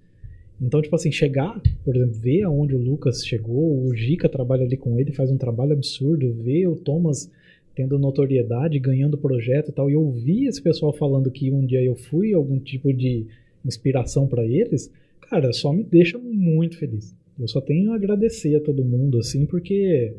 Speaker 3: Então, tipo assim, chegar, por exemplo, ver aonde o Lucas chegou, o Gica trabalha ali com ele, faz um trabalho absurdo, ver o Thomas tendo notoriedade, ganhando projeto e tal. E eu vi esse pessoal falando que um dia eu fui algum tipo de inspiração pra eles, cara, só me deixa muito feliz. Eu só tenho a agradecer a todo mundo, assim, porque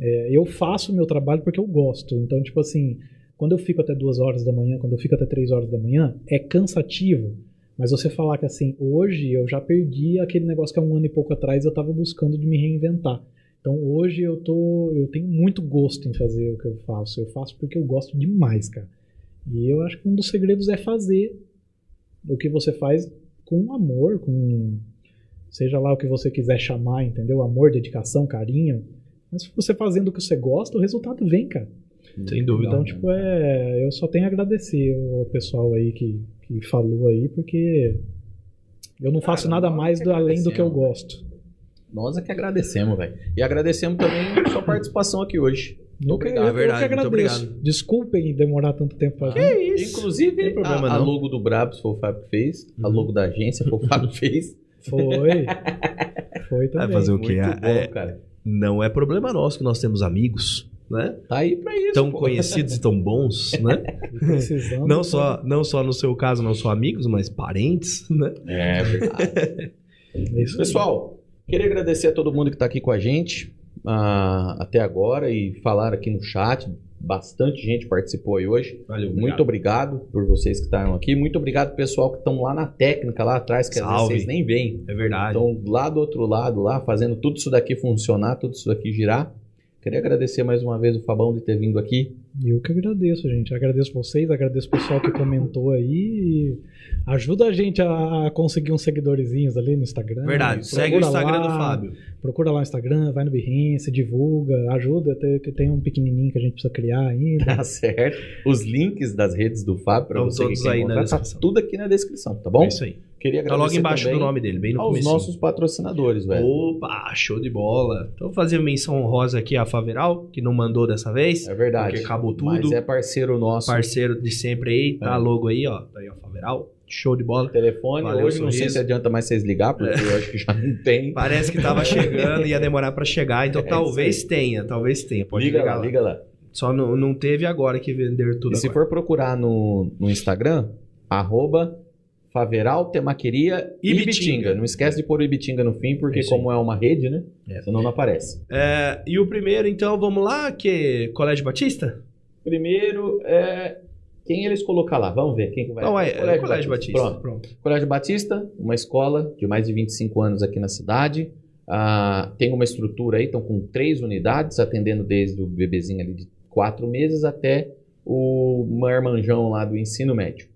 Speaker 3: é, eu faço o meu trabalho porque eu gosto. Então, tipo assim, quando eu fico até duas horas da manhã, quando eu fico até três horas da manhã, é cansativo. Mas você falar que assim, hoje eu já perdi aquele negócio que há um ano e pouco atrás eu estava buscando de me reinventar. Então hoje eu tô, eu tenho muito gosto em fazer o que eu faço. Eu faço porque eu gosto demais, cara. E eu acho que um dos segredos é fazer o que você faz com amor, com seja lá o que você quiser chamar, entendeu? Amor, dedicação, carinho. Mas se você fazendo o que você gosta, o resultado vem, cara.
Speaker 2: Sem dúvida.
Speaker 3: Então, tipo, é. Eu só tenho a agradecer o pessoal aí que, que falou aí, porque eu não faço
Speaker 1: Cara,
Speaker 3: nada
Speaker 1: nós
Speaker 3: mais
Speaker 1: que
Speaker 3: do- além do que eu
Speaker 1: agradecemos, né?
Speaker 3: gosto.
Speaker 1: Nós é que agradecemos, velho. E agradecemos também a sua participação aqui hoje.
Speaker 3: Eu
Speaker 1: Obrigado,
Speaker 3: que-
Speaker 2: é verdade,
Speaker 3: eu que
Speaker 2: muito
Speaker 3: agradeço.
Speaker 2: obrigado.
Speaker 3: Desculpem demorar tanto tempo pra vir.
Speaker 2: É isso.
Speaker 1: Inclusive,
Speaker 2: Tem problema
Speaker 1: a, a
Speaker 2: não. Uhum.
Speaker 1: logo do Brabos foi o Fábio que fez, a logo da agência foi o Fábio que fez.
Speaker 3: Foi. Foi também.
Speaker 4: Vai fazer o quê?
Speaker 1: Muito
Speaker 4: Ah,
Speaker 1: bom,
Speaker 4: é,
Speaker 1: cara.
Speaker 2: Não é problema nosso que nós temos amigos, né?
Speaker 1: Tá aí pra isso.
Speaker 2: Tão
Speaker 1: pô.
Speaker 2: conhecidos e tão bons, né?
Speaker 3: Precisando.
Speaker 2: Não só, não só no seu caso, não só amigos, mas parentes, né?
Speaker 1: É verdade.
Speaker 3: É isso aí.
Speaker 1: Pessoal, queria agradecer a todo mundo que está aqui com a gente ah, até agora e falar aqui no chat. Bastante gente participou aí hoje.
Speaker 2: Valeu,
Speaker 1: Muito obrigado por vocês que estavam aqui. Muito obrigado, pessoal, que estão lá na técnica, lá atrás, que às vezes
Speaker 2: Salve.
Speaker 1: vocês nem veem.
Speaker 2: É verdade.
Speaker 1: Estão lá do outro lado, lá, fazendo tudo isso daqui funcionar, tudo isso daqui girar. Queria agradecer mais uma vez o Fabão de ter vindo aqui.
Speaker 3: E eu que agradeço, gente. Agradeço vocês, agradeço o pessoal que comentou aí. E Ajuda a gente a conseguir uns seguidorzinhos ali no Instagram.
Speaker 1: né,
Speaker 2: Verdade. Segue o
Speaker 3: Procura
Speaker 2: Instagram
Speaker 3: lá.
Speaker 2: do Fábio.
Speaker 3: procura lá no Instagram, vai no Behance, divulga, ajuda, tem, que tem um pequenininho que a gente precisa criar ainda.
Speaker 1: Tá certo? Os links das redes do Fábio para
Speaker 2: Estão
Speaker 1: você que
Speaker 2: todos
Speaker 1: quer
Speaker 2: aí na
Speaker 1: encontrar, tá
Speaker 2: descrição.
Speaker 1: tudo aqui na descrição, tá bom?
Speaker 2: É isso aí.
Speaker 1: Queria
Speaker 2: Tá
Speaker 1: agradecer
Speaker 2: logo embaixo
Speaker 1: também
Speaker 2: do nome dele, bem no
Speaker 1: aos
Speaker 2: começo.
Speaker 1: nossos patrocinadores, velho.
Speaker 2: Opa, show de bola. Então, vou fazer menção honrosa aqui a Faveral, que não mandou dessa vez.
Speaker 1: É verdade.
Speaker 2: Porque acabou tudo.
Speaker 1: Mas é parceiro nosso.
Speaker 2: Parceiro de sempre aí, tá
Speaker 1: É.
Speaker 2: logo aí, ó. Tá aí, ó, Faveral. Show de bola.
Speaker 1: Telefone,
Speaker 2: Valeu, É.
Speaker 1: hoje não sei
Speaker 2: sorriso.
Speaker 1: se adianta mais vocês ligar, porque eu acho que já não tem.
Speaker 2: Parece que tava chegando, ia demorar pra chegar, então talvez tenha, talvez tenha. Pode
Speaker 1: É liga
Speaker 2: ligar
Speaker 1: lá,
Speaker 2: lá.
Speaker 1: liga lá.
Speaker 2: Só não, não teve agora que vender tudo
Speaker 1: E se
Speaker 2: agora.
Speaker 1: for procurar no, no Instagram, arroba Faveral, Temaqueria e
Speaker 2: Ibitinga.
Speaker 1: Ibitinga. Não esquece de pôr o Ibitinga no fim, porque
Speaker 2: É isso aí.
Speaker 1: como é uma rede, né?
Speaker 2: É.
Speaker 1: Senão não aparece.
Speaker 2: É, e o primeiro, então, vamos lá, que Colégio Batista?
Speaker 1: Primeiro, é... quem eles colocar lá? Vamos ver quem que vai.
Speaker 2: Não, é, é Colégio, Batista.
Speaker 1: Pronto. Colégio Batista, uma escola de mais de 25 anos aqui na cidade. Ah, tem uma estrutura aí, estão com três unidades, atendendo desde o bebezinho ali de quatro meses até o marmanjão lá do ensino médio.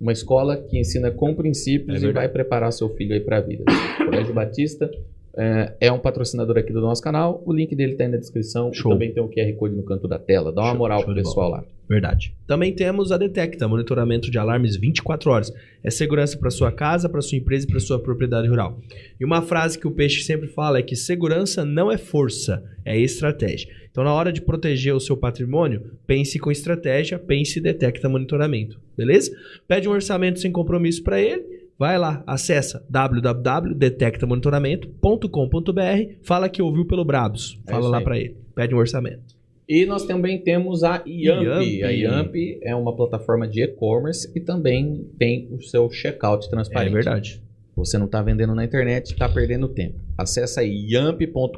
Speaker 1: Uma escola que ensina com princípios
Speaker 2: É
Speaker 1: e
Speaker 2: verdade.
Speaker 1: vai preparar seu filho aí para a vida. Colégio Batista eh, é, um patrocinador aqui do nosso canal. O link dele está aí na descrição.
Speaker 2: Show.
Speaker 1: E também tem o QR Code no canto da tela. Dá uma
Speaker 2: Show,
Speaker 1: moral
Speaker 2: show
Speaker 1: pro
Speaker 2: de bola.
Speaker 1: pessoal lá.
Speaker 2: Verdade. Também temos a Detecta, monitoramento de alarmes 24 horas. É segurança para sua casa, para sua empresa e para sua propriedade rural. E uma frase que o peixe sempre fala é que segurança não é força, é estratégia. Então, na hora de proteger o seu patrimônio, pense com estratégia, pense e detecta monitoramento, beleza? Pede um orçamento sem compromisso para ele. Vai lá, acessa www.detectamonitoramento.com.br, fala que ouviu pelo Brabos.
Speaker 1: É
Speaker 2: Fala
Speaker 1: isso
Speaker 2: lá
Speaker 1: aí.
Speaker 2: para ele. Pede um orçamento.
Speaker 1: E nós também temos a Yamp.
Speaker 2: Yamp.
Speaker 1: A Yamp é uma plataforma de e-commerce e também tem o seu checkout transparente.
Speaker 2: É verdade.
Speaker 1: Você não está vendendo na internet, está perdendo tempo. Acesse aí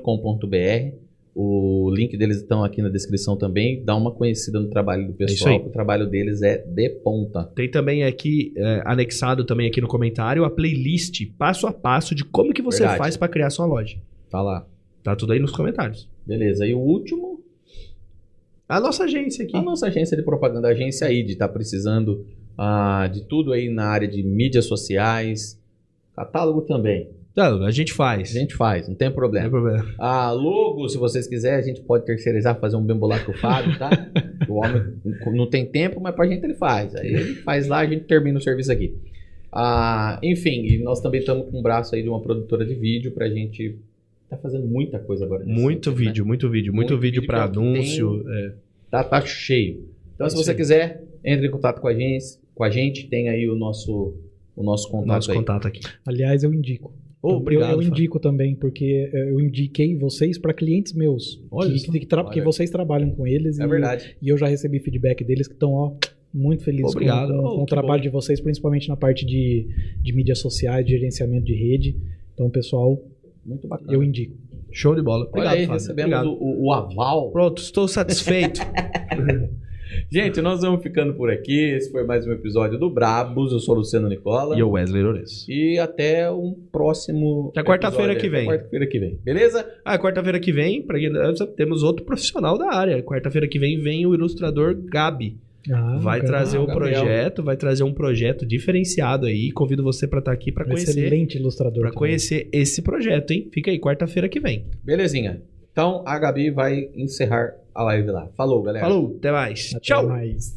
Speaker 1: yamp.com.br. O link deles estão aqui na descrição também. Dá uma conhecida no trabalho do pessoal.
Speaker 2: É aí.
Speaker 1: que o trabalho deles é de ponta.
Speaker 2: Tem também aqui, é, anexado também aqui no comentário, a playlist passo a passo de como que você
Speaker 1: Verdade.
Speaker 2: faz pra criar sua loja.
Speaker 1: Tá lá.
Speaker 2: Tá tudo aí nos comentários.
Speaker 1: Beleza. E o último
Speaker 2: A nossa agência aqui.
Speaker 1: A nossa agência de propaganda, a agência ID, está precisando ah, de tudo aí na área de mídias sociais, catálogo também.
Speaker 2: Tá, a gente faz. É.
Speaker 1: A gente faz, não tem
Speaker 2: Não tem
Speaker 1: problema.
Speaker 2: problema.
Speaker 1: Ah, logo, se vocês quiserem, a gente pode terceirizar, fazer um bem bolado com o Fábio, tá? O homem não tem tempo, mas pra gente ele faz. Aí ele faz lá, a gente termina o serviço aqui. Ah, enfim, e nós também estamos com um braço aí de uma produtora de vídeo pra gente. Tá fazendo muita coisa agora. nesse
Speaker 2: Muito
Speaker 1: sentido, né?
Speaker 2: vídeo, muito vídeo, muito,
Speaker 1: Muito
Speaker 2: vídeo
Speaker 1: vídeo
Speaker 2: pra
Speaker 1: que eu
Speaker 2: anúncio. é.
Speaker 1: tá, tá cheio. Então, se
Speaker 2: Isso
Speaker 1: você
Speaker 2: aí.
Speaker 1: quiser, entre em contato com a gente, com a gente tem aí o nosso, o nosso contato
Speaker 2: nosso
Speaker 1: aí.
Speaker 2: contato aqui.
Speaker 3: Aliás, eu indico. Então,
Speaker 2: Ô, obrigado.
Speaker 3: Eu, eu
Speaker 2: Fábio.
Speaker 3: indico também, porque é, eu indiquei vocês para clientes meus.
Speaker 1: Olha
Speaker 3: que,
Speaker 1: só.
Speaker 3: que, tra-
Speaker 1: Olha.
Speaker 3: que vocês trabalham com eles.
Speaker 1: É
Speaker 3: e-
Speaker 1: verdade.
Speaker 3: E eu já recebi feedback deles que estão, ó, muito felizes com-
Speaker 2: Obrigado.
Speaker 3: com,
Speaker 2: Oh,
Speaker 3: com
Speaker 2: que
Speaker 3: o trabalho de vocês, principalmente na parte de, de mídias sociais, de gerenciamento de rede. Então, pessoal,
Speaker 1: Muito bacana.
Speaker 2: Ah.
Speaker 3: eu indico.
Speaker 2: Show de bola.
Speaker 1: Olha
Speaker 2: Obrigado,
Speaker 1: aí,
Speaker 2: Fábio.
Speaker 1: recebemos
Speaker 2: Obrigado.
Speaker 1: o, o- o aval.
Speaker 2: Pronto, estou satisfeito.
Speaker 1: Gente, nós vamos ficando por aqui. Esse foi mais um episódio do Brabos. Eu sou o Luciano Nicola.
Speaker 2: e eu, Wesley Lourenço.
Speaker 1: E até um próximo.
Speaker 2: Até quarta-feira
Speaker 1: episódio.
Speaker 2: que vem.
Speaker 1: Até Quarta-feira que vem, beleza?
Speaker 2: Ah, quarta-feira que vem, pra quem, temos outro profissional da área. Quarta-feira que vem vem o ilustrador Gabi.
Speaker 3: Ah,
Speaker 2: vai trazer o
Speaker 1: Gabriel.
Speaker 2: projeto, vai trazer um projeto diferenciado aí. Convido você pra estar aqui pra conhecer,
Speaker 3: Excelente ilustrador.
Speaker 2: para
Speaker 3: também.
Speaker 2: conhecer esse projeto, hein? Fica aí quarta-feira que vem.
Speaker 1: Belezinha. Então a Gabi vai encerrar a live lá. Falou, galera.
Speaker 2: Falou, até mais.
Speaker 3: Até
Speaker 2: Tchau.
Speaker 3: mais.